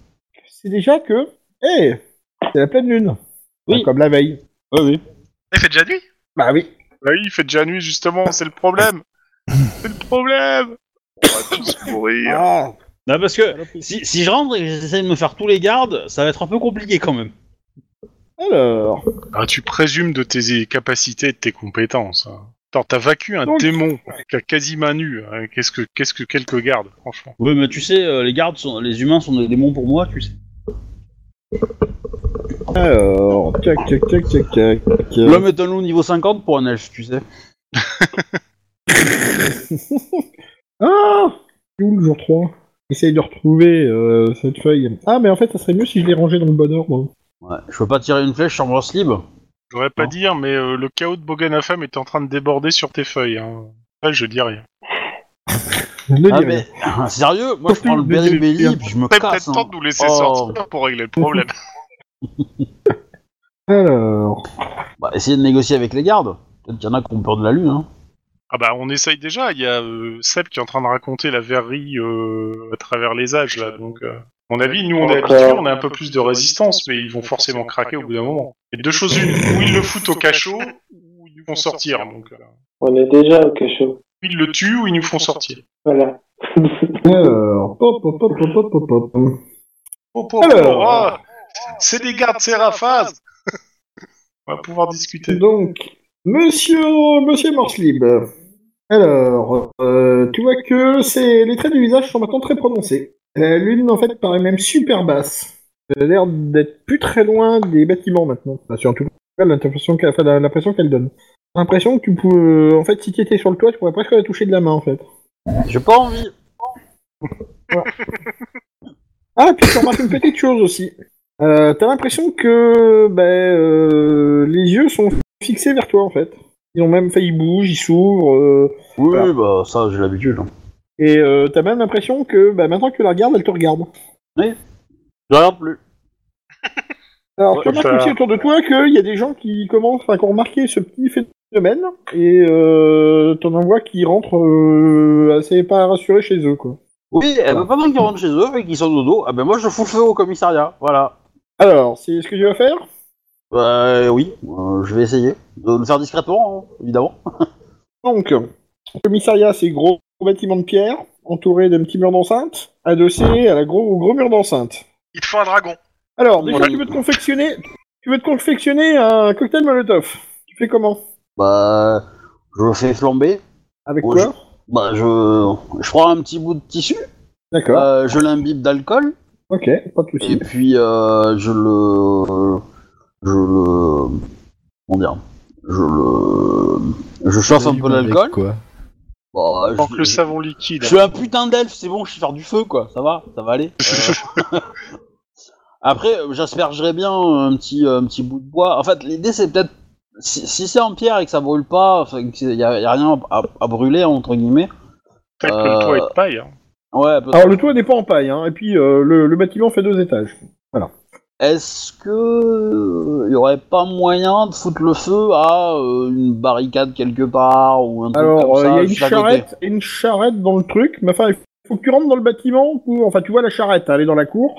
Speaker 1: c'est déjà que, hé, c'est la pleine lune.
Speaker 10: Oui.
Speaker 1: Enfin, Comme la veille.
Speaker 10: Oui, oui.
Speaker 4: Il fait déjà nuit
Speaker 1: Bah oui.
Speaker 3: Bah oui, il fait déjà nuit, justement, c'est le problème. C'est le problème. On va tous mourir.
Speaker 1: Ah,
Speaker 10: Non, parce que si, si je rentre et que j'essaie de me faire tous les gardes, ça va être un peu compliqué quand même.
Speaker 1: alors.
Speaker 3: Ah, tu présumes de tes capacités et de tes compétences. hein. Attends, t'as vaincu un
Speaker 1: Donc-
Speaker 3: démon qui a quasi main nue. hein. Qu'est-ce que qu'est-ce que quelques gardes, franchement.
Speaker 10: Oui, mais tu sais, euh, les gardes, sont, les humains sont des démons pour moi, tu sais.
Speaker 1: Alors, tac, tac, tac, tac, tac.
Speaker 10: L'homme est un loup niveau 50 pour un elfe, tu sais.
Speaker 1: Ah Il est Où le jour 3 Essaye de retrouver euh, cette feuille. Ah, mais en fait, ça serait mieux si je l'ai rangée dans le bon ordre.
Speaker 10: Ouais, je peux pas tirer une flèche sur brosse libre.
Speaker 3: J'aurais pas
Speaker 10: Non.
Speaker 3: dire, mais euh, le chaos de Boganafam est en train de déborder sur tes feuilles. Hein. Après, je dis rien.
Speaker 1: Je le
Speaker 10: Ah,
Speaker 1: dis,
Speaker 10: mais sérieux, moi je
Speaker 1: Surtout
Speaker 10: prends le
Speaker 1: le deuxième
Speaker 10: beribelli
Speaker 1: tir.
Speaker 10: et puis je me
Speaker 3: T'as
Speaker 10: casse.
Speaker 3: peut-être temps
Speaker 10: hein.
Speaker 3: de nous laisser
Speaker 10: Oh.
Speaker 3: sortir pour régler le problème.
Speaker 1: Alors.
Speaker 10: Bah, essayez de négocier avec les gardes. Peut-être qu'il y en a qui ont peur de la lune. Hein.
Speaker 3: ah bah, on essaye déjà. Il y a euh, Seb qui est en train de raconter la verrerie euh, à travers les âges, là. Donc, euh, à mon avis, nous, on est habitués, on a un peu plus de résistance, mais ils vont forcément craquer au bout d'un moment. Et deux choses, une, ou ils le foutent au cachot, ou ils nous font sortir. Donc, euh,
Speaker 9: On est déjà au cachot.
Speaker 3: ou ils le tuent, ou ils nous font sortir.
Speaker 9: Voilà.
Speaker 1: Alors. Pop, pop, pop, pop, pop, pop, pop.
Speaker 3: Oh, oh,
Speaker 1: Alors.
Speaker 3: oh, oh, c'est des gardes séraphase On va pouvoir discuter.
Speaker 1: Donc, monsieur, monsieur Morslib. Alors, euh, tu vois que c'est les traits du visage sont maintenant très prononcés. La lune, en fait, paraît même super basse. Elle a l'air d'être plus très loin des bâtiments maintenant. Enfin, surtout, l'impression qu'elle enfin, l'impression qu'elle donne. L'impression que tu peux, en fait, si tu étais sur le toit, tu pourrais presque la toucher de la main, en fait.
Speaker 10: J'ai pas envie.
Speaker 1: Ah, puis tu remarques une petite chose aussi. Euh, T'as l'impression que ben, euh, les yeux sont fixés vers toi, en fait. Ils ont même failli bouger, ils s'ouvrent. euh,
Speaker 10: Oui,
Speaker 1: Voilà.
Speaker 10: bah ça j'ai l'habitude. hein.
Speaker 1: Et euh, t'as même l'impression que bah, maintenant que tu la regardes, elle te regarde.
Speaker 10: Je regarde plus.
Speaker 1: Alors
Speaker 10: Ouais,
Speaker 1: tu remarques
Speaker 3: ça-
Speaker 1: aussi autour de toi qu'il y a des gens qui commencent, enfin, qui ont remarqué ce petit phénomène, et euh, t'en en vois qui rentrent euh, assez pas rassurés chez eux, quoi.
Speaker 10: Oui, elle veut pas qu'ils rentrent chez eux et qu'ils sont dodo. Ah ben moi je fous le feu au commissariat. Voilà.
Speaker 1: Alors, c'est ce que tu vas faire
Speaker 10: Euh, oui, euh, je vais essayer de le faire discrètement, hein, évidemment.
Speaker 1: Donc, le commissariat, c'est gros bâtiment de pierre, entouré d'un petit mur d'enceinte, adossé à la gros, au gros mur d'enceinte.
Speaker 4: Il te faut un dragon.
Speaker 1: Alors, déjà,
Speaker 10: Ouais.
Speaker 1: tu veux te confectionner, tu veux te confectionner un cocktail Molotov. Tu fais comment
Speaker 10: Bah, je le fais flamber.
Speaker 1: Avec
Speaker 10: Ouais,
Speaker 1: quoi
Speaker 10: Bah, je, je prends un petit bout de tissu,
Speaker 1: D'accord,
Speaker 10: euh, je l'imbibe d'alcool,
Speaker 1: Ah. ok, pas de
Speaker 10: et
Speaker 1: soucis.
Speaker 10: puis euh, je le. Je le. Comment dire Je le. Je chauffe un peu l'alcool.
Speaker 8: Quoi.
Speaker 10: Bah,
Speaker 3: Tant que
Speaker 10: je,
Speaker 3: le
Speaker 10: je-
Speaker 3: savon liquide.
Speaker 10: je suis un putain d'elfe, c'est bon, je suis faire du feu, quoi. Ça va, ça va aller. Euh, Après, euh, j'aspergerais bien euh, un petit, un petit bout de bois. En fait, l'idée, c'est peut-être... Si, si c'est en pierre et que ça brûle pas, enfin, qu'il y a, y a rien à, à brûler, entre guillemets...
Speaker 3: Peut-être que le toit
Speaker 10: euh,
Speaker 3: est de paille. hein.
Speaker 2: Ouais, peut-être.
Speaker 1: Alors le tout est des pas en paille, hein, et puis euh, le, le bâtiment fait deux étages.
Speaker 2: Est-ce que il y aurait pas moyen de foutre le feu à euh, une barricade quelque part ou un truc
Speaker 1: Alors euh, il y
Speaker 2: comme ça
Speaker 1: a une
Speaker 2: juste à côté
Speaker 1: charrette, une charrette dans le truc, mais enfin il faut que tu rentres dans le bâtiment pour, enfin tu vois la charrette, elle est dans la cour.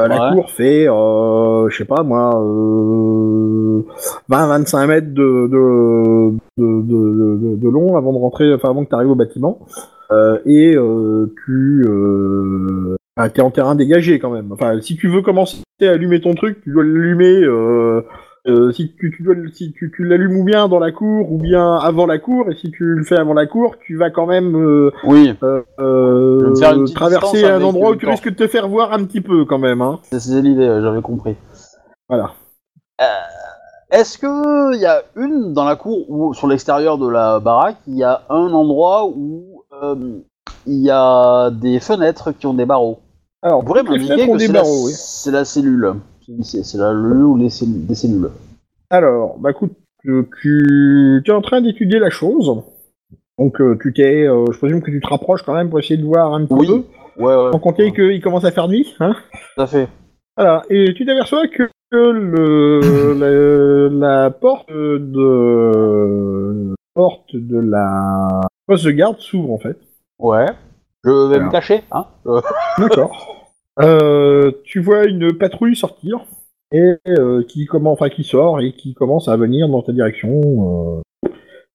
Speaker 1: Euh, La
Speaker 2: Ouais.
Speaker 1: cour fait, euh, je sais pas moi, euh, 20-25 mètres de, de, de, de, de- de long avant de rentrer, enfin avant que tu arrives au bâtiment. Euh, et euh, tu euh, ah, t'es en terrain dégagé quand même. Enfin, si tu veux commencer à allumer ton truc, tu dois l'allumer. Euh, euh, si tu, tu, dois le- si tu, tu l'allumes ou bien dans la cour ou bien avant la cour, et si tu le fais avant la cour, tu vas quand même euh,
Speaker 2: Oui,
Speaker 1: euh,
Speaker 2: Je vais me faire une petite
Speaker 1: traverser
Speaker 2: distance hein,
Speaker 1: un
Speaker 2: avec
Speaker 1: endroit où
Speaker 2: le
Speaker 1: tu
Speaker 2: corps.
Speaker 1: risques de te faire voir un petit peu quand même. Hein.
Speaker 2: c'est- c'est l'idée, ouais, j'avais compris.
Speaker 1: Voilà.
Speaker 2: Est-ce que il y a une dans la cour ou sur l'extérieur de la baraque, il y a un endroit où euh, il y a des fenêtres qui ont des barreaux
Speaker 1: Alors,
Speaker 2: On pourrait
Speaker 1: toutes les
Speaker 2: m'indiquer
Speaker 1: fenêtres ont
Speaker 2: que
Speaker 1: des
Speaker 2: c'est la,
Speaker 1: barreaux, oui.
Speaker 2: c'est la cellule. C'est c'est la le lieu ou les cellules, des cellules.
Speaker 1: Alors, bah écoute, euh, tu, tu es en train d'étudier la chose. Donc euh, tu t'es, euh, je présume que tu te rapproches quand même pour essayer de voir un petit
Speaker 2: Oui.
Speaker 1: peu.
Speaker 2: Ouais, ouais,
Speaker 1: Sans compter qu'il commence à faire nuit, hein.
Speaker 2: tout à fait.
Speaker 1: Voilà, et tu t'aperçois que que le, la, la porte de porte de la poste de garde s'ouvre en fait.
Speaker 2: Ouais. Je vais
Speaker 1: Voilà.
Speaker 2: me cacher, hein. Euh,
Speaker 1: D'accord. Euh, tu vois une patrouille sortir et euh, qui commence, enfin qui sort et qui commence à venir dans ta direction. euh.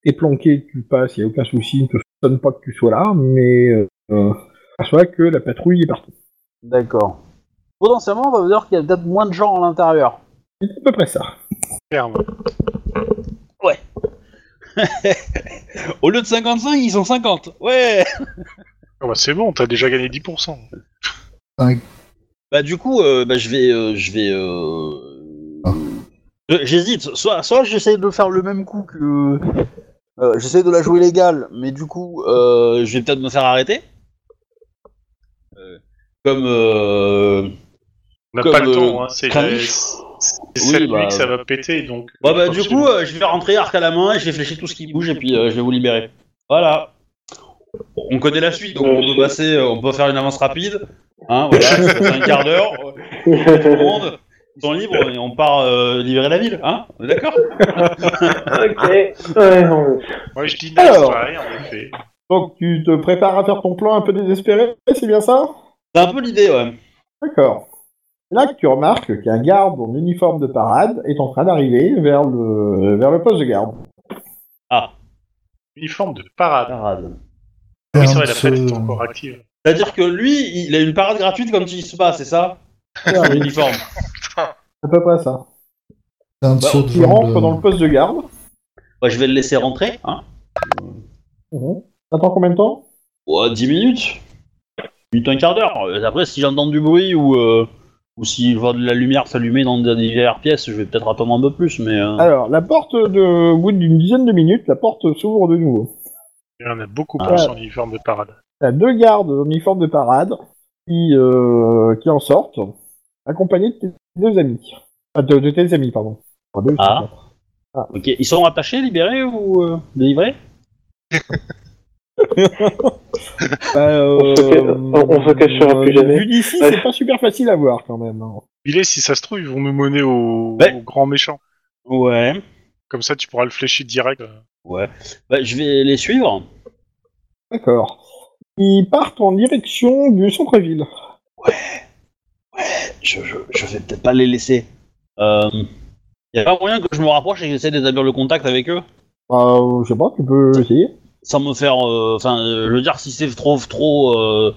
Speaker 1: T'es planqué, tu passes, il y a aucun souci, il ne te sonne pas que tu sois là, mais euh, euh, t'aperçois que la patrouille est partie.
Speaker 2: D'accord. Potentiellement, on va dire qu'il y a peut-être moins de gens à l'intérieur.
Speaker 1: C'est à peu près ça.
Speaker 3: Ferme.
Speaker 10: Au lieu de 55, ils sont 50. Ouais
Speaker 3: Ah bah c'est bon, t'as déjà gagné 10%.
Speaker 2: Bah du coup, euh, bah, je vais, euh, je vais. euh, euh, J'hésite. Soit, soit j'essaie de faire le même coup que. euh, j'essaie de la jouer légale, mais du coup, euh, je vais peut-être me faire arrêter. Euh, Comme. euh,
Speaker 3: On n'a
Speaker 2: Comme,
Speaker 3: pas le
Speaker 2: euh,
Speaker 3: temps, hein. c'est
Speaker 2: Kranich.
Speaker 3: c'est
Speaker 2: Oui,
Speaker 3: celle
Speaker 2: bah,
Speaker 3: que ça va péter, donc...
Speaker 2: Ouais, bah du
Speaker 3: forcément.
Speaker 2: coup, euh, je vais rentrer arc à la main et je vais flécher tout ce qui bouge et puis euh, je vais vous libérer. Voilà. On connaît la suite, donc on peut passer, euh, on peut faire une avance rapide. Hein, voilà, c'est un quart d'heure. Tout le monde, Ils sont libres et on part euh, libérer la ville, hein On est D'accord
Speaker 9: Ok. Ouais, on-
Speaker 3: Moi je dis
Speaker 1: Alors.
Speaker 3: nice try, en effet.
Speaker 1: Donc tu te prépares à faire ton plan un peu désespéré, c'est bien ça
Speaker 2: C'est un peu l'idée, ouais.
Speaker 1: D'accord. C'est Là que tu remarques qu'un garde en uniforme de parade est en train d'arriver vers le, vers le poste de garde.
Speaker 3: Uniforme de parade.
Speaker 2: Parade.
Speaker 3: Ah Oui, c'est vrai, la
Speaker 8: Ce-
Speaker 3: fête est encore active.
Speaker 2: C'est-à-dire que lui, il a une parade gratuite quand il se passe, c'est ça
Speaker 1: C'est
Speaker 2: Son
Speaker 1: à
Speaker 2: uniforme.
Speaker 1: peu près ça.
Speaker 8: C'est un de ceux
Speaker 1: Il
Speaker 8: devant
Speaker 1: rentre dans le poste de garde.
Speaker 2: Ouais, je vais le laisser rentrer, hein
Speaker 1: Mhm. Attends combien de temps
Speaker 2: Ouais, 10 minutes. Minute, un quart d'heure. Euh, Après, si j'entends du bruit ou, euh, ou si je vois de la lumière s'allumer dans des- diverses pièces, je vais peut-être attendre un peu plus, mais... euh,
Speaker 1: Alors, la porte, de, au bout d'une dizaine de minutes, la porte s'ouvre de nouveau.
Speaker 3: Il y en a beaucoup
Speaker 2: Ah.
Speaker 3: plus en uniforme de parade.
Speaker 1: T'as deux gardes en uniforme de parade qui, euh, qui en sortent, accompagnés de tes deux amis. Ah, de, de tes amis, pardon. Pas deux, c'est
Speaker 2: Ah.
Speaker 1: quatre.
Speaker 2: Ok, ils sont attachés, libérés ou euh, délivrés
Speaker 1: Bah, euh,
Speaker 9: On se ca- on- on se cachera plus jamais.
Speaker 1: Vu d'ici,
Speaker 9: Ouais.
Speaker 1: c'est pas super facile à voir quand même. hein.
Speaker 3: Il est, si ça se trouve, ils vont nous mener au,
Speaker 2: Ouais.
Speaker 3: au grand méchant.
Speaker 2: Ouais.
Speaker 3: Comme ça, tu pourras le fléchir direct.
Speaker 2: Ouais. Bah, je vais les suivre.
Speaker 1: D'accord. Ils partent en direction du centre-ville.
Speaker 2: Je, je, je vais peut-être pas les laisser. Euh... Y a pas moyen que je me rapproche et que j'essaie d'établir le contact avec eux
Speaker 1: Bah, euh, je sais pas, tu peux essayer.
Speaker 2: sans me faire. euh, Enfin, euh, je veux dire, si c'est trop, trop. euh,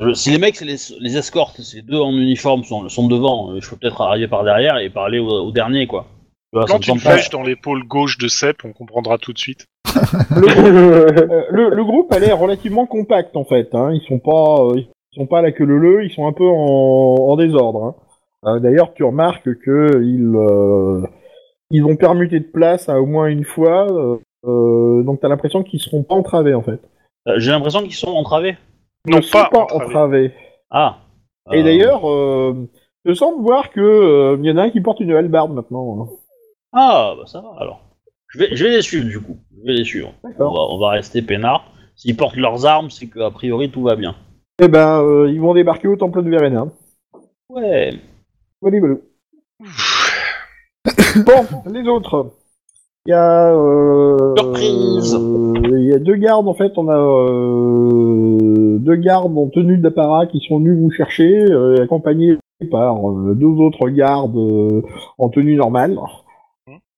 Speaker 2: je- si les mecs, c'est les, les escortes, ces deux en uniforme sont, sont devant, euh, je peux peut-être arriver par derrière et parler au, au dernier, quoi. Tu vois, ça me
Speaker 3: Plante une
Speaker 2: semble pas-
Speaker 3: flèche dans l'épaule gauche de Sepp, on comprendra tout de suite.
Speaker 1: Euh, le, le groupe a l'air relativement compact en fait. Hein. Ils sont pas, euh, ils sont pas à la queue leu ils sont un peu en, en désordre. hein. Euh, D'ailleurs, tu remarques que ils, euh, ils ont permuté de place à au moins une fois. euh, euh, donc t'as l'impression qu'ils seront pas entravés en fait.
Speaker 2: Euh, J'ai l'impression qu'ils sont entravés.
Speaker 3: Non,
Speaker 1: Ils sont
Speaker 3: pas,
Speaker 1: pas
Speaker 3: entravés.
Speaker 1: entravés.
Speaker 2: Ah.
Speaker 1: Et
Speaker 2: Euh,
Speaker 1: d'ailleurs, euh, je semble voir que euh, il y en a un qui porte une hallebarde maintenant. hein.
Speaker 2: Ah, bah ça va alors. Je vais, je vais les suivre du coup. Je vais les suivre. On
Speaker 1: D'accord.
Speaker 2: va, on va rester peinards. S'ils portent leurs armes, c'est qu'a priori tout va bien.
Speaker 1: Eh ben, euh, ils vont débarquer au temple de Verena.
Speaker 10: Ouais.
Speaker 1: Voilà, voilà. bon, les autres. Il y a. euh,
Speaker 10: Surprise.
Speaker 1: euh, Il y a deux gardes, en fait. On a euh, deux gardes en tenue d'apparat qui sont venus vous chercher, euh, accompagnés par euh, deux autres gardes euh, en tenue normale.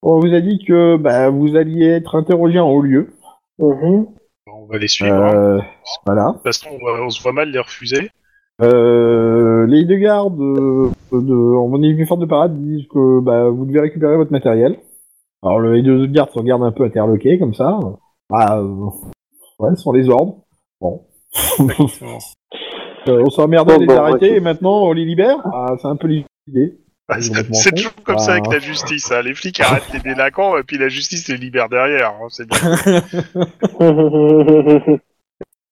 Speaker 1: On vous a dit que bah, vous alliez être interrogé en haut lieu.
Speaker 3: Mhm. On va les suivre. hein.
Speaker 1: Euh, voilà.
Speaker 3: De toute façon, on, va- on se voit mal les refuser.
Speaker 1: Euh, les deux gardes euh, de, en uniforme de parade disent que bah, vous devez récupérer votre matériel. Alors le- les deux autres gardes se regardent un peu interloqués comme ça. Ah, euh, ouais, sans les ordres. Bon. Euh, on s'est emmerdé à
Speaker 9: Bon,
Speaker 1: les
Speaker 9: bon,
Speaker 1: arrêter
Speaker 9: ouais.
Speaker 1: et maintenant on les libère. Ah, c'est un peu l'idée.
Speaker 3: Ah, c'est c'est toujours comme
Speaker 2: Ah.
Speaker 3: ça avec la justice. hein. Les flics arrêtent les délinquants et puis la justice les libère derrière. hein. C'est bien.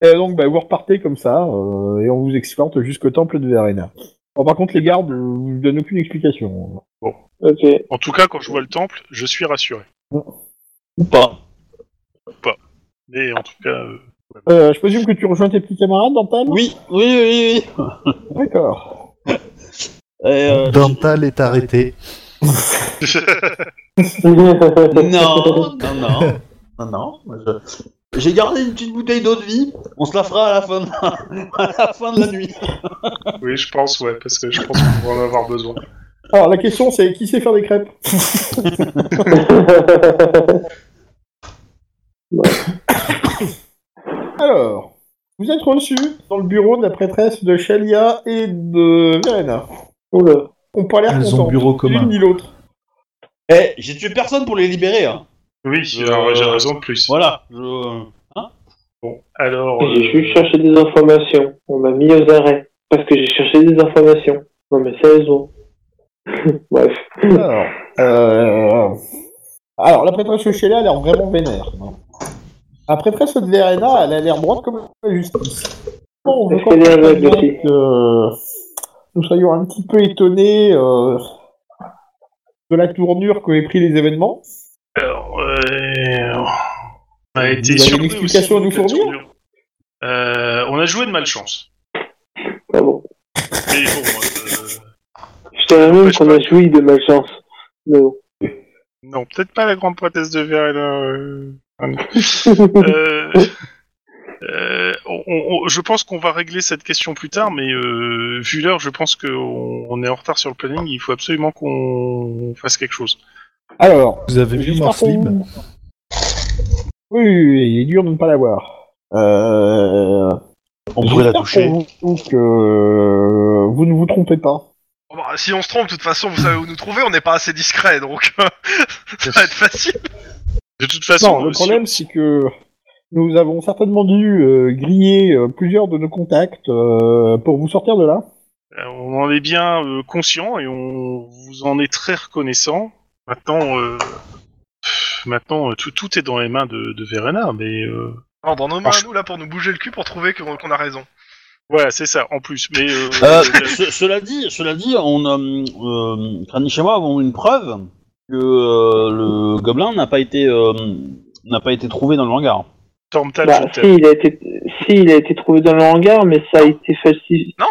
Speaker 1: Et donc bah, vous repartez comme ça euh, et on vous escorte jusqu'au temple de Verena. Bon, par contre les gardes euh, vous donnent aucune explication.
Speaker 9: Ok.
Speaker 3: En tout cas, quand je vois le temple, je suis rassuré.
Speaker 10: Ou pas.
Speaker 3: Mais en tout cas, euh,
Speaker 1: Euh, je présume que tu rejoins tes petits camarades dans le temple
Speaker 10: Oui, oui, oui, oui.
Speaker 1: D'accord.
Speaker 10: Et, euh,
Speaker 8: Dental est arrêté.
Speaker 10: Non, non, non. Non, non. moi, je- J'ai gardé une petite bouteille d'eau de vie. On se la fera à la fin de, à la, fin de la nuit.
Speaker 3: oui, je pense, ouais, parce que je pense qu'on va en avoir besoin.
Speaker 1: Alors la question c'est qui sait faire des crêpes Alors, vous êtes reçus dans le bureau de la prêtresse de Shalia et de Verena.
Speaker 9: Oula.
Speaker 1: On pas l'air
Speaker 8: Elles ont
Speaker 1: contentes,
Speaker 8: bureau commun.
Speaker 1: l'une ni l'autre.
Speaker 10: Eh, j'ai tué personne pour les libérer. Hein.
Speaker 3: Oui,
Speaker 10: alors,
Speaker 3: j'ai
Speaker 10: j'ai
Speaker 3: raison
Speaker 10: raison
Speaker 3: de plus.
Speaker 10: Voilà.
Speaker 9: Euh.
Speaker 10: je-
Speaker 3: Bon, alors.
Speaker 9: J'ai
Speaker 3: euh,
Speaker 9: juste cherché des informations. On m'a mis aux arrêts. Parce que j'ai cherché des informations. Non mais sérieusement. Bref.
Speaker 1: Alors, euh, alors, la prêtresse de Shalia a l'air vraiment vénère. La prêtresse de Verena, elle a l'air droite comme la justice. Bon, je
Speaker 9: Est-ce qu'elle est
Speaker 1: comprends
Speaker 9: aveugle
Speaker 1: bien
Speaker 9: aussi
Speaker 1: que nous soyons un petit peu étonnés euh, de la tournure qu'ont pris les événements.
Speaker 3: Alors, euh, on a été
Speaker 1: avez une
Speaker 3: surpris
Speaker 1: explication à
Speaker 3: aussi
Speaker 1: nous
Speaker 3: de la
Speaker 1: fournir
Speaker 3: tournure. Euh, On a joué de malchance.
Speaker 9: Ah bon.
Speaker 3: Mais bon, euh,
Speaker 9: Je t'avais même
Speaker 3: Parce
Speaker 9: qu'on
Speaker 3: que-
Speaker 9: a joui de malchance. Mais bon.
Speaker 3: non, peut-être pas la grande prêtresse de Verena. euh, euh, euh, on- on- je pense qu'on va régler cette question plus tard, mais euh, vu l'heure, je pense qu'on on est en retard sur le planning. Il faut absolument qu'on fasse quelque chose.
Speaker 1: Alors,
Speaker 8: Vous avez vu
Speaker 1: J'espère
Speaker 8: mon slip
Speaker 1: qu'on- Oui, oui, oui, il est dur de ne pas l'avoir. Euh...
Speaker 10: On pourrait la
Speaker 1: j'espère
Speaker 10: toucher.
Speaker 1: qu'on vous- que vous ne vous trompez pas.
Speaker 4: Bon, bah, si on se trompe, de toute façon, vous savez où nous trouver, on n'est pas assez discret, donc euh, ça va être facile.
Speaker 3: De toute façon,
Speaker 1: Non,
Speaker 3: euh,
Speaker 1: le
Speaker 3: si-
Speaker 1: problème, c'est que nous avons certainement dû euh, griller euh, plusieurs de nos contacts euh, pour vous sortir de là.
Speaker 3: Euh, On en est bien euh, conscient et on vous en est très reconnaissant. Maintenant, euh, pff, maintenant euh, tout, tout est dans les mains de, de Verena, mais euh,
Speaker 4: Alors, dans nos mains,
Speaker 3: Franch-
Speaker 4: nous, là, pour nous bouger le cul, pour trouver qu'on qu'on a raison.
Speaker 3: voilà, c'est ça. En plus, mais euh,
Speaker 10: Euh,
Speaker 3: euh,
Speaker 10: ce- cela dit, cela dit, on a, euh, Kranich et moi avons une preuve que euh, le gobelin n'a pas été euh, n'a pas été trouvé dans le hangar.
Speaker 3: Tormtal,
Speaker 9: Bah,
Speaker 3: je
Speaker 9: si,
Speaker 3: t'aime.
Speaker 9: il a été, si, il a été trouvé dans le hangar, mais ça a été falsifié.
Speaker 10: Non,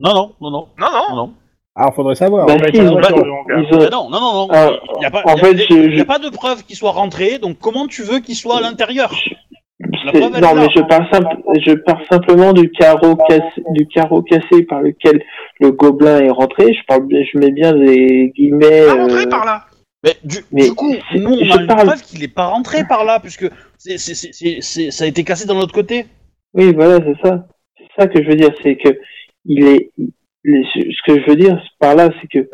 Speaker 10: non, non, non,
Speaker 4: Non, non,
Speaker 10: non, non.
Speaker 1: Alors, Ah, faudrait savoir.
Speaker 9: Bah,
Speaker 1: en fait.
Speaker 9: si, ils ont,
Speaker 3: dans Ah, le hangar.
Speaker 9: ils ont-
Speaker 10: Ah non, non, non, non.
Speaker 9: Euh,
Speaker 10: Il n'y a, pas-
Speaker 9: en
Speaker 10: il y a-
Speaker 9: fait,
Speaker 10: il y a-
Speaker 9: je-
Speaker 10: il y
Speaker 9: je-
Speaker 10: a pas de preuve qu'il soit rentré, donc comment tu veux qu'il soit à l'intérieur La
Speaker 9: c'est-
Speaker 10: preuve, elle est
Speaker 9: non, mais
Speaker 10: là.
Speaker 9: je parle, simple- je parle simplement du carreau, cassé, du carreau cassé par lequel le gobelin est rentré. Je, parle, bien- je mets bien des guillemets.
Speaker 4: pas rentrer
Speaker 9: euh,
Speaker 4: par là.
Speaker 10: Mais du,
Speaker 9: Mais
Speaker 10: du coup,
Speaker 9: c'est-
Speaker 10: nous, on
Speaker 9: je
Speaker 10: a une
Speaker 9: parle-
Speaker 10: preuve qu'il n'est pas rentré par là, puisque c'est, c'est, c'est, c'est- c'est- ça a été cassé dans l'autre côté.
Speaker 9: Oui, voilà, c'est ça. C'est ça que je veux dire, c'est que il est, il est- ce que je veux dire par là, c'est que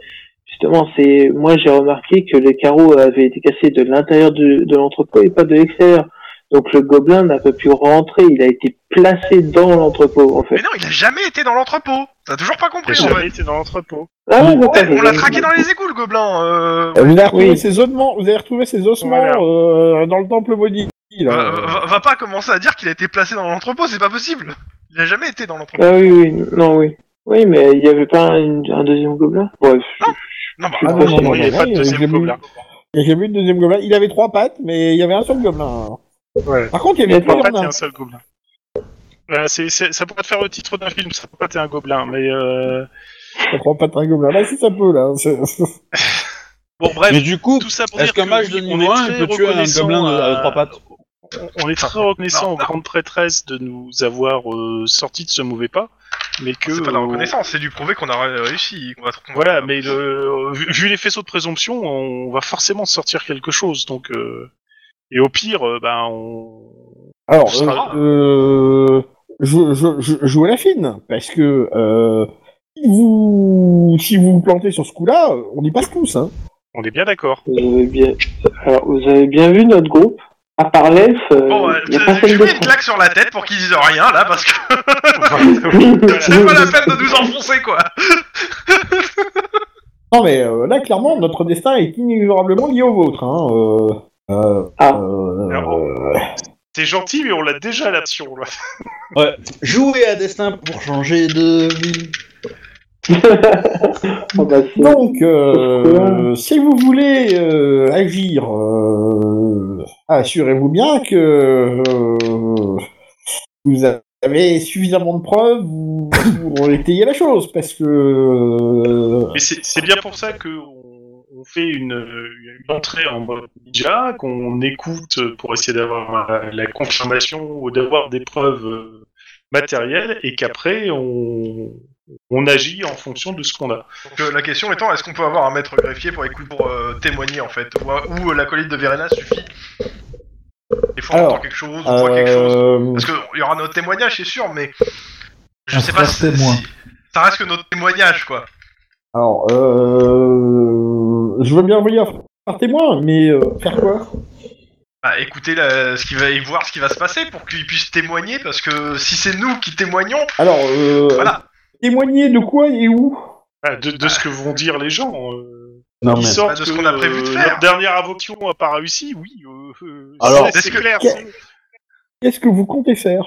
Speaker 9: justement, c'est moi j'ai remarqué que les carreaux avaient été cassés de l'intérieur de, de l'entrepôt et pas de l'extérieur. Donc le gobelin n'a pas pu rentrer, il a été placé dans l'entrepôt en
Speaker 4: Mais
Speaker 9: fait.
Speaker 4: non, il a jamais été dans l'entrepôt. T'as toujours pas compris,
Speaker 3: J'ai
Speaker 4: en
Speaker 3: jamais
Speaker 4: fait.
Speaker 3: été dans l'entrepôt.
Speaker 9: Ah, ouais,
Speaker 4: Ouais,
Speaker 9: d'accord,
Speaker 4: on l'a
Speaker 9: j'ai-
Speaker 4: traqué dans les égouts, le gobelin. euh,
Speaker 1: Vous avez retrouvé
Speaker 9: Oui.
Speaker 1: ces ossements, vous avez retrouvé ces ossements
Speaker 3: Voilà.
Speaker 1: euh, dans le temple maudit. là.
Speaker 4: euh, va, va pas commencer à dire qu'il a été placé dans l'entrepôt, c'est pas possible. Il a jamais été dans l'entrepôt.
Speaker 9: Ah oui, oui, non, oui. Oui, mais il n'y avait pas un, un deuxième gobelin Bref.
Speaker 4: Non, bah,
Speaker 9: je-
Speaker 1: Ah non, non, non,
Speaker 3: il n'y a
Speaker 1: non,
Speaker 3: pas
Speaker 1: il
Speaker 3: de
Speaker 1: y a
Speaker 3: deuxième
Speaker 1: jamais eu-
Speaker 3: gobelin.
Speaker 1: Il y a jamais eu de deuxième gobelin. Il avait trois pattes, mais il y avait un seul gobelin.
Speaker 3: Ouais.
Speaker 1: Par contre, il y
Speaker 9: Il y a
Speaker 1: avait
Speaker 9: trois
Speaker 1: trois
Speaker 3: En fait, il y
Speaker 1: gobelins.
Speaker 3: a un seul gobelin. Voilà, Euh, c'est- c'est- ça pourrait te faire le titre d'un film, ça pourrait être un gobelin, mais... euh,
Speaker 1: Ça prend pas de tringo là. Bah, si ça peut, là. c'est-
Speaker 3: Bon, bref,
Speaker 10: Mais du coup,
Speaker 3: tout ça pour
Speaker 10: est-ce
Speaker 3: dire
Speaker 10: qu'un match de
Speaker 3: oui, on
Speaker 10: niveau
Speaker 3: est
Speaker 10: 1
Speaker 3: très
Speaker 10: peut tuer un
Speaker 3: reconnaissant
Speaker 10: gobelin de-
Speaker 3: à-
Speaker 10: à trois pattes
Speaker 3: On est très reconnaissant aux grandes prêtresses de nous avoir euh, sortis de ce mauvais pas, mais que...
Speaker 4: C'est pas de la
Speaker 3: euh,
Speaker 4: reconnaissance, c'est du prouver qu'on a réussi. qu'on va qu'on va-
Speaker 3: Voilà,
Speaker 1: Euh,
Speaker 3: mais le- vu, vu les faisceaux de présomption, on va forcément sortir quelque chose, donc... euh, Et au pire, euh, ben, on...
Speaker 1: Alors,
Speaker 4: Ce sera rare.
Speaker 1: euh, euh, je, je, je, je la fine, parce que euh, si, vous, si vous vous plantez sur ce coup-là, on y passe tous. Hein.
Speaker 3: on est bien d'accord.
Speaker 12: Vous avez bien, alors, vous avez bien vu notre groupe À part l'elfe, euh,
Speaker 4: Bon, euh,
Speaker 12: y a
Speaker 4: je je
Speaker 12: personne
Speaker 4: lui mets une
Speaker 12: d'autre.
Speaker 4: claque sur la tête pour qu'ils disent rien là parce que c'est pas la peine de nous enfoncer quoi.
Speaker 1: Non, mais euh, là, clairement, notre destin est inexorablement lié au vôtre. Hein. Euh, euh,
Speaker 12: Ah.
Speaker 1: euh,
Speaker 3: Alors, C'est gentil, mais on l'a déjà l'option, là.
Speaker 10: Ouais. Jouer à destin pour changer de vie.
Speaker 12: Ah bah, c'est-
Speaker 1: donc, euh, si vous voulez euh, agir, euh, assurez-vous bien que euh, vous avez suffisamment de preuves pour pour étayer la chose, parce que... euh,
Speaker 3: Mais c'est c'est bien pour ça qu'on on fait une, euh, une entrée en mode ninja, qu'on écoute pour essayer d'avoir la, la confirmation ou d'avoir des preuves euh, matérielles, et qu'après, on, on agit en fonction de ce qu'on a.
Speaker 4: Donc, euh, la question étant, est-ce qu'on peut avoir un maître greffier pour, écou- pour euh, témoigner en fait Ou, ou, euh, la colline de Verena suffit Des fois on
Speaker 1: Alors,
Speaker 4: entend quelque chose, on voit quelque chose.
Speaker 1: euh,
Speaker 4: Parce qu'il y aura notre témoignage, c'est sûr, mais je
Speaker 8: Un
Speaker 4: sais pas
Speaker 8: frère
Speaker 4: si,
Speaker 8: témoin.
Speaker 4: si- ça reste que notre témoignage quoi.
Speaker 1: Alors, euh, je veux bien venir faire témoin, mais euh, faire quoi
Speaker 4: Bah, écoutez la- ce qui va et voir ce qui va se passer pour qu'il puisse témoigner parce que si c'est nous qui témoignons,
Speaker 1: Alors, euh,
Speaker 4: Voilà.
Speaker 1: témoigner de quoi et où
Speaker 3: Ah, de, de ce que vont dire les gens. euh,
Speaker 10: Non,
Speaker 3: ils
Speaker 10: mais-
Speaker 3: sortent
Speaker 4: Bah, de ce
Speaker 3: que,
Speaker 4: qu'on a prévu de
Speaker 3: euh,
Speaker 4: faire.
Speaker 3: Leur dernière invocation n'a pas réussi, oui. euh, euh,
Speaker 10: Alors,
Speaker 3: ça,
Speaker 4: est-ce
Speaker 3: c'est
Speaker 4: que-
Speaker 3: clair.
Speaker 1: que-
Speaker 3: c'est-
Speaker 1: Qu'est-ce que vous comptez faire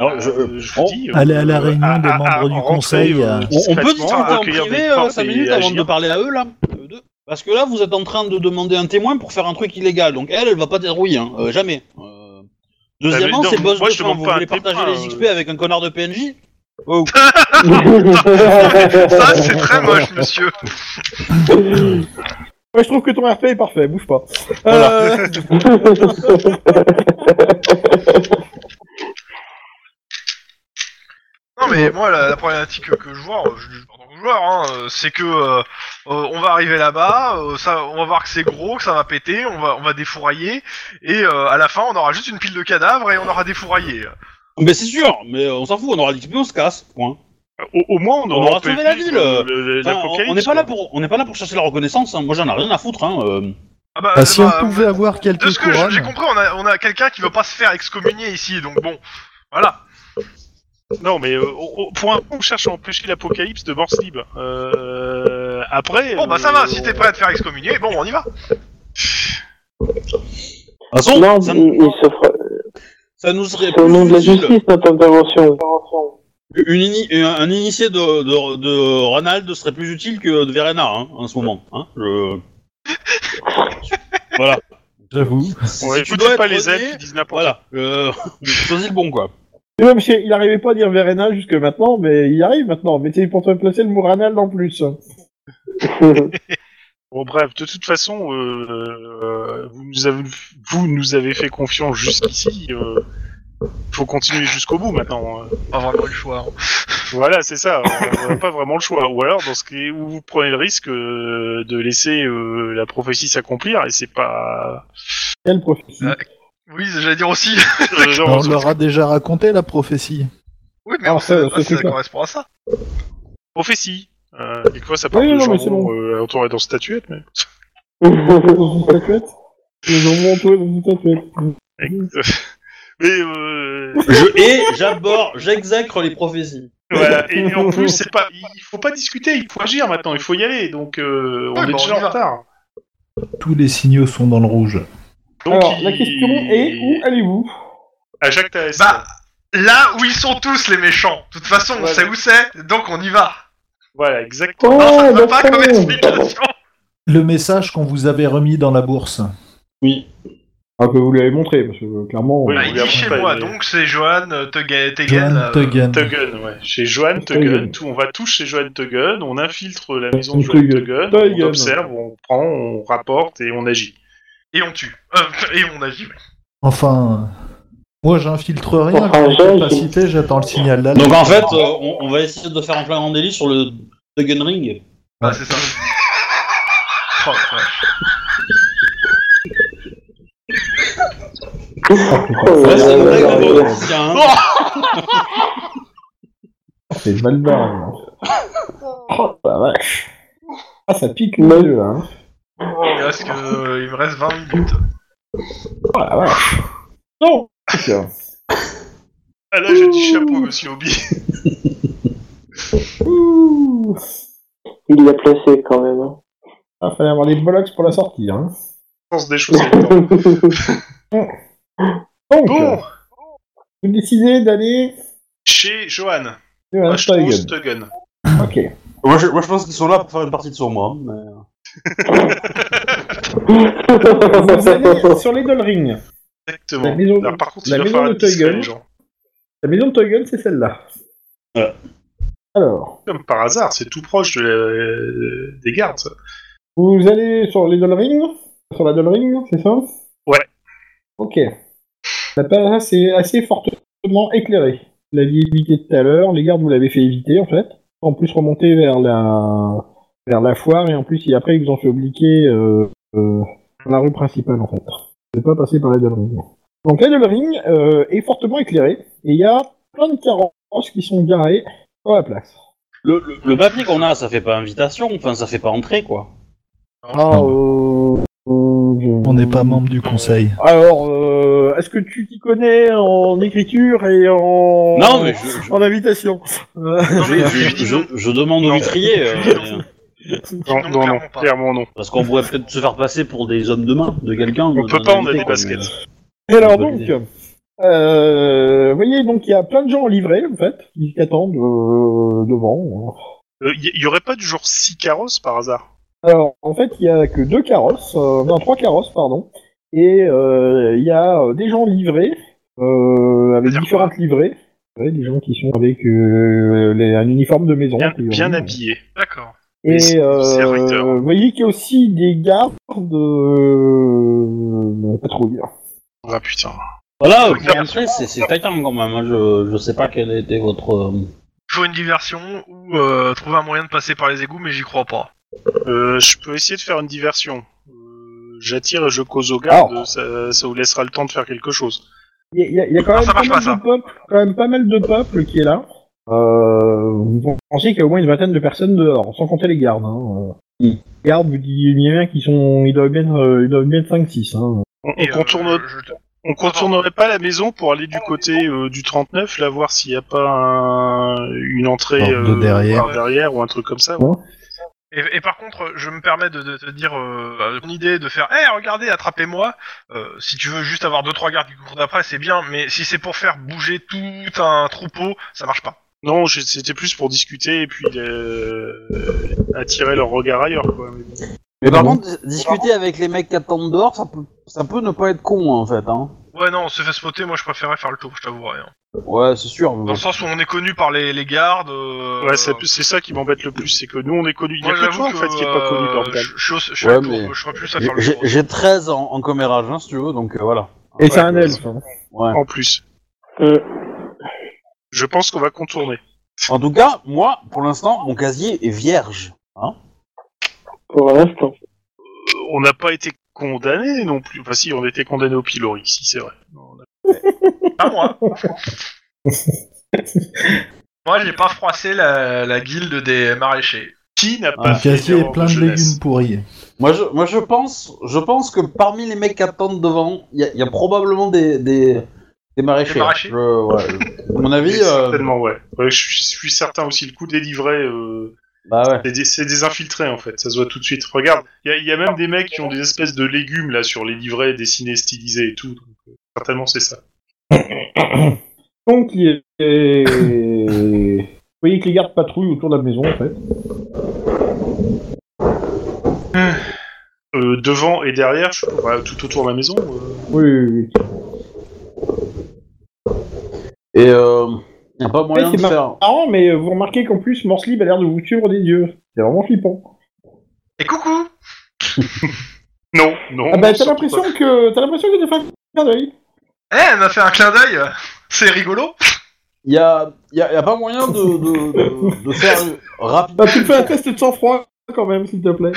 Speaker 10: Alors, je-
Speaker 3: euh, je
Speaker 10: on-
Speaker 3: dis, euh,
Speaker 8: Allez à la réunion
Speaker 3: à-
Speaker 8: des
Speaker 3: à- à
Speaker 8: membres du
Speaker 3: rentrer,
Speaker 8: conseil,
Speaker 3: euh,
Speaker 8: euh,
Speaker 10: on, on peut
Speaker 3: discrètement,
Speaker 10: discuter en
Speaker 3: accueillir des
Speaker 10: privé euh,
Speaker 3: portes
Speaker 10: cinq
Speaker 3: et
Speaker 10: minutes avant de
Speaker 3: agir.
Speaker 10: parler à eux, là euh, deux. Parce que là, vous êtes en train de demander un témoin pour faire un truc illégal. Donc, elle, elle va pas dérouiller, hein. euh, jamais. Euh, Deuxièmement,
Speaker 3: Bah, mais
Speaker 10: c'est
Speaker 3: non,
Speaker 10: boss
Speaker 3: moi,
Speaker 10: de
Speaker 3: je
Speaker 10: fin.
Speaker 3: demande
Speaker 10: Vous
Speaker 3: pas un
Speaker 10: voulez partager
Speaker 3: témoin,
Speaker 10: les
Speaker 3: euh.
Speaker 10: XP avec un connard de PNJ Oh,
Speaker 4: ça c'est très moche monsieur.
Speaker 1: Ouais, Je trouve que ton RP est parfait, bouge pas. Euh,
Speaker 4: Non mais moi la, la problématique que je vois, euh, je dis en tant que joueur, hein, euh, c'est que euh, euh, on va arriver là-bas, euh, ça, on va voir que c'est gros, que ça va péter, on va on va défourailler et euh, à la fin on aura juste une pile de cadavres et on aura défouraillé.
Speaker 10: mais c'est sûr, mais euh, on s'en fout, on aura l'XP, on se casse. Point.
Speaker 3: Au, au moins, on,
Speaker 10: On aura sauvé la ville, euh, Enfin, on- on
Speaker 3: n'est
Speaker 10: n'est pas là pour, on n'est pas là pour chercher la reconnaissance. hein. Moi, j'en ai rien à foutre. Hein. euh.
Speaker 4: Ah bah,
Speaker 8: Bah, si
Speaker 4: bah,
Speaker 8: on pouvait avoir
Speaker 4: de
Speaker 8: quelques
Speaker 4: ce que je- j'ai
Speaker 8: couronnes.
Speaker 4: compris, on a on a quelqu'un qui veut pas se faire excommunier ici, donc bon, voilà.
Speaker 3: Non, mais euh, on- on- pour un coup, on cherche à empêcher l'apocalypse de Morse Libre. Euh, après.
Speaker 4: Bon bah ça
Speaker 3: euh,
Speaker 4: va, si t'es
Speaker 3: on-
Speaker 4: prêt à te faire excommunier, bon on y va.
Speaker 10: De toute façon,
Speaker 12: non,
Speaker 10: ça,
Speaker 12: il, il se fera-
Speaker 10: ça nous serait
Speaker 12: c'est Ah, au nom
Speaker 10: plus
Speaker 12: de la
Speaker 10: utile
Speaker 12: justice, notre intervention.
Speaker 10: Une ini- un, un initié de, de, de Ronald serait plus utile que de Verena hein, en ce moment. Hein, je- voilà.
Speaker 8: J'avoue.
Speaker 3: On
Speaker 10: Si tu
Speaker 3: écoute
Speaker 10: dois
Speaker 3: pas
Speaker 10: être
Speaker 3: les elfes
Speaker 10: rodé,
Speaker 3: qui disent n'importe
Speaker 10: Voilà. Euh, choisis le bon quoi.
Speaker 1: et même si il arrivait pas à dire Verena jusque maintenant, mais il arrive maintenant. Mais c'est pour te placer le mot Ranald en plus.
Speaker 3: Bon, bref, de toute façon, euh, vous, nous avez, vous nous avez fait confiance jusqu'ici. euh, faut continuer jusqu'au bout maintenant. euh.
Speaker 4: Pas vraiment le choix. hein.
Speaker 3: Voilà, c'est ça. On n'a pas vraiment le choix. Ou alors, dans ce qui est où vous prenez le risque euh, de laisser euh, la prophétie s'accomplir, et c'est pas.
Speaker 1: Quel profil
Speaker 4: Euh, Oui, j'allais dire aussi.
Speaker 3: Euh, genre,
Speaker 8: On leur a déjà raconté la prophétie.
Speaker 4: Oui mais
Speaker 1: Ah,
Speaker 4: on
Speaker 1: ça,
Speaker 4: sait
Speaker 1: ça,
Speaker 4: pas si
Speaker 1: c'est
Speaker 4: ça
Speaker 1: clair.
Speaker 4: correspond à ça.
Speaker 3: prophétie. Euh, quelquefois, ça parle
Speaker 1: Oui,
Speaker 3: de
Speaker 1: non, mais c'est
Speaker 3: jambon
Speaker 1: bon.
Speaker 3: euh, entouré dans statuette, mais.
Speaker 1: dans une statuette Ils ont monté dans une statuette.
Speaker 3: Mais euh,
Speaker 10: Je hais, j'aborde, j'exècre les prophéties.
Speaker 3: voilà. Et en plus, c'est pas, il faut pas discuter, il faut agir maintenant, il faut y aller. Donc euh, on
Speaker 4: Ouais,
Speaker 3: est
Speaker 4: bah,
Speaker 3: déjà
Speaker 4: on y
Speaker 3: en
Speaker 4: va.
Speaker 3: retard.
Speaker 8: Tous les signaux sont dans le rouge.
Speaker 3: Donc
Speaker 1: Alors,
Speaker 3: il-
Speaker 1: la question est, où allez-vous
Speaker 3: À Jacques Taès.
Speaker 4: Bah, Là où ils sont tous les méchants. De toute façon, on
Speaker 3: Ouais,
Speaker 4: sait
Speaker 3: mais-
Speaker 4: où c'est, donc on y va.
Speaker 3: Voilà, exactement.
Speaker 4: Non, ça ne va pas
Speaker 1: d'accord.
Speaker 4: comme explication.
Speaker 8: Le message qu'on vous avait remis dans la bourse.
Speaker 10: Oui.
Speaker 12: Ah, que vous lui avez montré, parce que euh, clairement.
Speaker 3: Oui,
Speaker 12: euh,
Speaker 4: Bah,
Speaker 3: on
Speaker 4: il
Speaker 3: lui
Speaker 4: dit
Speaker 3: apprend
Speaker 4: chez
Speaker 3: pas,
Speaker 4: moi,
Speaker 3: mais-
Speaker 4: donc c'est Johan euh, Tegan. euh,
Speaker 8: Johan Tegan.
Speaker 3: Tuggen, ouais. Chez Johan
Speaker 12: Tuggen.
Speaker 3: Tuggen, tout- on va tous chez Johan Tuggen, on infiltre la maison de Johan
Speaker 12: Tuggen.
Speaker 3: Tuggen,
Speaker 12: Tuggen.
Speaker 3: on observe, on prend, on rapporte et on agit.
Speaker 4: Et on tue. Euh, et on agit.
Speaker 8: Enfin, moi j'infiltre rien.
Speaker 9: Enfin,
Speaker 8: J'ai
Speaker 9: j'ai-
Speaker 8: la capacité, j'attends le signal d'alerte.
Speaker 2: Donc en fait, euh, on, on va essayer de faire un flagrant délit sur le Duggan Ring.
Speaker 4: Bah, c'est ça. Oh, ouais.
Speaker 9: Oh,
Speaker 2: Ouais, c'est une
Speaker 9: là,
Speaker 2: blague
Speaker 9: là,
Speaker 2: de
Speaker 9: là,
Speaker 2: bon
Speaker 9: là.
Speaker 2: officier, hein.
Speaker 10: Oh
Speaker 12: C'est mal barré. hein. Oh la vache. Ah, ça pique le
Speaker 9: Même-
Speaker 12: milieu, hein.
Speaker 4: Il me reste que- euh, il me reste 20 minutes.
Speaker 12: Oh la vache. euh, Non Tiens.
Speaker 3: Ah là, j'ai dit chapeau, monsieur Obi.
Speaker 12: Ouh.
Speaker 9: Il l'a placé quand même. hein.
Speaker 12: Ah, fallait avoir des bollocks pour la sortie, hein.
Speaker 3: pense des choses. en même temps.
Speaker 12: Donc,
Speaker 3: Bon,
Speaker 12: euh, vous décidez d'aller
Speaker 3: chez Johan,
Speaker 12: sur un
Speaker 3: à Strauss
Speaker 12: Steigen.
Speaker 3: Tuggen.
Speaker 12: Ok.
Speaker 2: Moi je, moi, je pense qu'ils sont là pour faire une partie de sur moi. hein, mais-
Speaker 12: Vous allez sur l'Edel Ring. La
Speaker 3: Exactement.
Speaker 12: maison-
Speaker 3: Alors, par contre,
Speaker 12: la
Speaker 3: il va
Speaker 12: maison
Speaker 3: falloir
Speaker 12: de
Speaker 3: être discret,
Speaker 12: Tuggen.
Speaker 3: les gens.
Speaker 12: La maison de Toggle, c'est celle-là.
Speaker 2: Voilà.
Speaker 12: Alors,
Speaker 3: Comme par hasard, c'est tout proche de la- des gardes. ça.
Speaker 12: vous allez sur l'Edel Ring Sur la Doll Ring, c'est ça
Speaker 3: Ouais.
Speaker 12: Ok. La place est assez fortement éclairée. Vous l'aviez évité tout à l'heure, les gardes vous l'avez fait éviter en fait. En plus remonter vers la vers la foire et en plus il- après ils vous ont fait obliquer euh, euh, dans la rue principale en fait. Vous n'êtes pas passé par la Doll Ring. Donc la Doll Ring euh, est fortement éclairée et il y a plein de carrosses qui sont garées sur la place.
Speaker 2: Le, le- le papier qu'on a, ça fait pas invitation, enfin ça fait pas entrée quoi.
Speaker 12: Ah, euh, euh, je-
Speaker 8: On n'est pas membre du conseil.
Speaker 12: Alors, euh, est-ce que tu t'y connais en écriture et en
Speaker 2: Non mais je, je,
Speaker 12: en invitation
Speaker 4: Non,
Speaker 12: Euh,
Speaker 4: mais je lui
Speaker 2: je-
Speaker 4: dis non.
Speaker 2: je- je demande au vitrier, euh, mais-
Speaker 3: Non,
Speaker 4: Non,
Speaker 3: non, non,
Speaker 4: clairement pas.
Speaker 3: clairement non.
Speaker 2: parce qu'on pourrait peut-être se faire passer pour des hommes de main de quelqu'un.
Speaker 3: On
Speaker 2: de-
Speaker 3: peut
Speaker 2: d'un
Speaker 3: pas, on a
Speaker 2: invité,
Speaker 3: des
Speaker 2: quoi,
Speaker 3: baskets.
Speaker 2: mais-
Speaker 12: Et alors
Speaker 2: Bonne
Speaker 12: donc,
Speaker 2: idée.
Speaker 12: euh, vous voyez, donc il y a plein de gens en livrée en fait, qui attendent euh, devant.
Speaker 3: Euh, Il y, y aurait pas du genre six carrosses par hasard
Speaker 12: Alors en fait, il y a que deux carrosses, euh, non trois carrosses pardon, et euh, il y a euh, des gens livrés euh, avec
Speaker 3: C'est-à-dire
Speaker 12: différentes livrées, Ouais, des gens qui sont avec euh, les- un uniforme de maison.
Speaker 3: Bien,
Speaker 12: a priori.
Speaker 3: bien habillés.
Speaker 4: D'accord.
Speaker 3: Mais
Speaker 12: Et
Speaker 3: c'est- c'est
Speaker 12: euh,
Speaker 3: recteur.
Speaker 12: vous voyez qu'il y a aussi des gardes euh, de patrouille.
Speaker 3: Ah putain.
Speaker 2: Voilà,
Speaker 4: Faut
Speaker 2: pour
Speaker 4: faire
Speaker 2: entrer, c'est c'est taquin quand même. hein, Je, je sais pas quel était votre. euh,
Speaker 4: Faut une diversion ou euh, trouver un moyen de passer par les égouts, mais j'y crois pas.
Speaker 3: Euh, je peux essayer de faire une diversion. Euh, J'attire et je cause aux gardes, ça, ça vous laissera le temps de faire quelque chose.
Speaker 12: Il y, a- il y a- il y a quand
Speaker 4: Non,
Speaker 12: même
Speaker 4: ça
Speaker 12: pas
Speaker 4: marche
Speaker 12: mal
Speaker 4: pas, ça.
Speaker 12: de peuple, quand même pas mal de peuple qui est là. Euh, vous pensez qu'il y a au moins une vingtaine de personnes dehors, sans compter les gardes. Hein. euh.
Speaker 2: Mm.
Speaker 12: Les gardes, vous dites, il y en a qui sont, ils doivent bien, euh, ils doivent bien 5-6. Hein.
Speaker 3: On, on
Speaker 4: Et, euh, Ah
Speaker 3: contourne-
Speaker 4: je- je-
Speaker 3: on contournerait pas la maison pour aller du côté euh, du 39, là, voir s'il n'y a pas un- une entrée
Speaker 8: Porte de
Speaker 3: euh,
Speaker 8: derrière.
Speaker 3: par derrière ou un truc comme ça.
Speaker 12: Ouais.
Speaker 4: Et, et par contre, euh, je me permets de, de te dire euh, ton idée de faire Eh, regardez, attrapez-moi Euh, Si tu veux juste avoir deux trois gardes qui courent d'après, c'est bien, mais si c'est pour faire bouger tout un troupeau, ça marche pas.
Speaker 3: Non, j'ai- c'était plus pour discuter et puis euh, attirer leur regard ailleurs. Quoi. Mais bon.
Speaker 2: Mais par contre, discuter avec les mecs qui attendent dehors, ça peut, ça peut ne pas être con en fait. Hein.
Speaker 4: Ouais, non, on se fait spotter, moi je préférais faire le tour, je t'avouerai. hein.
Speaker 2: Ouais, c'est sûr.
Speaker 4: Dans le sens où on est connu par les, les gardes. euh,
Speaker 3: Ouais, ça- c'est ça qui m'embête le plus, c'est que nous on est connus. Il y a
Speaker 4: Moi,
Speaker 3: que
Speaker 4: j'avoue
Speaker 3: toi en
Speaker 4: que,
Speaker 3: fait qui est pas connu
Speaker 4: euh,
Speaker 3: dans le cadre.
Speaker 4: Je, je, je, suis
Speaker 2: Ouais,
Speaker 4: pour-
Speaker 2: mais-
Speaker 4: je serais plus à faire le
Speaker 2: J'ai-
Speaker 4: tour.
Speaker 2: J'ai 13 en, en commérage, hein, si tu veux, donc euh, voilà.
Speaker 12: Et c'est un elfe. hein.
Speaker 2: Ouais.
Speaker 3: En plus,
Speaker 9: Euh,
Speaker 3: je pense qu'on va contourner.
Speaker 2: En tout cas, moi, pour l'instant, mon casier est vierge. Hein
Speaker 9: pour l'instant.
Speaker 3: Euh, on n'a pas été condamné non plus. Enfin, si, on était condamné au pilori, si c'est vrai. Non, on a-
Speaker 4: Pas moi. hein. moi, j'ai pas froissé la, la guilde des maraîchers.
Speaker 3: Qui n'a
Speaker 4: Ah,
Speaker 3: pas
Speaker 8: Le
Speaker 3: fait
Speaker 8: casier est
Speaker 3: d'erreur
Speaker 8: plein de
Speaker 3: jeunesse
Speaker 8: légumes pourris.
Speaker 2: Moi, je, moi, je pense, je pense que parmi les mecs qui attendent devant, il y, a- il y a probablement des, des, des maraîchers. hein.
Speaker 4: Des maraîchers
Speaker 2: Je- ouais. à mon
Speaker 3: Mais
Speaker 2: avis, euh,
Speaker 3: Certainement, ouais. Ouais, je, suis- je suis certain aussi. Le coup des livrets, euh,
Speaker 2: bah ouais.
Speaker 3: c'est des, c'est des infiltrés en fait. Ça se voit tout de suite. Regarde, il y, a- il y a même des mecs qui ont des espèces de légumes là sur les livrets dessinés, stylisés et tout. Donc, euh, certainement, c'est ça.
Speaker 12: Donc, il est... vous voyez que les gardes patrouillent autour de la maison en fait.
Speaker 3: Euh, devant et derrière, je- bah, tout autour de la maison. euh,
Speaker 12: Oui, oui, oui.
Speaker 2: Et euh, y a pas moyen
Speaker 12: Ouais, c'est
Speaker 2: de faire.
Speaker 12: Marrant, mais vous remarquez qu'en plus, Morse Libre a l'air de vous suivre des yeux. C'est vraiment flippant.
Speaker 4: Et coucou Non.
Speaker 3: Non,
Speaker 12: Ah bah, t'as
Speaker 3: surtout
Speaker 12: l'impression
Speaker 3: pas.
Speaker 12: que t'as l'impression que t'as fait un clin d'œil.
Speaker 4: Eh, elle m'a fait un clin d'œil C'est rigolo
Speaker 2: Il y a, y a- y a pas moyen de, de, de, de faire rapidement.
Speaker 12: Bah, tu me fais un test de sang-froid quand même, s'il te plaît.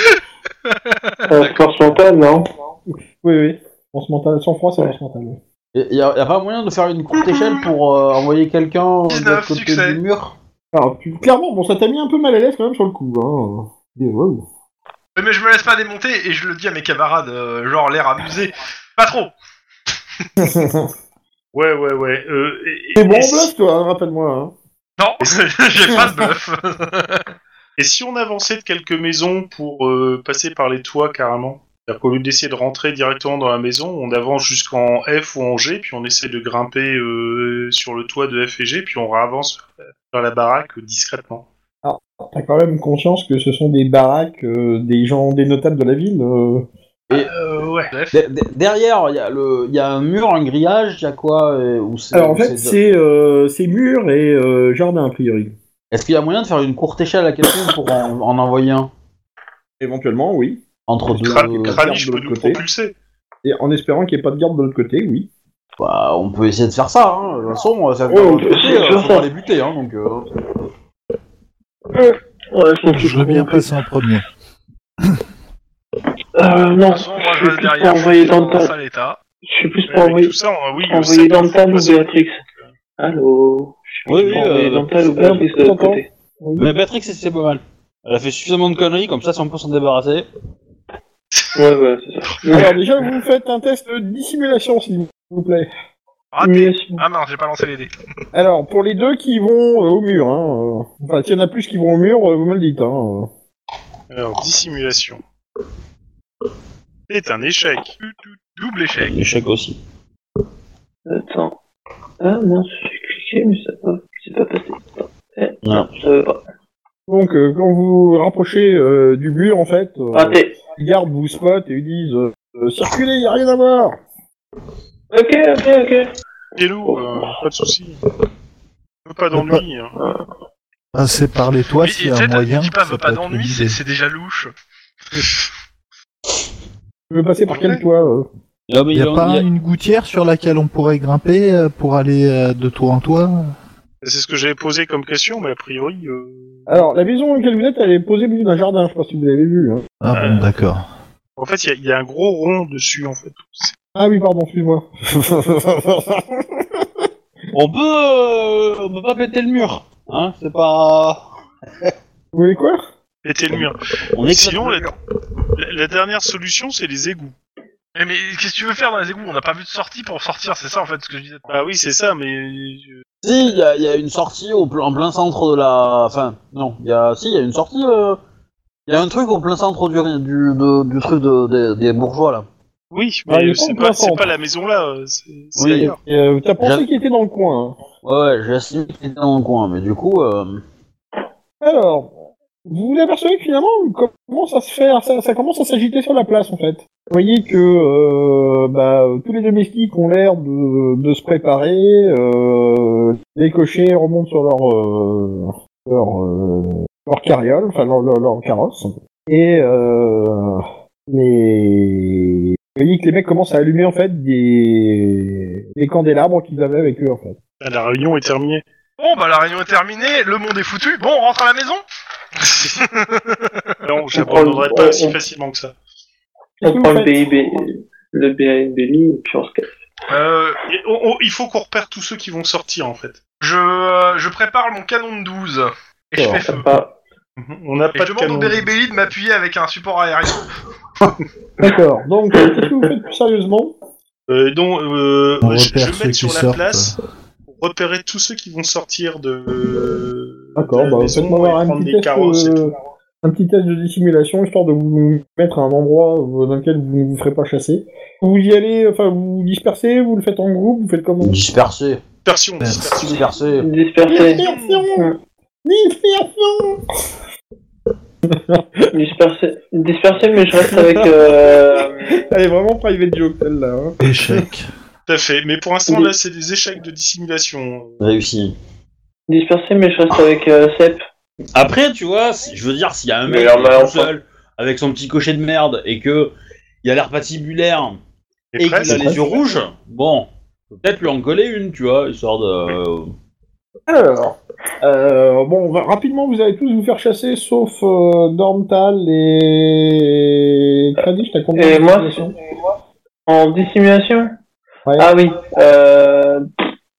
Speaker 9: Euh, force mentale, non
Speaker 12: Oui, oui. Force mentale, sang-froid, c'est force mentale.
Speaker 2: Il y a, y a pas moyen de faire une courte échelle pour euh, envoyer quelqu'un de
Speaker 4: 19,
Speaker 2: l'autre côté
Speaker 4: succès.
Speaker 2: du mur.
Speaker 12: Alors, tu- clairement, bon, ça t'a mis un peu mal à l'aise quand même sur le coup. Hein. Des- wow.
Speaker 4: Mais- Mais je me laisse pas démonter et je le dis à mes camarades, euh, genre l'air amusé. Pas trop
Speaker 3: Ouais, ouais, ouais. Euh, et, et-
Speaker 12: T'es bon en
Speaker 3: et si-
Speaker 12: bluff, toi, hein, rappelle-moi. hein.
Speaker 4: Non, j'ai pas de bluff
Speaker 3: Et si on avançait de quelques maisons pour euh, passer par les toits carrément C'est-à-dire qu'au lieu d'essayer de rentrer directement dans la maison, on avance jusqu'en F ou en G, puis on essaie de grimper euh, sur le toit de F et G, puis on avance vers la baraque euh, discrètement.
Speaker 12: T'as quand même conscience que ce sont des baraques, euh, des gens, des notables de la ville. euh.
Speaker 4: Euh, ouais. Bref.
Speaker 2: De- de- derrière, il y, a le- y a un mur, un grillage, il y a quoi euh, où c'est-
Speaker 12: Alors en
Speaker 2: où
Speaker 12: fait,
Speaker 2: c'est-
Speaker 12: c'est euh, c'est mur et euh, jardin a priori.
Speaker 2: Est-ce qu'il y a moyen de faire une courte échelle à quelqu'un pour en, en envoyer un
Speaker 12: Éventuellement, oui.
Speaker 2: Entre deux.
Speaker 3: Kra-
Speaker 12: euh,
Speaker 3: Krali, je
Speaker 12: de
Speaker 3: peux
Speaker 12: l'autre
Speaker 3: nous
Speaker 12: côté.
Speaker 3: propulser.
Speaker 12: Et en espérant qu'il n'y ait pas de garde de l'autre côté, oui.
Speaker 2: Bah, on peut essayer de faire ça, hein. De toute façon, ça
Speaker 9: Oh,
Speaker 2: de l'autre côté,
Speaker 9: c'est
Speaker 2: euh,
Speaker 9: sûr,
Speaker 2: faut
Speaker 9: ça.
Speaker 2: pas les buter, hein, donc. euh.
Speaker 9: Ouais, je m'en
Speaker 8: Je
Speaker 9: fiche.
Speaker 8: veux bien passer en premier.
Speaker 9: Euh,
Speaker 4: De
Speaker 9: non,
Speaker 4: toute façon, moi, je reste
Speaker 9: je suis plus pour
Speaker 4: derrière.
Speaker 9: envoyer
Speaker 4: dans
Speaker 9: Dantan.
Speaker 4: un sale état.
Speaker 9: Je suis plus
Speaker 3: Mais
Speaker 9: pour
Speaker 3: avec
Speaker 9: envoyer,
Speaker 3: tout ça, on- oui, le
Speaker 9: envoyer
Speaker 3: secteur
Speaker 9: Dantan ou
Speaker 3: français-
Speaker 9: Béatrix. Allô
Speaker 2: Oui, oui,
Speaker 9: Pour envoyer
Speaker 2: euh,
Speaker 9: Dantan ou Béatrix de l'autre
Speaker 12: Dantan.
Speaker 9: côté.
Speaker 2: Mais Patrick, c'est- c'est pas mal. Elle a fait suffisamment de conneries, comme ça, si on peut s'en débarrasser.
Speaker 9: Ouais, voilà, c'est ça.
Speaker 12: Alors déjà, vous me faites un test de dissimulation, s'il vous plaît.
Speaker 4: Raté.
Speaker 9: Humiliation.
Speaker 4: Ah mince, j'ai pas lancé les dés.
Speaker 12: Alors, pour les deux qui vont euh, au mur, hein, euh, enfin, s'il y en a plus qui vont au mur, euh, vous me le dites. Hein,
Speaker 3: Alors, dissimulation. C'est un échec.
Speaker 4: Double échec.
Speaker 2: L'échec aussi.
Speaker 9: Attends. Ah non, j'ai cliqué, mais ça va. C'est pas passé. Eh,
Speaker 2: Non.
Speaker 9: je savais pas.
Speaker 12: Donc, euh, quand vous vous rapprochez euh, du mur, en fait, euh,
Speaker 9: Raté.
Speaker 12: les gardes vous spotent et ils disent euh, Euh, Circulez, y a rien à voir !»
Speaker 9: Ok, ok, ok.
Speaker 3: Et nous, euh, pas de soucis. Veux Pas d'ennui. hein.
Speaker 8: Passer par les toits
Speaker 4: Oui,
Speaker 8: s'il y
Speaker 4: et
Speaker 8: a
Speaker 4: tu
Speaker 8: un
Speaker 4: sais,
Speaker 8: moyen.
Speaker 4: dis pas,
Speaker 8: ça
Speaker 4: veut
Speaker 8: peut
Speaker 4: pas
Speaker 8: être une
Speaker 4: d'ennui,
Speaker 8: idée.
Speaker 4: c'est c'est déjà louche.
Speaker 12: Je veux passer par quel toit euh
Speaker 2: Là, mais
Speaker 8: Il
Speaker 2: il
Speaker 8: n'y
Speaker 2: y
Speaker 8: a
Speaker 2: en-
Speaker 8: pas
Speaker 2: il y a-
Speaker 8: une gouttière sur laquelle on pourrait grimper euh, pour aller euh, de toit en toit
Speaker 3: C'est ce que j'avais posé comme question, mais a priori. euh,
Speaker 12: Alors, la maison dans laquelle vous êtes, elle est posée au milieu d'un jardin, je pense que vous l'avez vu. Hein.
Speaker 8: Ah
Speaker 4: Euh.
Speaker 8: bon, d'accord.
Speaker 3: En fait, il y a- il y, a un gros rond dessus, en fait. C'est-
Speaker 12: Ah oui, pardon, excuse-moi.
Speaker 2: on peut, euh, on peut pas péter le mur, hein. C'est pas.
Speaker 12: vous voulez quoi
Speaker 3: Péter le mur.
Speaker 2: On est
Speaker 3: Sinon, la, la- la dernière solution, c'est les égouts.
Speaker 4: Eh, mais qu'est-ce que tu veux faire dans les égouts On n'a pas vu de sortie pour sortir, c'est ça en fait ce que je disais.
Speaker 3: Bah oui, c'est ça, mais. euh,
Speaker 2: Si, il y, a- il y a une sortie au pl- en plein centre de la. Enfin, non, il y a. Si, il y a une sortie. euh, Il y a un truc au plein centre du, du, de- du truc de- des- des bourgeois là.
Speaker 3: Oui,
Speaker 12: Ah, il
Speaker 3: mais
Speaker 12: est
Speaker 3: c'est
Speaker 12: pas
Speaker 3: pas,
Speaker 12: en
Speaker 3: c'est
Speaker 12: centre.
Speaker 3: pas la maison là, euh, c'est c'est
Speaker 2: Oui.
Speaker 3: ailleurs.
Speaker 12: Et, euh, T'as pensé
Speaker 2: J'avais-
Speaker 12: qu'il était dans le coin. hein.
Speaker 2: Ouais, ouais, j'ai estimé qu'il était dans le coin, mais du coup. euh,
Speaker 12: Alors, vous vous apercevez que finalement, comment ça se fait, ça, ça commence à s'agiter sur la place en fait. Vous voyez que euh, bah, tous les domestiques ont l'air de, de se préparer, euh, les cochers remontent sur leur euh, leur, euh, leur carriole, enfin leur, leur, leur carrosse, et euh, les vous voyez que les mecs commencent à allumer en fait des, des candélabres qu'ils avaient avec eux en fait.
Speaker 3: Ah, La réunion est terminée.
Speaker 4: Bon, bah la réunion est terminée, le monde est foutu. Bon, on rentre à la maison
Speaker 3: Non, j'abandonnerai
Speaker 9: prend-
Speaker 3: pas
Speaker 9: on-
Speaker 3: aussi
Speaker 9: on-
Speaker 3: facilement que ça.
Speaker 12: Qu'est-ce
Speaker 9: On
Speaker 12: que vous
Speaker 9: prend le
Speaker 12: faites
Speaker 9: BIB, le BIB, et puis on se casse.
Speaker 4: Euh,
Speaker 3: Et on- on- il faut qu'on repère tous ceux qui vont sortir, en fait.
Speaker 4: je, euh, je prépare mon canon de 12 et je fais
Speaker 9: Ça
Speaker 4: feu.
Speaker 9: va.
Speaker 3: Mhm. On n'a
Speaker 4: Et
Speaker 3: pas
Speaker 4: je
Speaker 3: de
Speaker 4: demande
Speaker 3: canon.
Speaker 4: au Beribelli de m'appuyer avec un support aérien.
Speaker 12: D'accord. Donc, euh, qu'est-ce que vous faites plus sérieusement
Speaker 3: Euh, donc, euh,
Speaker 8: On
Speaker 3: je, je
Speaker 8: repère
Speaker 3: vais mettre
Speaker 8: ceux qui
Speaker 3: sur la
Speaker 8: sortent.
Speaker 3: place pour repérer tous ceux qui vont sortir de.
Speaker 12: D'accord,
Speaker 3: de la
Speaker 12: bah,
Speaker 3: maison
Speaker 12: faites-moi
Speaker 3: et
Speaker 12: voir un
Speaker 3: prendre
Speaker 12: petit
Speaker 3: des
Speaker 12: test,
Speaker 3: carrosses et
Speaker 12: euh,
Speaker 3: tout.
Speaker 12: un petit test de dissimulation, histoire de vous mettre à un endroit euh, dans lequel vous ne vous ferez pas chasser. Vous y allez, enfin, vous vous dispersez, vous le faites en groupe, vous faites comment
Speaker 2: Dispersé.
Speaker 3: Dispersion,
Speaker 8: Merci.
Speaker 3: dispersion.
Speaker 2: Dispersé.
Speaker 9: Disperser,
Speaker 12: Dispersion
Speaker 9: Hum,
Speaker 12: Dispersion
Speaker 9: disperser, disperser, mais je reste avec euh,
Speaker 12: Elle est vraiment private joke, celle-là. hein.
Speaker 8: Échec.
Speaker 3: Tout à fait. Mais pour l'instant,
Speaker 9: Oui.
Speaker 3: là, c'est des échecs de dissimulation.
Speaker 2: Réussi.
Speaker 9: Dispersé, mais je reste avec euh, Sep.
Speaker 2: Après, tu vois, si- je veux dire, s'il y a un
Speaker 4: Mais
Speaker 2: mec qui
Speaker 4: alors, bah,
Speaker 2: est tout
Speaker 4: enfin-
Speaker 2: seul, avec son petit cocher de merde, et que il a l'air patibulaire, et,
Speaker 3: Et
Speaker 2: qu'il
Speaker 3: presque.
Speaker 2: a les yeux rouges, bon, faut peut-être lui en coller une, tu vois, histoire de... euh,
Speaker 12: Alors, euh, bon, ra- rapidement, vous allez tous vous faire chasser, sauf euh, Dormtal et... Tradi, je t'ai compris.
Speaker 9: Et moi, en dissimulation
Speaker 12: Ouais.
Speaker 9: Ah oui, euh,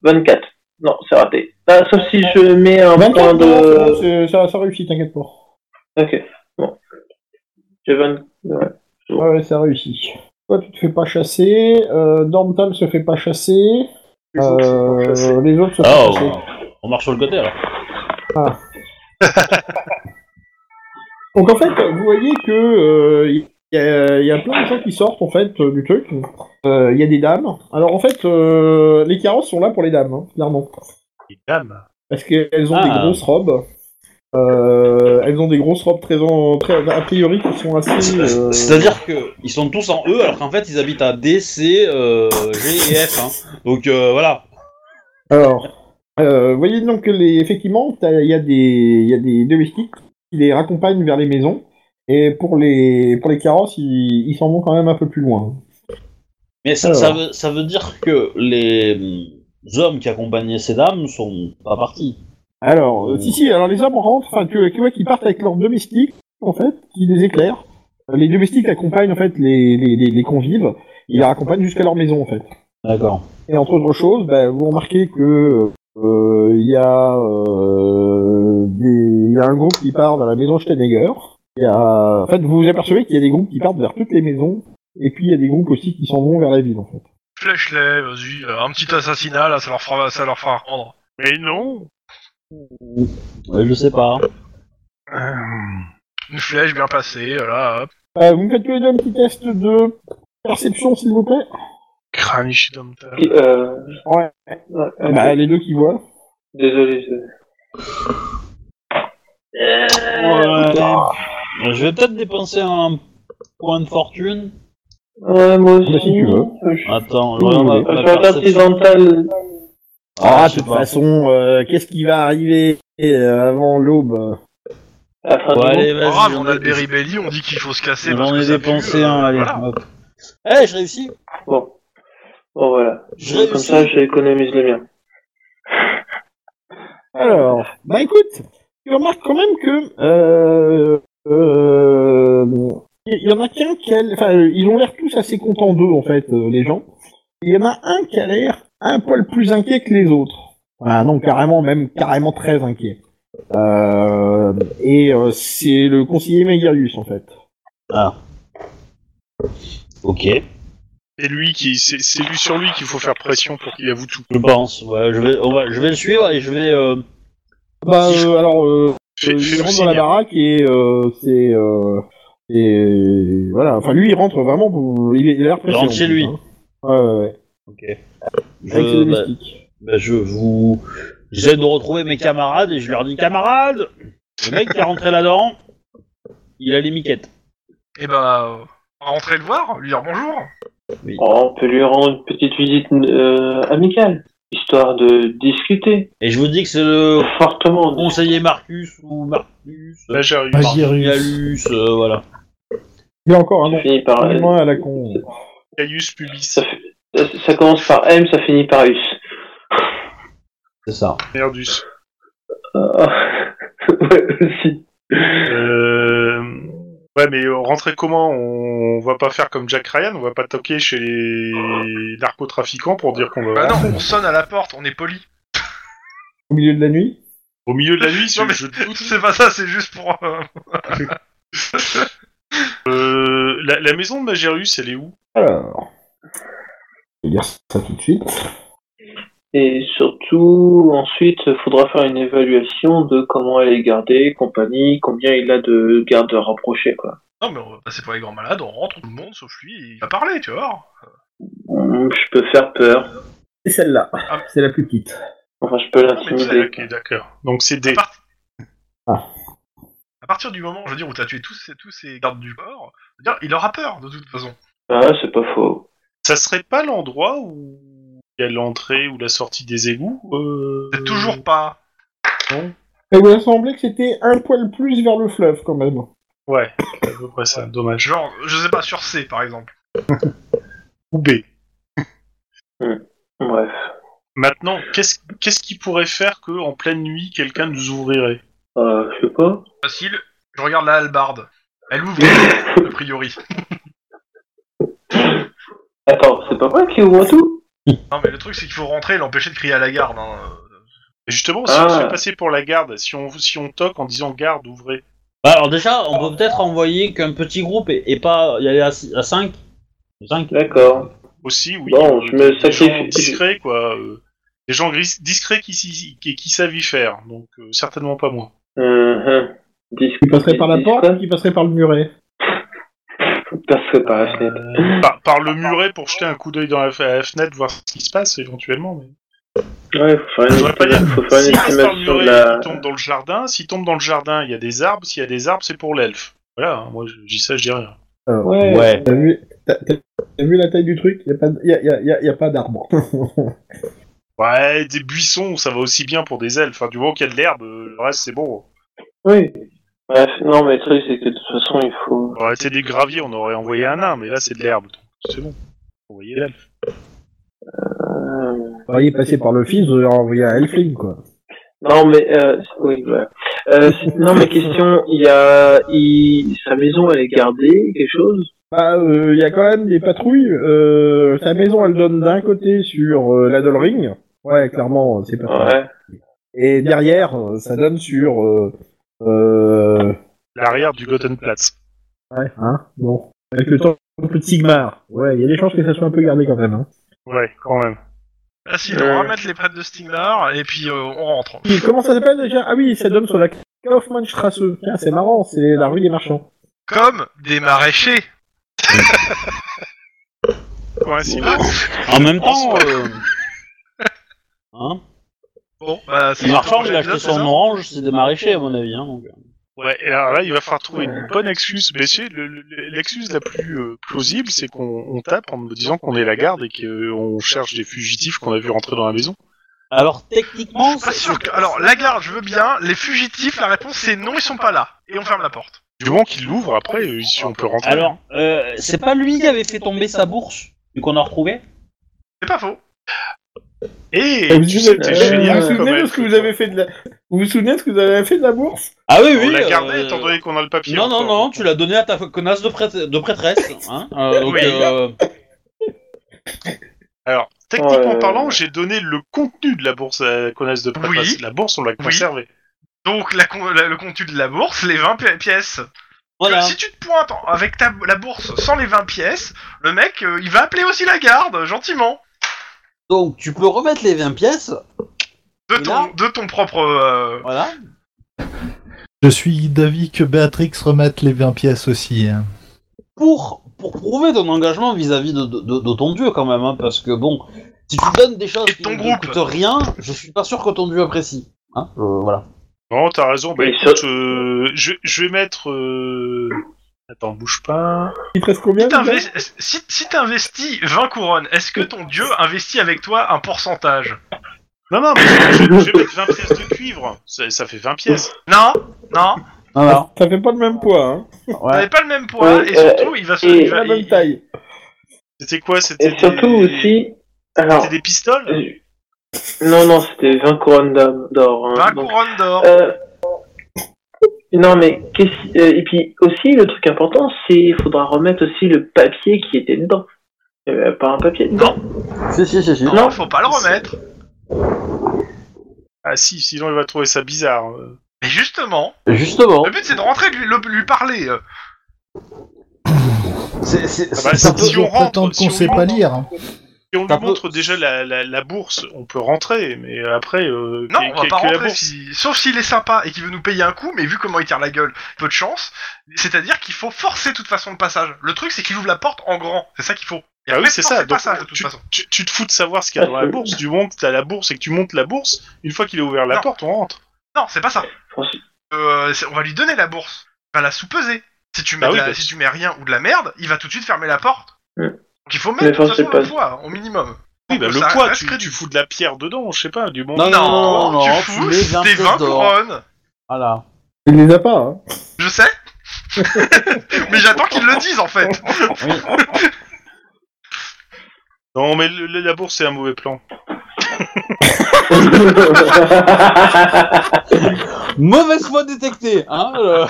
Speaker 9: 24. Non, c'est raté. Ah, sauf si je mets un
Speaker 12: 24,
Speaker 9: point
Speaker 12: non, c'est bon,
Speaker 9: de...
Speaker 12: c'est- ça, ça réussit, t'inquiète pas.
Speaker 9: Ok, bon. J'ai 20... ouais.
Speaker 12: Ouais, ça réussit. Toi, tu te fais pas chasser, euh, Dormtal se fait pas chasser,
Speaker 4: Les autres se font
Speaker 12: euh,
Speaker 4: chasser.
Speaker 12: les autres se font
Speaker 2: Oh,
Speaker 12: chasser.
Speaker 2: on marche sur le côté, alors.
Speaker 12: Donc en fait, vous voyez que euh, il y, a- il y a plein de gens qui sortent en fait euh, du truc. Euh, Il y a des dames. Alors en fait, euh, les carrosses sont là pour les dames, hein, clairement,
Speaker 3: Les dames.
Speaker 12: parce qu'elles ont des
Speaker 2: Ah.
Speaker 12: grosses robes. Euh, elles ont des grosses robes très, en, très a priori qui sont assez. euh,
Speaker 2: C'est- C'est-à-dire que ils sont tous en E, alors qu'en fait, ils habitent à D, C, euh, G et F, hein. Donc, euh, voilà.
Speaker 12: Alors, euh, vous voyez donc que les, effectivement, t'as- il y a des, il y a des domestiques qui les raccompagnent vers les maisons. Et pour les, pour les carrosses, ils ils s'en vont quand même un peu plus loin.
Speaker 2: Mais ça, ça
Speaker 12: Alors.
Speaker 2: veut, ça veut dire que les hum, hommes qui accompagnaient ces dames sont pas partis.
Speaker 12: Alors, euh,
Speaker 2: Mm.
Speaker 12: si, si, alors les hommes rentrent, enfin, tu, tu vois qu'ils partent avec leurs domestiques, en fait, qui les éclairent. Euh, Les domestiques accompagnent, en fait, les, les, les, les convives, ils les accompagnent jusqu'à leur maison, en fait.
Speaker 2: D'accord.
Speaker 12: Et entre autres choses, bah, vous remarquez que euh, il y a euh, des- il y a un groupe qui part vers la maison Steinegger. Il y a, en fait, vous vous apercevez qu'il y a des groupes qui partent vers toutes les maisons, et puis il y a des groupes aussi qui s'en vont vers la ville, en fait.
Speaker 4: Flèche-les, vas-y, euh, un petit assassinat, là, ça leur fera, ça leur fera rendre.
Speaker 3: Mais non
Speaker 2: je sais pas.
Speaker 4: Euh, Une flèche bien passée, euh, là, hop.
Speaker 12: Euh, vous me faites tous les deux un petit test de perception, s'il vous plaît.
Speaker 4: Craniche d'homme.
Speaker 9: Qui- euh,
Speaker 12: Ouais.
Speaker 9: ouais,
Speaker 12: Bah, les deux qui voient.
Speaker 9: Désolé. je-
Speaker 2: Ouais. Euh, Je vais peut-être dépenser un point de fortune.
Speaker 9: Ouais, moi aussi.
Speaker 12: Bah, si tu veux.
Speaker 9: Je,
Speaker 2: Attends, je
Speaker 12: Oui,
Speaker 2: regarde ma-
Speaker 12: oui.
Speaker 9: je
Speaker 2: ma
Speaker 9: regarde si
Speaker 2: perception.
Speaker 9: Dental-
Speaker 2: Ah, je
Speaker 12: Ah, de
Speaker 2: sais
Speaker 12: toute
Speaker 2: pas.
Speaker 12: façon, euh, qu'est-ce qui va arriver euh, avant l'aube
Speaker 9: à la fin du
Speaker 2: Ouais,
Speaker 9: monde.
Speaker 2: allez, vas-y.
Speaker 4: Oh, Grave,
Speaker 2: j'en
Speaker 4: on
Speaker 2: ai-
Speaker 4: a le Beribelli, on dit qu'il faut se casser. parce
Speaker 2: J'en
Speaker 4: que
Speaker 2: ai
Speaker 4: ça pue,
Speaker 2: dépensé
Speaker 4: euh,
Speaker 2: un, allez,
Speaker 4: voilà.
Speaker 2: hop. Eh, je réussis
Speaker 9: Bon. Bon, voilà.
Speaker 2: Je
Speaker 9: Comme
Speaker 2: réussis
Speaker 9: ça, j'économise le mien.
Speaker 12: Alors, bah écoute, tu remarques quand même que euh, euh, il y en a qu'un qui, a- enfin, ils ont l'air tous assez contents d'eux en fait, euh, les gens. Il y en a un qui a l'air un poil plus inquiet que les autres. Ah non, carrément, même carrément très inquiet. Euh, et euh, c'est le conseiller Megarius en fait.
Speaker 2: Ah. Ok,
Speaker 3: C'est lui qui, c'est c'est lui sur lui qu'il faut faire pression pour qu'il avoue
Speaker 12: Euh,
Speaker 3: tout.
Speaker 2: je pense. Ouais, je, vais, on va, je vais le suivre et je vais... euh,
Speaker 12: Bah euh, alors, euh,
Speaker 3: Fais-
Speaker 12: Euh,
Speaker 3: fais-nous
Speaker 12: il rentre dans
Speaker 3: signe.
Speaker 12: la baraque et euh, c'est euh, et voilà enfin lui il rentre vraiment pour- il, est- il a l'air pressé,
Speaker 2: rentre
Speaker 12: en
Speaker 2: chez
Speaker 12: plus,
Speaker 2: lui.
Speaker 12: hein. ouais ouais, ouais.
Speaker 2: Ok.
Speaker 12: avec ses
Speaker 2: Je, bah,
Speaker 12: domestiques
Speaker 2: bah, je vous... J'essaie de retrouver mes camarades et je leur dis « Camarades !» Le mec qui est rentré là-dedans, il a les miquettes.
Speaker 4: Eh ben, euh, on va rentrer le voir, lui dire bonjour.
Speaker 9: Oh, on peut lui rendre une petite visite euh, amicale, histoire de discuter
Speaker 2: Et je vous dis que c'est le
Speaker 9: fortement.
Speaker 2: conseiller Marcus ou Marcus...
Speaker 3: Là, j'arrive.
Speaker 8: Vas-y, Arius.
Speaker 2: Galus, euh, voilà.
Speaker 12: il y a
Speaker 1: Ah
Speaker 12: encore un nom
Speaker 9: Ça finit par
Speaker 12: Moi, à la con.
Speaker 3: Caius Pubis.
Speaker 9: Ça, fait- ça- ça commence par M, ça finit par U.
Speaker 2: C'est ça.
Speaker 3: Merdus.
Speaker 1: Ah,
Speaker 9: ouais, aussi.
Speaker 3: Euh... Ouais, mais euh, rentrer comment on... on va pas faire comme Jack Ryan, on va pas toquer chez les narcotrafiquants pour dire qu'on va.
Speaker 4: Bah non, on sonne à la porte, on est poli.
Speaker 12: au milieu de la nuit
Speaker 3: Au milieu de la nuit,
Speaker 4: Non, mais-
Speaker 3: je doute.
Speaker 4: C'est pas ça, c'est juste pour. euh,
Speaker 3: Euh, la, la maison de Magérus, elle est où
Speaker 12: alors je vais dire ça tout de suite
Speaker 9: Et surtout, ensuite, faudra faire une évaluation de comment elle est gardée, compagnie, combien il a de gardes rapprochés, quoi.
Speaker 4: Non, mais on va passer pour les grands malades, on rentre, tout le monde, sauf lui, et il va parler, tu vois.
Speaker 9: Hum, Je peux faire peur.
Speaker 12: c'est celle-là
Speaker 4: Ah.
Speaker 12: c'est la plus petite
Speaker 9: Enfin, je peux
Speaker 4: Non, mais c'est-
Speaker 9: l'intimider.
Speaker 3: Ok, d'accord. Donc c'est
Speaker 4: À,
Speaker 3: des.
Speaker 4: part-
Speaker 12: Ah.
Speaker 3: Euh.
Speaker 4: à partir du moment, je veux dire, où t'as tué tous ces, tous ces gardes du corps, je veux dire, il aura peur, de toute façon.
Speaker 9: Ah, c'est pas faux.
Speaker 3: Ça serait pas l'endroit où il y a l'entrée ou la sortie des égouts euh,
Speaker 4: C'est toujours pas.
Speaker 1: Il me semblait que c'était un poil plus vers le fleuve, quand même.
Speaker 3: Ouais, c'est à peu près ça. Dommage.
Speaker 4: Genre, je sais pas, sur C par exemple.
Speaker 3: Ou B.
Speaker 9: Bref.
Speaker 3: Maintenant, qu'est-ce qu'est-ce qui pourrait faire que en pleine nuit quelqu'un nous ouvrirait
Speaker 9: Euh, je sais pas.
Speaker 4: Facile, je regarde la hallebarde. Elle ouvre, a priori.
Speaker 9: Attends, c'est pas vrai qu'il ouvre tout
Speaker 4: Non, mais le truc, c'est qu'il faut rentrer et l'empêcher de crier à la garde. hein.
Speaker 3: Et Justement, si
Speaker 9: Ah.
Speaker 3: on se fait passer pour la garde, si on si on toque en disant garde, ouvrez.
Speaker 10: Bah, alors déjà, on peut peut-être envoyer qu'un petit groupe et, et pas y aller à, 5. 5
Speaker 9: D'accord.
Speaker 3: Aussi, oui.
Speaker 9: Bon,
Speaker 3: euh,
Speaker 9: je me
Speaker 3: des gens
Speaker 9: sacrifie-
Speaker 3: discrets, quoi. euh, des gens gris- discrets qui, s'y- qui, qui savent y faire, donc euh, certainement pas moi.
Speaker 9: Mhm. Dis-
Speaker 1: Il passerait par la
Speaker 9: dis-
Speaker 1: porte, il passerait par le muret.
Speaker 9: Passerait par la fenêtre.
Speaker 3: Euh, Par, par le muret pour jeter un coup d'œil dans la, f- à la fenêtre, voir ce qui se passe éventuellement. Mais...
Speaker 9: Ouais, faut
Speaker 3: Je voudrais pas
Speaker 9: faire une, faut faire une
Speaker 3: S'il passe par le
Speaker 9: estimation de
Speaker 3: muret,
Speaker 9: la...
Speaker 3: il tombe dans le jardin. S'il tombe dans le jardin, il y a des arbres. S'il y a des arbres, c'est pour l'elfe. Voilà, hein, moi je dis ça, je dis rien.
Speaker 1: Ah, Ouais. T'as vu, t'as- t'as- t'as vu la taille du truc Il n'y a pas, y a- y a- y a- y a pas d'arbre.
Speaker 3: Ouais, des buissons, ça va aussi bien pour des elfes. Enfin, du moment qu'il y a de l'herbe, euh, le reste c'est bon.
Speaker 9: Oui. Bref, non, mais le truc, c'est que de toute façon, il faut...
Speaker 3: On aurait été des graviers, on aurait envoyé un nain, mais là c'est de l'herbe. donc C'est bon. Envoyez l'elfe.
Speaker 9: euh,
Speaker 1: Vous voyez, passer par le fils, vous leur envoyez un Elfling, quoi.
Speaker 9: Non, mais... Euh... Oui, voilà. Euh, c'est- non, mais question, il y a... il- Sa maison, elle est gardée, quelque chose
Speaker 1: Bah, il y a quand même des patrouilles. Euh, sa maison, elle donne d'un côté sur euh, la Ring. Ouais, clairement, euh, c'est pas ça.
Speaker 9: Ouais.
Speaker 1: Et derrière, euh, ça donne sur... Euh, euh,
Speaker 3: L'arrière du Gottenplatz.
Speaker 1: ouais, hein, bon. Avec le temps un peu de Sigmar. Ouais, il y a des chances que ça soit un peu gardé quand même. Hein.
Speaker 3: Ouais, quand même.
Speaker 4: Facile, Ah,
Speaker 9: Euh.
Speaker 4: on ramène les prêtres de Stigmar et puis euh, on rentre.
Speaker 1: Et Comment ça s'appelle déjà Ah oui, ça donne sur la Kaufmannstrasse. Tiens, c'est marrant, c'est la rue des marchands.
Speaker 4: Comme des maraîchers.
Speaker 3: Ouais, si, bon.
Speaker 10: En même temps, euh, hein,
Speaker 4: Bon, bah, c'est
Speaker 10: le marchand,
Speaker 4: tout
Speaker 10: il a acheté
Speaker 4: pour
Speaker 10: son
Speaker 4: l'épisode,
Speaker 10: orange, c'est des maraîchers, à mon avis. Hein,
Speaker 2: euh.
Speaker 10: donc.
Speaker 3: Ouais, et alors là, il va falloir trouver une bonne excuse. Messieurs, le- le- l'excuse la plus euh, plausible, c'est qu'on on tape en me disant qu'on est la garde et qu'on cherche des fugitifs qu'on a vu rentrer dans la maison.
Speaker 10: Alors,
Speaker 4: Je
Speaker 10: techniquement,
Speaker 4: suis pas
Speaker 10: c'est-
Speaker 4: sûr que... Ah, Alors, la garde, je veux bien. Les fugitifs, la réponse c'est non, ils sont pas là. Et on ferme la porte.
Speaker 3: Du moment qu'il l'ouvre, après, euh, si on peut rentrer.
Speaker 10: alors euh, c'est pas lui qui avait fait tomber sa bourse, vu qu'on a retrouvé
Speaker 4: C'est pas faux.
Speaker 3: Et
Speaker 1: Et vous
Speaker 3: Eh, tu
Speaker 1: vous-
Speaker 3: sais, t'es
Speaker 1: euh,
Speaker 3: génial
Speaker 1: vous vous
Speaker 3: comme
Speaker 1: souvenez de
Speaker 3: elfe,
Speaker 1: ce que vous
Speaker 3: toi.
Speaker 1: avez fait de la... Vous vous souvenez de ce que vous avez fait de la bourse
Speaker 10: Ah oui,
Speaker 3: On
Speaker 10: oui.
Speaker 3: l'a gardé
Speaker 10: euh,
Speaker 3: étant donné qu'on a le papier.
Speaker 10: Non, non,
Speaker 3: encore.
Speaker 10: non, tu l'as donné à ta connasse de, prêtre- de prêtresse. Hein euh, donc,
Speaker 4: Oui.
Speaker 10: euh,
Speaker 3: Alors, techniquement
Speaker 9: Ouais.
Speaker 3: parlant, j'ai donné le contenu de la bourse à la connasse de Préface.
Speaker 4: Oui.
Speaker 3: La bourse, on l'a conservée.
Speaker 4: Donc, la con- la- le contenu de la bourse, les 20 pi- pièces.
Speaker 10: voilà.
Speaker 4: Que Si tu te pointes en- avec ta, la bourse sans les 20 pièces, le mec, euh, il va appeler aussi la garde, gentiment.
Speaker 10: Donc, tu peux remettre les 20 pièces.
Speaker 4: De,
Speaker 10: Et
Speaker 4: ton,
Speaker 10: là
Speaker 4: de ton propre... euh,
Speaker 10: Voilà.
Speaker 8: Je suis d'avis que Béatrix remette les 20 pièces aussi. hein.
Speaker 10: pour, pour prouver ton engagement vis-à-vis de, de- de- de ton dieu quand même, hein, parce que bon, si tu donnes des choses
Speaker 4: Et
Speaker 10: qui
Speaker 4: ton
Speaker 10: ne
Speaker 4: groupe.
Speaker 10: coûtent rien, je suis pas sûr que ton dieu apprécie. Hein, euh, voilà.
Speaker 3: Non, t'as raison. Bah
Speaker 9: Mais
Speaker 3: écoute, euh, je, je vais mettre. euh, Attends, bouge pas.
Speaker 1: Il te reste combien
Speaker 4: si
Speaker 1: putain
Speaker 4: t'inves- Si si t'investis 20 couronnes, est-ce que ton dieu investit avec toi un pourcentage
Speaker 3: Non, non, mais je, je vais mettre 20 pièces de cuivre. Ça, ça fait 20 pièces.
Speaker 4: Non, non,
Speaker 10: Voilà.
Speaker 1: Ça fait pas le même poids, hein.
Speaker 4: vous n'avez pas le même poids,
Speaker 9: Ouais,
Speaker 4: et surtout, il va se...
Speaker 9: Euh, et-
Speaker 4: il
Speaker 1: Pas
Speaker 4: va-
Speaker 1: la même
Speaker 4: il-
Speaker 1: taille.
Speaker 3: C'était quoi C'était.
Speaker 9: Et surtout
Speaker 3: des-
Speaker 9: aussi... Alors...
Speaker 3: C'était des pistoles
Speaker 9: euh, Non, non, c'était 20 couronnes d'or- d'or. hein,
Speaker 4: 20
Speaker 9: donc-
Speaker 4: couronnes d'or.
Speaker 9: Euh, Non, mais qu'est-ce- euh, et puis aussi le truc important, c'est il faudra remettre aussi le papier qui était dedans. Il n'y avait pas un papier dedans.
Speaker 10: Si, si, si, si.
Speaker 4: Non, faut pas le remettre.
Speaker 3: Ah si, sinon il va trouver ça bizarre. euh.
Speaker 4: Mais justement,
Speaker 10: Justement,
Speaker 4: le but c'est de rentrer, de lui, le- lui parler. euh.
Speaker 10: c'est- c'est-
Speaker 3: Ah bah,
Speaker 10: ça
Speaker 3: si-
Speaker 10: peut-
Speaker 3: si on rentre,
Speaker 8: Tant
Speaker 3: si
Speaker 8: qu'on
Speaker 3: on
Speaker 8: sait
Speaker 3: rentre,
Speaker 8: pas lire. hein.
Speaker 3: Et on
Speaker 10: Ça
Speaker 3: lui
Speaker 10: peut-
Speaker 3: montre déjà la, la, la bourse, on peut rentrer, mais après. euh,
Speaker 4: Non,
Speaker 3: qu'est-
Speaker 4: on va
Speaker 3: qu'est-
Speaker 4: pas
Speaker 3: que la
Speaker 4: rentrer.
Speaker 3: bourse.
Speaker 4: si- Sauf s'il est sympa et qu'il veut nous payer un coup, mais vu comment il tire la gueule, peu de chance. C'est-à-dire qu'il faut forcer de toute façon le passage. Le truc c'est qu'il ouvre la porte en grand, c'est ça qu'il faut. Et
Speaker 3: Ah oui,
Speaker 4: après,
Speaker 3: c'est
Speaker 4: forcer
Speaker 3: ça.
Speaker 4: le
Speaker 3: Donc,
Speaker 4: passage de toute
Speaker 3: tu,
Speaker 4: façon.
Speaker 3: tu- tu te fous de savoir ce qu'il y a dans la bourse. Du moment que t'as la bourse et que tu montes la bourse, une fois qu'il a ouvert la
Speaker 4: Non.
Speaker 3: porte, on rentre.
Speaker 4: Non, c'est pas ça. Euh, c'est- on va lui donner la bourse. Il va la sous-peser. Si tu mets,
Speaker 3: Bah
Speaker 4: de
Speaker 3: oui,
Speaker 4: la-
Speaker 3: bah-
Speaker 4: si tu mets rien ou de la merde, il va tout de suite fermer la porte Donc il faut
Speaker 9: Mais
Speaker 4: mettre de
Speaker 9: enfin,
Speaker 4: toute façon
Speaker 9: c'est
Speaker 4: le
Speaker 9: pas-
Speaker 4: poids, au minimum.
Speaker 3: Oui, bah,
Speaker 4: Pour que
Speaker 3: le
Speaker 4: ça
Speaker 3: poids,
Speaker 4: reste
Speaker 3: tu,
Speaker 4: crédible.
Speaker 3: tu fous de la pierre dedans, je sais pas, du moment
Speaker 2: Non,
Speaker 3: que-
Speaker 2: Ah non, non, non,
Speaker 4: tu
Speaker 2: non,
Speaker 4: fous
Speaker 2: tu mets 20
Speaker 4: tes 20
Speaker 2: d'or.
Speaker 4: couronnes.
Speaker 2: Voilà.
Speaker 1: Il les a pas, hein.
Speaker 4: Je sais. mais j'attends qu'ils le disent en fait.
Speaker 3: Non, mais le- le- la bourse, c'est un mauvais plan.
Speaker 2: Mauvaise foi détectée, hein le-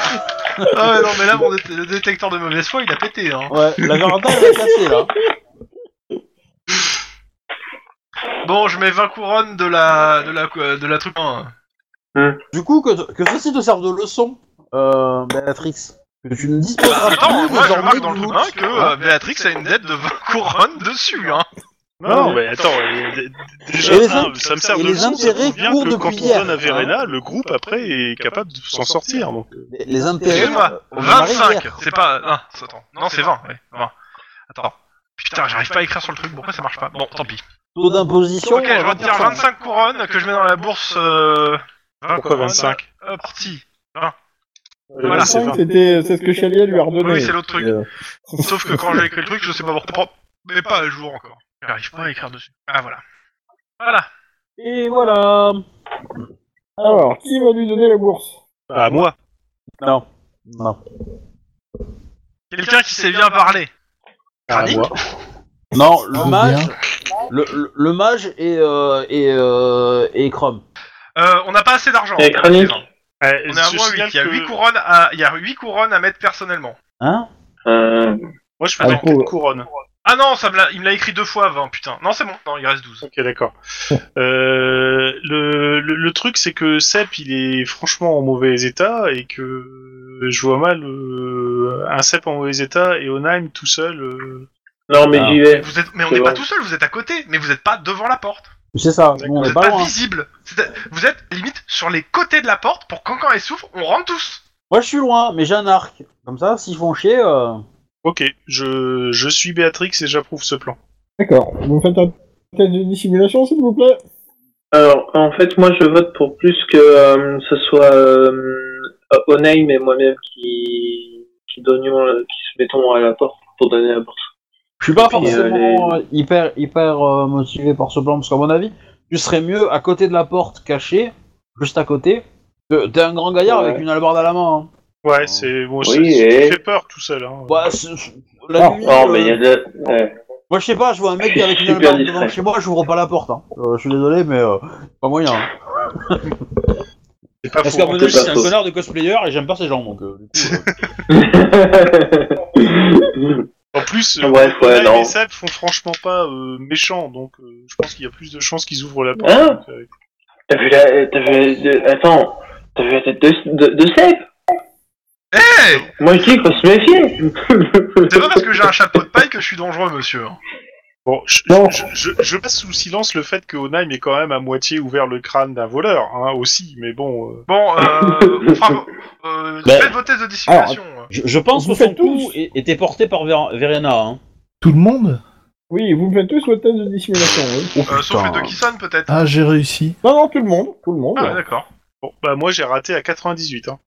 Speaker 4: Ah ouais, non, mais là, mon dé- le détecteur de mauvaise foi, il a pété. Hein.
Speaker 2: Ouais, la véranda elle est cassée là.
Speaker 4: Bon, je mets 20 couronnes de la, de la, euh, de la truc. hein.
Speaker 2: Du coup, que, que ceci te serve de leçon, euh, Béatrix. Que tu ne
Speaker 10: Oh,
Speaker 2: disposeras
Speaker 4: Attends,
Speaker 2: plus
Speaker 4: moi, je
Speaker 2: désormais
Speaker 4: marque dans le
Speaker 2: du
Speaker 4: truc
Speaker 2: loot.
Speaker 4: hein, que euh, Béatrix a une dette de 20 couronnes dessus. Hein.
Speaker 3: Non, non, mais attends, euh, d- d- déjà,
Speaker 2: Et les
Speaker 3: un,
Speaker 2: in-
Speaker 3: ça me sert
Speaker 2: et
Speaker 3: de
Speaker 2: les
Speaker 3: leçon, ça
Speaker 2: intérêts
Speaker 3: prouve bien
Speaker 2: courent
Speaker 3: que hein.
Speaker 2: depuis
Speaker 3: quand
Speaker 2: hier,
Speaker 3: on donne à Verena, le groupe après est capable de s'en sortir. Donc.
Speaker 4: euh,
Speaker 2: Les, les intérêts. euh,
Speaker 4: Excuse-moi,
Speaker 2: on en arrive
Speaker 4: 25.
Speaker 2: hier.
Speaker 4: C'est pas. Ah, attends. Non, c'est 20. Ouais, 20. Attends. Putain, j'arrive pas à écrire sur le truc, pourquoi ça marche pas Bon, tant pis.
Speaker 2: Taux d'imposition.
Speaker 4: Ok, je
Speaker 2: euh,
Speaker 4: retire
Speaker 2: 20%.
Speaker 4: 25 couronnes que je mets dans la bourse. Euh... 20
Speaker 3: Pourquoi
Speaker 4: couronnes.
Speaker 3: 25?
Speaker 4: Hop, parti.
Speaker 3: Voilà,
Speaker 1: Voilà,
Speaker 3: c'est vingt.
Speaker 1: c'était Euh, c'est ce que Chalier lui a redonné.
Speaker 4: Oui, c'est l'autre truc.
Speaker 1: Euh,
Speaker 4: Sauf que quand j'ai écrit le truc, je sais pas pourquoi. Mais pas à jour encore. J'arrive pas à écrire dessus. Ah, voilà. Voilà.
Speaker 2: Et voilà.
Speaker 1: Alors, qui va lui donner la bourse
Speaker 3: Ah, moi
Speaker 2: Non. Non.
Speaker 4: Quelqu'un qui sait bien parler. Kranik
Speaker 2: Non, le
Speaker 8: Ou
Speaker 2: mage. Le, le- le mage et euh, et euh, et Chrome.
Speaker 4: Euh, on n'a pas assez d'argent.
Speaker 9: Et Kranik
Speaker 4: On
Speaker 3: Euh,
Speaker 4: est à
Speaker 3: je
Speaker 4: moins
Speaker 3: signale
Speaker 4: 8. Il y a
Speaker 3: que-
Speaker 4: 8 couronnes à, il y a 8 couronnes à mettre personnellement.
Speaker 2: Hein
Speaker 9: Euh,
Speaker 3: Moi, je fais
Speaker 1: Attends.
Speaker 3: dans quatre couronnes.
Speaker 4: Ah non, ça me l'a- il me l'a écrit deux fois 20, putain. Non, c'est bon. Non, il reste 12.
Speaker 3: Ok, d'accord. Euh, le, le, le truc, c'est que Sep, il est franchement en mauvais état et que je vois mal euh, un Sep en mauvais état et Onheim tout seul. euh,
Speaker 9: non, mais
Speaker 2: Ah.
Speaker 9: j'y vais.
Speaker 4: Vous êtes, mais on
Speaker 9: C'est
Speaker 4: n'est pas
Speaker 9: bon.
Speaker 4: tout seul, vous êtes à côté, mais vous êtes pas devant la porte.
Speaker 2: C'est ça. nous, on
Speaker 4: vous
Speaker 2: est
Speaker 4: êtes
Speaker 2: pas
Speaker 4: pas,
Speaker 2: loin.
Speaker 4: visible. C'est- Vous êtes limite sur les côtés de la porte pour quand quand elle s'ouvre, on rentre tous.
Speaker 2: Moi, je suis loin, mais j'ai un arc. Comme ça, s'ils font chier. euh,
Speaker 3: Ok, je, je suis Béatrix et j'approuve ce plan.
Speaker 1: D'accord, vous me faites un test de dissimulation, s'il vous plaît
Speaker 9: Alors, en fait, moi, je vote pour plus que euh, ce soit euh, Oneim et moi-même qui, qui donnions, euh, qui se mettons à la porte pour donner la bourse.
Speaker 2: Je suis pas
Speaker 9: Puis, euh,
Speaker 2: forcément euh, hyper hyper euh, motivé par ce plan parce qu'à mon avis, tu serais mieux à côté de la porte, caché, juste à côté. Euh, T'es un grand gaillard
Speaker 9: Ouais.
Speaker 2: avec une hallebarde à la main. hein.
Speaker 4: Oh.
Speaker 3: Ouais, c'est bon,
Speaker 9: Oui,
Speaker 3: ça,
Speaker 9: et-
Speaker 3: ça fait peur tout seul. Hein.
Speaker 2: Bah, c'est- c'est- la
Speaker 1: Non,
Speaker 2: nuit,
Speaker 9: Non,
Speaker 2: euh,
Speaker 9: Oh, mais il y a de... ouais.
Speaker 2: Moi, je sais pas, je vois un mec avec une
Speaker 9: Super
Speaker 2: hallebarde
Speaker 9: discret.
Speaker 2: devant chez moi, j'ouvre pas la porte. hein. Euh, je suis désolé, mais euh, pas moyen. hein.
Speaker 3: C'est pas
Speaker 2: Parce
Speaker 3: faux, hein.
Speaker 2: qu'à mon
Speaker 3: en
Speaker 2: avis,
Speaker 3: plus.
Speaker 2: c'est un connard de cosplayer et j'aime pas ces gens. Donc, euh, du coup, euh,
Speaker 3: En plus, euh,
Speaker 9: Bref, ouais,
Speaker 3: Onheim
Speaker 9: non.
Speaker 3: et Sep font franchement pas euh, méchants, donc euh, je pense qu'il y a plus de chances qu'ils ouvrent la porte.
Speaker 9: Hein
Speaker 3: donc, euh,
Speaker 9: T'as vu la, euh, t'as vu, de- attends, t'as vu la tête de, de, de Seb
Speaker 4: Hey
Speaker 9: Moi, je dis qu'on se méfiait.
Speaker 4: C'est pas parce que j'ai un chapeau de paille que je suis dangereux, monsieur.
Speaker 3: Bon, je,
Speaker 1: Non.
Speaker 3: je, je- je passe sous silence le fait que Onheim est quand même à moitié ouvert le crâne d'un voleur, hein, aussi, mais bon. euh,
Speaker 4: Bon, euh, on fera- euh,
Speaker 2: Ben-
Speaker 4: faites vos tests de dissimulation.
Speaker 2: je, je pense
Speaker 1: Vous
Speaker 2: que son
Speaker 1: faites tous.
Speaker 2: coup é- était porté par Ver- Verena. hein.
Speaker 8: Tout le monde
Speaker 1: Oui, vous me faites tous votre test de dissimulation, hein, oui.
Speaker 4: Euh, sauf les deux qui sonnent, peut-être.
Speaker 8: Ah, j'ai réussi.
Speaker 1: Non, non, tout le monde, tout le monde.
Speaker 4: Ah, ouais, d'accord.
Speaker 3: Bon, bah moi j'ai raté à 98. Hein.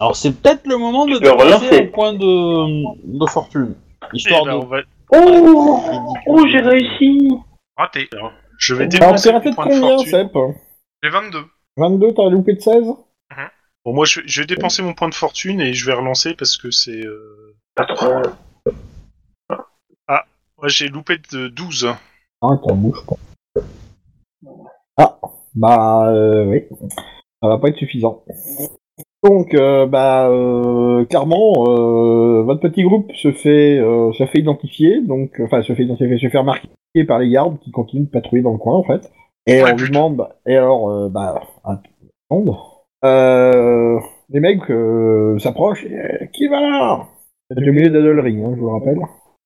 Speaker 2: Alors, c'est peut-être le moment de
Speaker 9: Tu peux relancer.
Speaker 2: un point de, de euh, fortune. Histoire
Speaker 3: Eh ben,
Speaker 2: de.
Speaker 3: on va-
Speaker 9: oh, oh, j'ai réussi.
Speaker 4: Raté.
Speaker 3: Je vais
Speaker 1: Alors,
Speaker 3: dépenser
Speaker 1: t'es
Speaker 3: mon
Speaker 1: raté de
Speaker 3: point de
Speaker 1: combien,
Speaker 3: fortune.
Speaker 1: Sep
Speaker 4: J'ai 22.
Speaker 1: 22, t'as loupé de 16
Speaker 3: Bon, moi je, je vais dépenser mon point de fortune et je vais relancer parce que c'est. euh, Ah,
Speaker 9: Pas trop.
Speaker 3: Moi j'ai loupé de hein. 12.
Speaker 1: Ah, t'en bouge pas. Ah, bah, euh, oui. Ça va pas être suffisant. Donc, euh, bah, euh, clairement, euh, votre petit groupe se fait, euh, se fait identifier, donc, euh, enfin, se fait identifier, se fait remarquer par les gardes qui continuent de patrouiller dans le coin, en fait. Et
Speaker 4: Ouais,
Speaker 1: on lui
Speaker 4: putain.
Speaker 1: demande, et alors, euh, bah, un monde. Euh, les mecs euh, s'approchent, et, euh, qui va là C'est au milieu d'Adolerie, hein, je vous rappelle.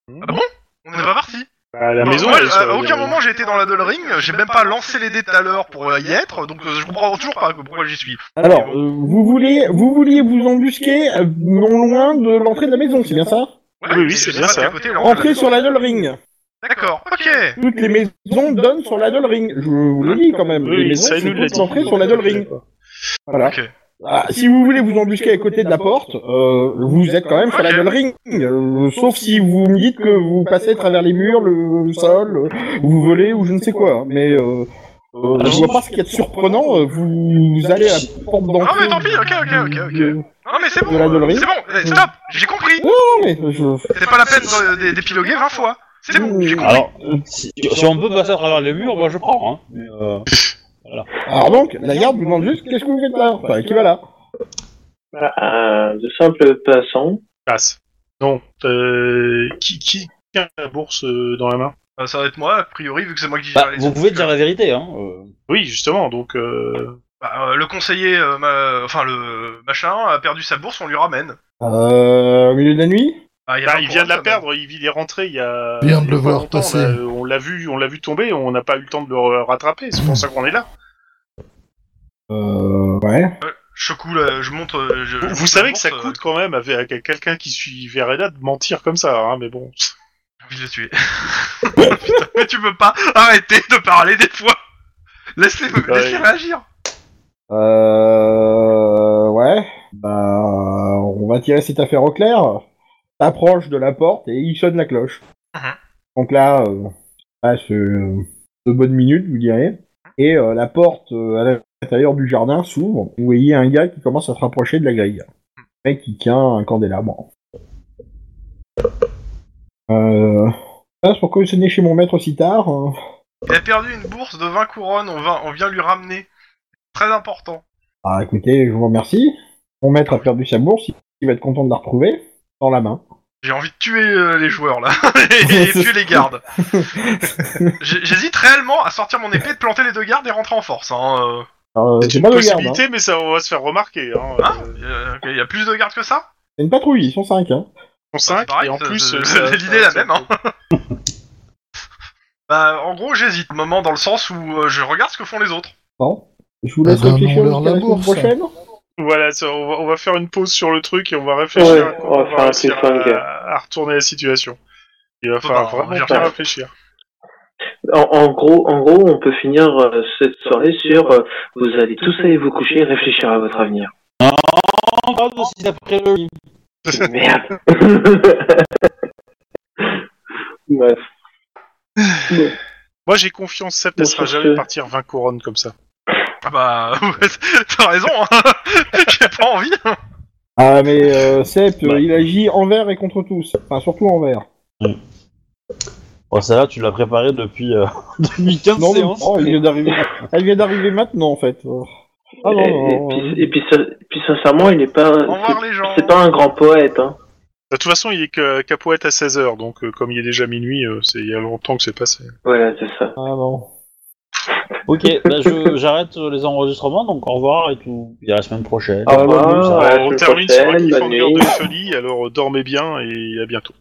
Speaker 4: On n'est pas parti.
Speaker 3: À la
Speaker 4: Moi,
Speaker 3: maison,
Speaker 4: moi,
Speaker 3: elle est
Speaker 4: euh,
Speaker 3: sur la-
Speaker 4: à aucun moment j'ai été dans la Doll Ring, j'ai même pas lancé les dés tout à l'heure pour euh, y être, donc euh, je comprends toujours pas pourquoi j'y suis.
Speaker 1: Alors, euh, vous voulez, vous vouliez vous embusquer euh, non loin de l'entrée de la maison, c'est bien ça
Speaker 3: Oui,
Speaker 4: Ouais,
Speaker 3: oui,
Speaker 4: mais
Speaker 3: c'est
Speaker 4: j'ai
Speaker 3: bien
Speaker 4: pas
Speaker 3: ça.
Speaker 4: capoté, là, on
Speaker 1: Entrez
Speaker 4: l'a-
Speaker 1: sur l'Adol Ring.
Speaker 4: D'accord, ok.
Speaker 1: Toutes les maisons donnent sur l'Adol Ring. Je vous le dis quand même. les
Speaker 3: Oui, oui,
Speaker 1: maisons
Speaker 3: ça, il
Speaker 1: sont
Speaker 3: nous l'a
Speaker 1: toutes
Speaker 3: dit.
Speaker 1: entrées sur l'Adol Ring. Voilà.
Speaker 4: Ok.
Speaker 1: Ah, si vous voulez vous embusquer à côté de la porte, euh, vous êtes quand même sur la gueule ring. euh, sauf si vous me dites que vous passez à travers les murs, le, le sol, euh, vous volez ou je ne sais quoi. Mais euh, euh, je vois pas ce qu'il y a de surprenant. euh, Vous allez à la porte d'entrée. Euh,
Speaker 4: Ah, mais tant pis, ok, ok, ok, ok.
Speaker 1: de-
Speaker 4: Non mais c'est bon,
Speaker 1: De la
Speaker 4: euh,
Speaker 1: dolerie.
Speaker 4: c'est bon, c'est là, j'ai compris.
Speaker 1: Non, mais je-
Speaker 4: C'est pas la peine de- de- d'épiloguer 20 fois. C'est bon, j'ai compris.
Speaker 2: Alors, si, si on peut passer à travers les murs, moi je prends. Hein. Mais, euh,
Speaker 1: Alors donc, la garde vous demande juste qu'est-ce que vous faites là Enfin, qui va là
Speaker 9: Voilà, euh, de simples passants.
Speaker 3: Passe. Non. Euh, qui, qui qui a la bourse euh, dans la main
Speaker 4: Euh, Ça va être moi, a priori, vu que c'est moi qui gère
Speaker 2: bah,
Speaker 4: les
Speaker 2: vous pouvez dire la vérité. Hein. euh.
Speaker 3: Oui, justement, donc... Euh...
Speaker 4: Bah, euh, le conseiller, euh, ma- enfin le machin, a perdu sa bourse, on lui ramène.
Speaker 1: Euh, au milieu de la nuit
Speaker 4: Ah, y a
Speaker 3: bah,
Speaker 4: un
Speaker 3: il vient de la
Speaker 4: courant, ça,
Speaker 3: perdre, il il est rentré il y a...
Speaker 8: Bien de
Speaker 3: il y a
Speaker 8: le
Speaker 3: pas
Speaker 8: voir
Speaker 3: longtemps,
Speaker 8: passer.
Speaker 3: On l'a- on l'a vu, on l'a vu tomber, on n'a pas eu le temps de le rattraper, c'est pour ça qu'on est là.
Speaker 1: Euh, ouais.
Speaker 4: même. Euh, Je coule, euh, je monte. euh, je-
Speaker 3: Vous,
Speaker 4: je
Speaker 3: vous
Speaker 4: monte
Speaker 3: savez
Speaker 4: la
Speaker 3: que ça
Speaker 4: bourse, euh,
Speaker 3: coûte quand même à, à quelqu'un qui suit Verena de mentir comme ça, hein, mais bon...
Speaker 4: euh, J'ai envie de le tuer. Putain, mais tu peux pas arrêter de parler des fois. Laisse-les laisse-les réagir.
Speaker 1: Euh, ouais. Bah, on va tirer cette affaire au clair. T'approches de la porte et il sonne la cloche.
Speaker 4: Mhm.
Speaker 1: Donc là, euh, passe euh, de bonnes minutes, vous direz. Et euh, la porte euh, à l'intérieur du jardin s'ouvre. Vous voyez un gars qui commence à se rapprocher de la grille. Le mec qui tient un candélabre. Euh... Ah, pourquoi vous sonnez chez mon maître aussi tard hein
Speaker 4: Il a perdu une bourse de 20 couronnes, on, va, on vient lui ramener. Très important.
Speaker 1: Ah, écoutez, je vous remercie. Mon maître a perdu sa bourse, il va être content de la retrouver dans la main.
Speaker 4: J'ai envie de tuer euh, les joueurs là, et, et tuer les gardes. J'ai- J'hésite réellement à sortir mon épée, de planter les deux gardes et rentrer en force. Hein. euh.
Speaker 1: Euh,
Speaker 3: C'est
Speaker 1: c'est
Speaker 3: une
Speaker 1: pas le garde,
Speaker 3: possibilité, mais ça on va se faire remarquer. Hein.
Speaker 4: Hein
Speaker 3: Euh,
Speaker 4: Euh, ok, y a plus de gardes que ça
Speaker 1: c'est une patrouille, ils sont cinq. Hein.
Speaker 3: on cinq,
Speaker 4: bah, pareil,
Speaker 3: et en
Speaker 4: ça-
Speaker 3: plus...
Speaker 4: ça-
Speaker 3: euh, ça-
Speaker 4: l'idée est la
Speaker 3: ça-
Speaker 4: même, hein. Bah, en gros, j'hésite, moment, dans le sens où euh, je regarde ce que font les autres.
Speaker 1: Bon. Je vous
Speaker 8: Bah,
Speaker 1: laisse réfléchir
Speaker 8: donnons-leur
Speaker 1: jusqu'à la
Speaker 8: la
Speaker 1: semaine
Speaker 8: bourse.
Speaker 1: prochaine.
Speaker 3: Voilà, ça, on, va, on va faire une pause sur le truc et on va réfléchir,
Speaker 9: Ouais, on va faire un
Speaker 3: réussir
Speaker 9: cliffhanger.
Speaker 3: à, à retourner la situation. Il va
Speaker 4: Faut
Speaker 3: falloir
Speaker 4: pas, on va
Speaker 3: vraiment
Speaker 4: dire
Speaker 3: bien
Speaker 9: ça.
Speaker 3: réfléchir.
Speaker 9: En, en gros, en gros, on peut finir euh, cette soirée sur euh, vous allez tous aller vous coucher et réfléchir à votre avenir.
Speaker 2: Encore deux, si d'après le-
Speaker 9: Merde. Bref.
Speaker 3: Moi j'ai confiance, Seb ne
Speaker 9: Bon,
Speaker 3: sera
Speaker 9: sur
Speaker 3: jamais
Speaker 9: ce-
Speaker 3: partir 20 couronnes comme ça.
Speaker 4: Ah bah, ouais, t'as raison, hein. j'ai pas envie.
Speaker 1: Ah, mais euh, Sepp,
Speaker 3: Bah.
Speaker 1: euh, il agit envers et contre tous. Enfin, surtout envers.
Speaker 2: Bon, celle-là, tu l'as préparée depuis, euh, depuis 15
Speaker 1: Non, mais
Speaker 2: séances.
Speaker 1: oh, elle vient d'arriver. Elle vient d'arriver maintenant, en fait. Euh, Ah non,
Speaker 9: et,
Speaker 1: non,
Speaker 9: et
Speaker 1: non,
Speaker 9: puis,
Speaker 1: non.
Speaker 9: et puis, sin- puis sincèrement, il est pas.
Speaker 4: Au revoir les gens.
Speaker 9: c'est- C'est pas un grand poète, hein.
Speaker 3: Bah, De toute façon, il est que- qu'à Poète à 16h, donc euh, comme il est déjà minuit, euh, c'est il y a longtemps que c'est passé.
Speaker 9: Voilà, c'est ça.
Speaker 1: Ah non.
Speaker 2: Ok, bah, je- j'arrête euh, les enregistrements, donc au revoir et tout. Et à la semaine prochaine.
Speaker 9: Au revoir.
Speaker 3: Bon,
Speaker 9: à la
Speaker 3: on
Speaker 9: semaine
Speaker 3: termine sur un
Speaker 9: prochaine, bonne
Speaker 3: cliffhanger
Speaker 9: nuit.
Speaker 3: de folie, alors euh, dormez bien et à bientôt.